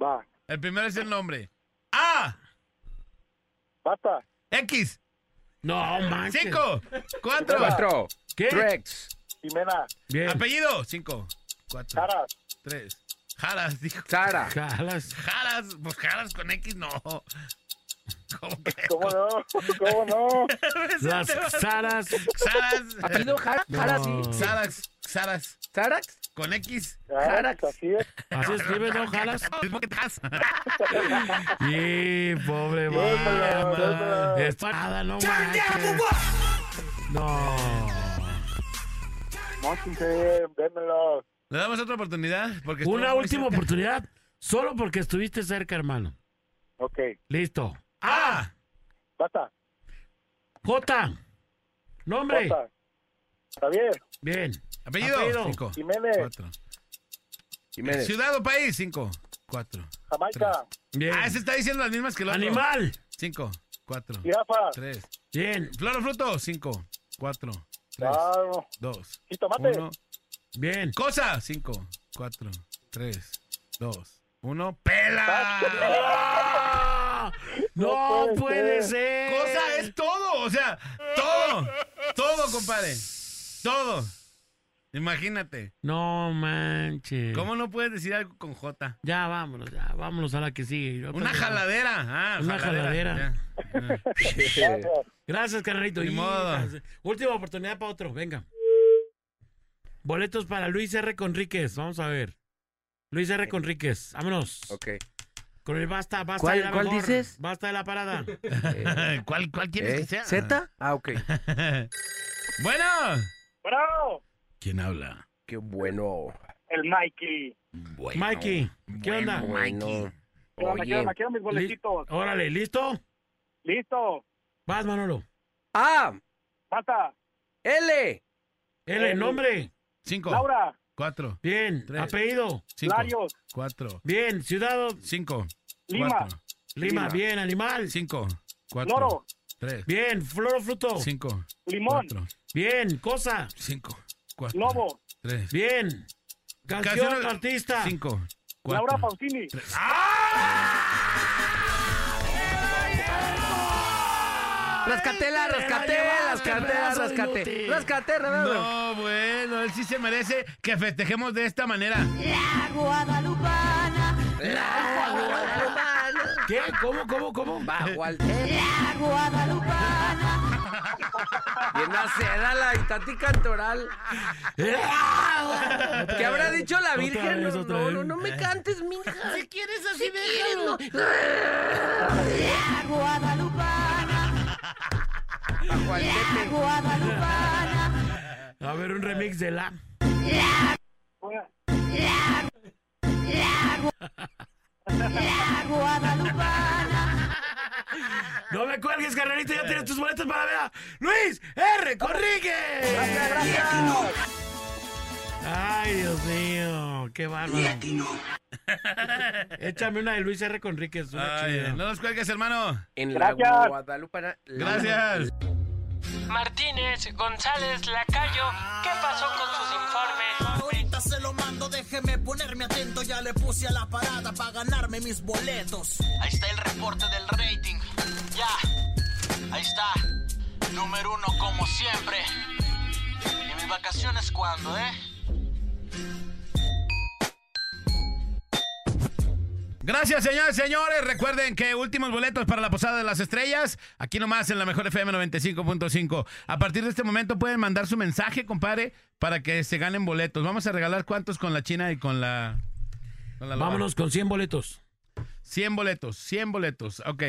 Speaker 19: Va.
Speaker 2: El primero es el nombre. A,
Speaker 19: Basta.
Speaker 2: X,
Speaker 5: No, manches.
Speaker 2: cinco, cuatro,
Speaker 3: Cuatro.
Speaker 5: ¿Qué?
Speaker 3: Trex.
Speaker 19: Jimena.
Speaker 5: Bien.
Speaker 2: apellido, cinco, cuatro,
Speaker 19: Caras.
Speaker 2: tres. Jaras, dijo.
Speaker 3: Sara.
Speaker 5: Jalas.
Speaker 2: Jaras, pues jaras con X, no. Oh. ¿Cómo que?
Speaker 19: ¿Cómo no? ¿Cómo no?
Speaker 5: Las Saras.
Speaker 2: Saras.
Speaker 3: ¿Apellido Jara? Jara, sí.
Speaker 5: No.
Speaker 2: Saras, Saras.
Speaker 3: ¿Sarax?
Speaker 2: con X.
Speaker 19: Jarax, así es.
Speaker 5: Así escribe, ¿no? Jalas.
Speaker 2: Y pobre
Speaker 5: mamá. Espada, no manches. No.
Speaker 19: Móchense, vémelo.
Speaker 2: Le damos otra oportunidad. Porque estuvo
Speaker 5: Una
Speaker 2: muy
Speaker 5: última
Speaker 2: cerca.
Speaker 5: oportunidad, solo porque estuviste cerca, hermano.
Speaker 19: Ok.
Speaker 5: Listo.
Speaker 2: Ah.
Speaker 5: A.
Speaker 19: Bata.
Speaker 5: J. Nombre.
Speaker 19: Jota. Javier.
Speaker 5: Bien.
Speaker 2: Apellido. Cinco.
Speaker 19: Jiménez.
Speaker 2: Cuatro. Ciudad o país. Cinco. Cuatro.
Speaker 19: Jamaica.
Speaker 5: Bien.
Speaker 2: Ah, se está diciendo las mismas que el otro.
Speaker 5: Animal.
Speaker 2: Cinco. Cuatro.
Speaker 19: Jirafa.
Speaker 2: Tres.
Speaker 5: Bien.
Speaker 2: Flor o fruto. Cinco. Cuatro. Tres.
Speaker 19: Ah. Claro.
Speaker 2: Dos.
Speaker 19: Jitomate.
Speaker 2: Uno.
Speaker 5: Bien.
Speaker 2: Cosa. Cinco. Cuatro. Tres. Dos. Uno. ¡Pela!
Speaker 5: No puede ser.
Speaker 2: Cosa es todo, o sea, todo, todo, compadre, todo. Imagínate,
Speaker 5: No manches.
Speaker 2: ¿cómo no puedes decir algo con J?
Speaker 5: Ya vámonos, ya vámonos a la que sigue. Yo
Speaker 2: Una
Speaker 5: creo que-
Speaker 2: jaladera, ah,
Speaker 5: Una
Speaker 2: ya.
Speaker 5: jaladera. Gracias, carnalito.
Speaker 2: Ni
Speaker 5: Y- ah,
Speaker 2: modo.
Speaker 5: Última oportunidad para otro, venga. Boletos para Luis R. Conríquez, vamos a ver. Luis R. Conríquez, vámonos.
Speaker 3: Ok.
Speaker 5: Con el basta, basta
Speaker 3: ¿Cuál-
Speaker 5: de la
Speaker 3: cuál
Speaker 5: mejor,
Speaker 3: dices?
Speaker 5: Basta de la parada.
Speaker 2: ¿Cuál, ¿Cuál quieres que sea?
Speaker 3: ¿Z? Ah, ok.
Speaker 2: Bueno,
Speaker 21: ¡Bravo!
Speaker 2: ¿quién habla?
Speaker 3: Qué bueno.
Speaker 21: El Mikey.
Speaker 5: Mikey, ¿qué onda?
Speaker 3: Bueno.
Speaker 21: ¿Qué onda? ¿Qué onda? Quiero mis boletitos.
Speaker 5: Li- Órale, ¿listo?
Speaker 21: Listo.
Speaker 5: Vas, Manolo.
Speaker 3: A.
Speaker 21: Bata.
Speaker 3: L.
Speaker 5: L, nombre.
Speaker 2: Cinco,
Speaker 21: Laura.
Speaker 2: cuatro,
Speaker 5: Bien.
Speaker 2: Tres.
Speaker 5: Apellido.
Speaker 2: cinco,
Speaker 21: Larios.
Speaker 2: cuatro,
Speaker 5: Bien. Ciudad.
Speaker 2: cinco,
Speaker 21: Lima.
Speaker 2: cuatro,
Speaker 5: Lima.
Speaker 21: Lima.
Speaker 5: Bien. Animal.
Speaker 2: cinco, cuatro,
Speaker 21: Loro.
Speaker 2: tres,
Speaker 5: Bien. Flor o fruto.
Speaker 2: cinco,
Speaker 21: Limón.
Speaker 2: cuatro,
Speaker 5: Bien. Cosa.
Speaker 2: cinco, cuatro,
Speaker 21: Lobo.
Speaker 2: tres,
Speaker 5: Bien. Canción,
Speaker 2: Canción,
Speaker 5: artista.
Speaker 2: cinco, cuatro,
Speaker 21: Laura Pausini.
Speaker 2: ¡Ah!
Speaker 3: Rascatela, rascatela, rascatela,
Speaker 5: pedazo de
Speaker 3: rascate.
Speaker 5: inútil.
Speaker 3: Rascate, rascate.
Speaker 2: No, bueno, él sí se merece que festejemos de esta manera.
Speaker 20: La Guadalupana,
Speaker 5: ¿Qué? ¿Cómo, cómo, cómo?
Speaker 3: Bajo al Bien
Speaker 20: la Guadalupana,
Speaker 3: seda la Itati Cantoral. ¿Qué habrá dicho la
Speaker 5: Eh. Otra
Speaker 3: Virgen?
Speaker 5: vez,
Speaker 3: No,
Speaker 5: otra
Speaker 3: no,
Speaker 5: vez. Eh.
Speaker 3: no, no me cantes, mija. Si quieres así, déjalo.
Speaker 20: la Guadalupana,
Speaker 3: Bajo al
Speaker 20: la
Speaker 3: Tepe.
Speaker 20: Guadalupana,
Speaker 5: A ver, un remix de la.
Speaker 20: la, la, Gu- la Guadalupana,
Speaker 5: No me cuelgues, carnalito, ya tienes tus boletos para ver a Luis R. Conríquez. Ay, Dios mío, qué bárbaro. Échame una de Luis R. Conríquez, una
Speaker 2: Ay,
Speaker 5: chida.
Speaker 2: no nos cuelgues, hermano.
Speaker 3: En la
Speaker 21: Gracias.
Speaker 3: Guadalupana.
Speaker 2: Gracias.
Speaker 22: Martínez, González, Lacayo, ¿qué pasó con sus informes?
Speaker 1: Ahorita se lo mando, déjeme ponerme atento. Ya le puse a la parada para ganarme mis boletos. Ahí está el reporte del rating. Ya, ahí está. Número uno, como siempre. ¿Y mis vacaciones cuándo, eh?
Speaker 2: Gracias, señores, señores. Recuerden que últimos boletos para la Posada de las Estrellas, aquí nomás en la mejor FM 95.5. A partir de este momento pueden mandar su mensaje, compadre, para que se ganen boletos. Vamos a regalar cuántos con la China y con la... con la Loba?
Speaker 5: Vámonos con 100 boletos.
Speaker 2: 100 boletos, 100 boletos, ok.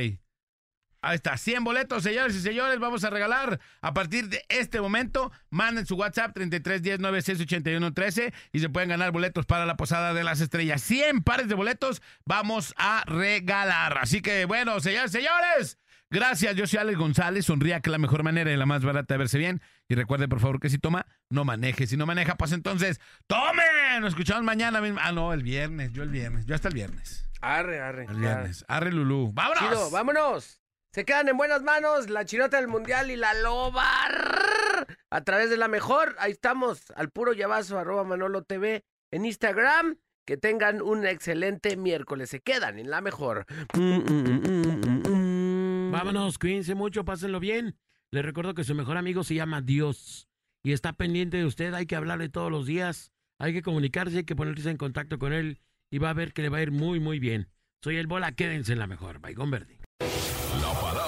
Speaker 2: Ahí está, 100 boletos, señores y señores, vamos a regalar a partir de este momento. Manden su WhatsApp 3310968113 y se pueden ganar boletos para la Posada de las Estrellas. 100 pares de boletos vamos a regalar. Así que bueno, señores, señores, gracias. Yo soy Alex González. Sonría que la mejor manera y la más barata de verse bien. Y recuerde, por favor, que si toma, no maneje. Si no maneja, pues entonces, tomen. Nos escuchamos mañana mismo. Ah, no, el viernes, yo el viernes, yo hasta el viernes.
Speaker 3: Arre, arre.
Speaker 2: El viernes. Arre Lulú. ¡Vámonos!
Speaker 3: Chido, vámonos. Se quedan en buenas manos la chinota del mundial y la loba. A través de la mejor, ahí estamos, al puro llavazo, arroba Manolo TV en Instagram. Que tengan un excelente miércoles. Se quedan en la mejor.
Speaker 5: Vámonos, cuídense mucho, pásenlo bien. Les recuerdo que su mejor amigo se llama Dios y está pendiente de usted. Hay que hablarle todos los días, hay que comunicarse, hay que ponerse en contacto con él y va a ver que le va a ir muy, muy bien. Soy el Bola, quédense en la mejor. Baigón Verde.
Speaker 11: La parada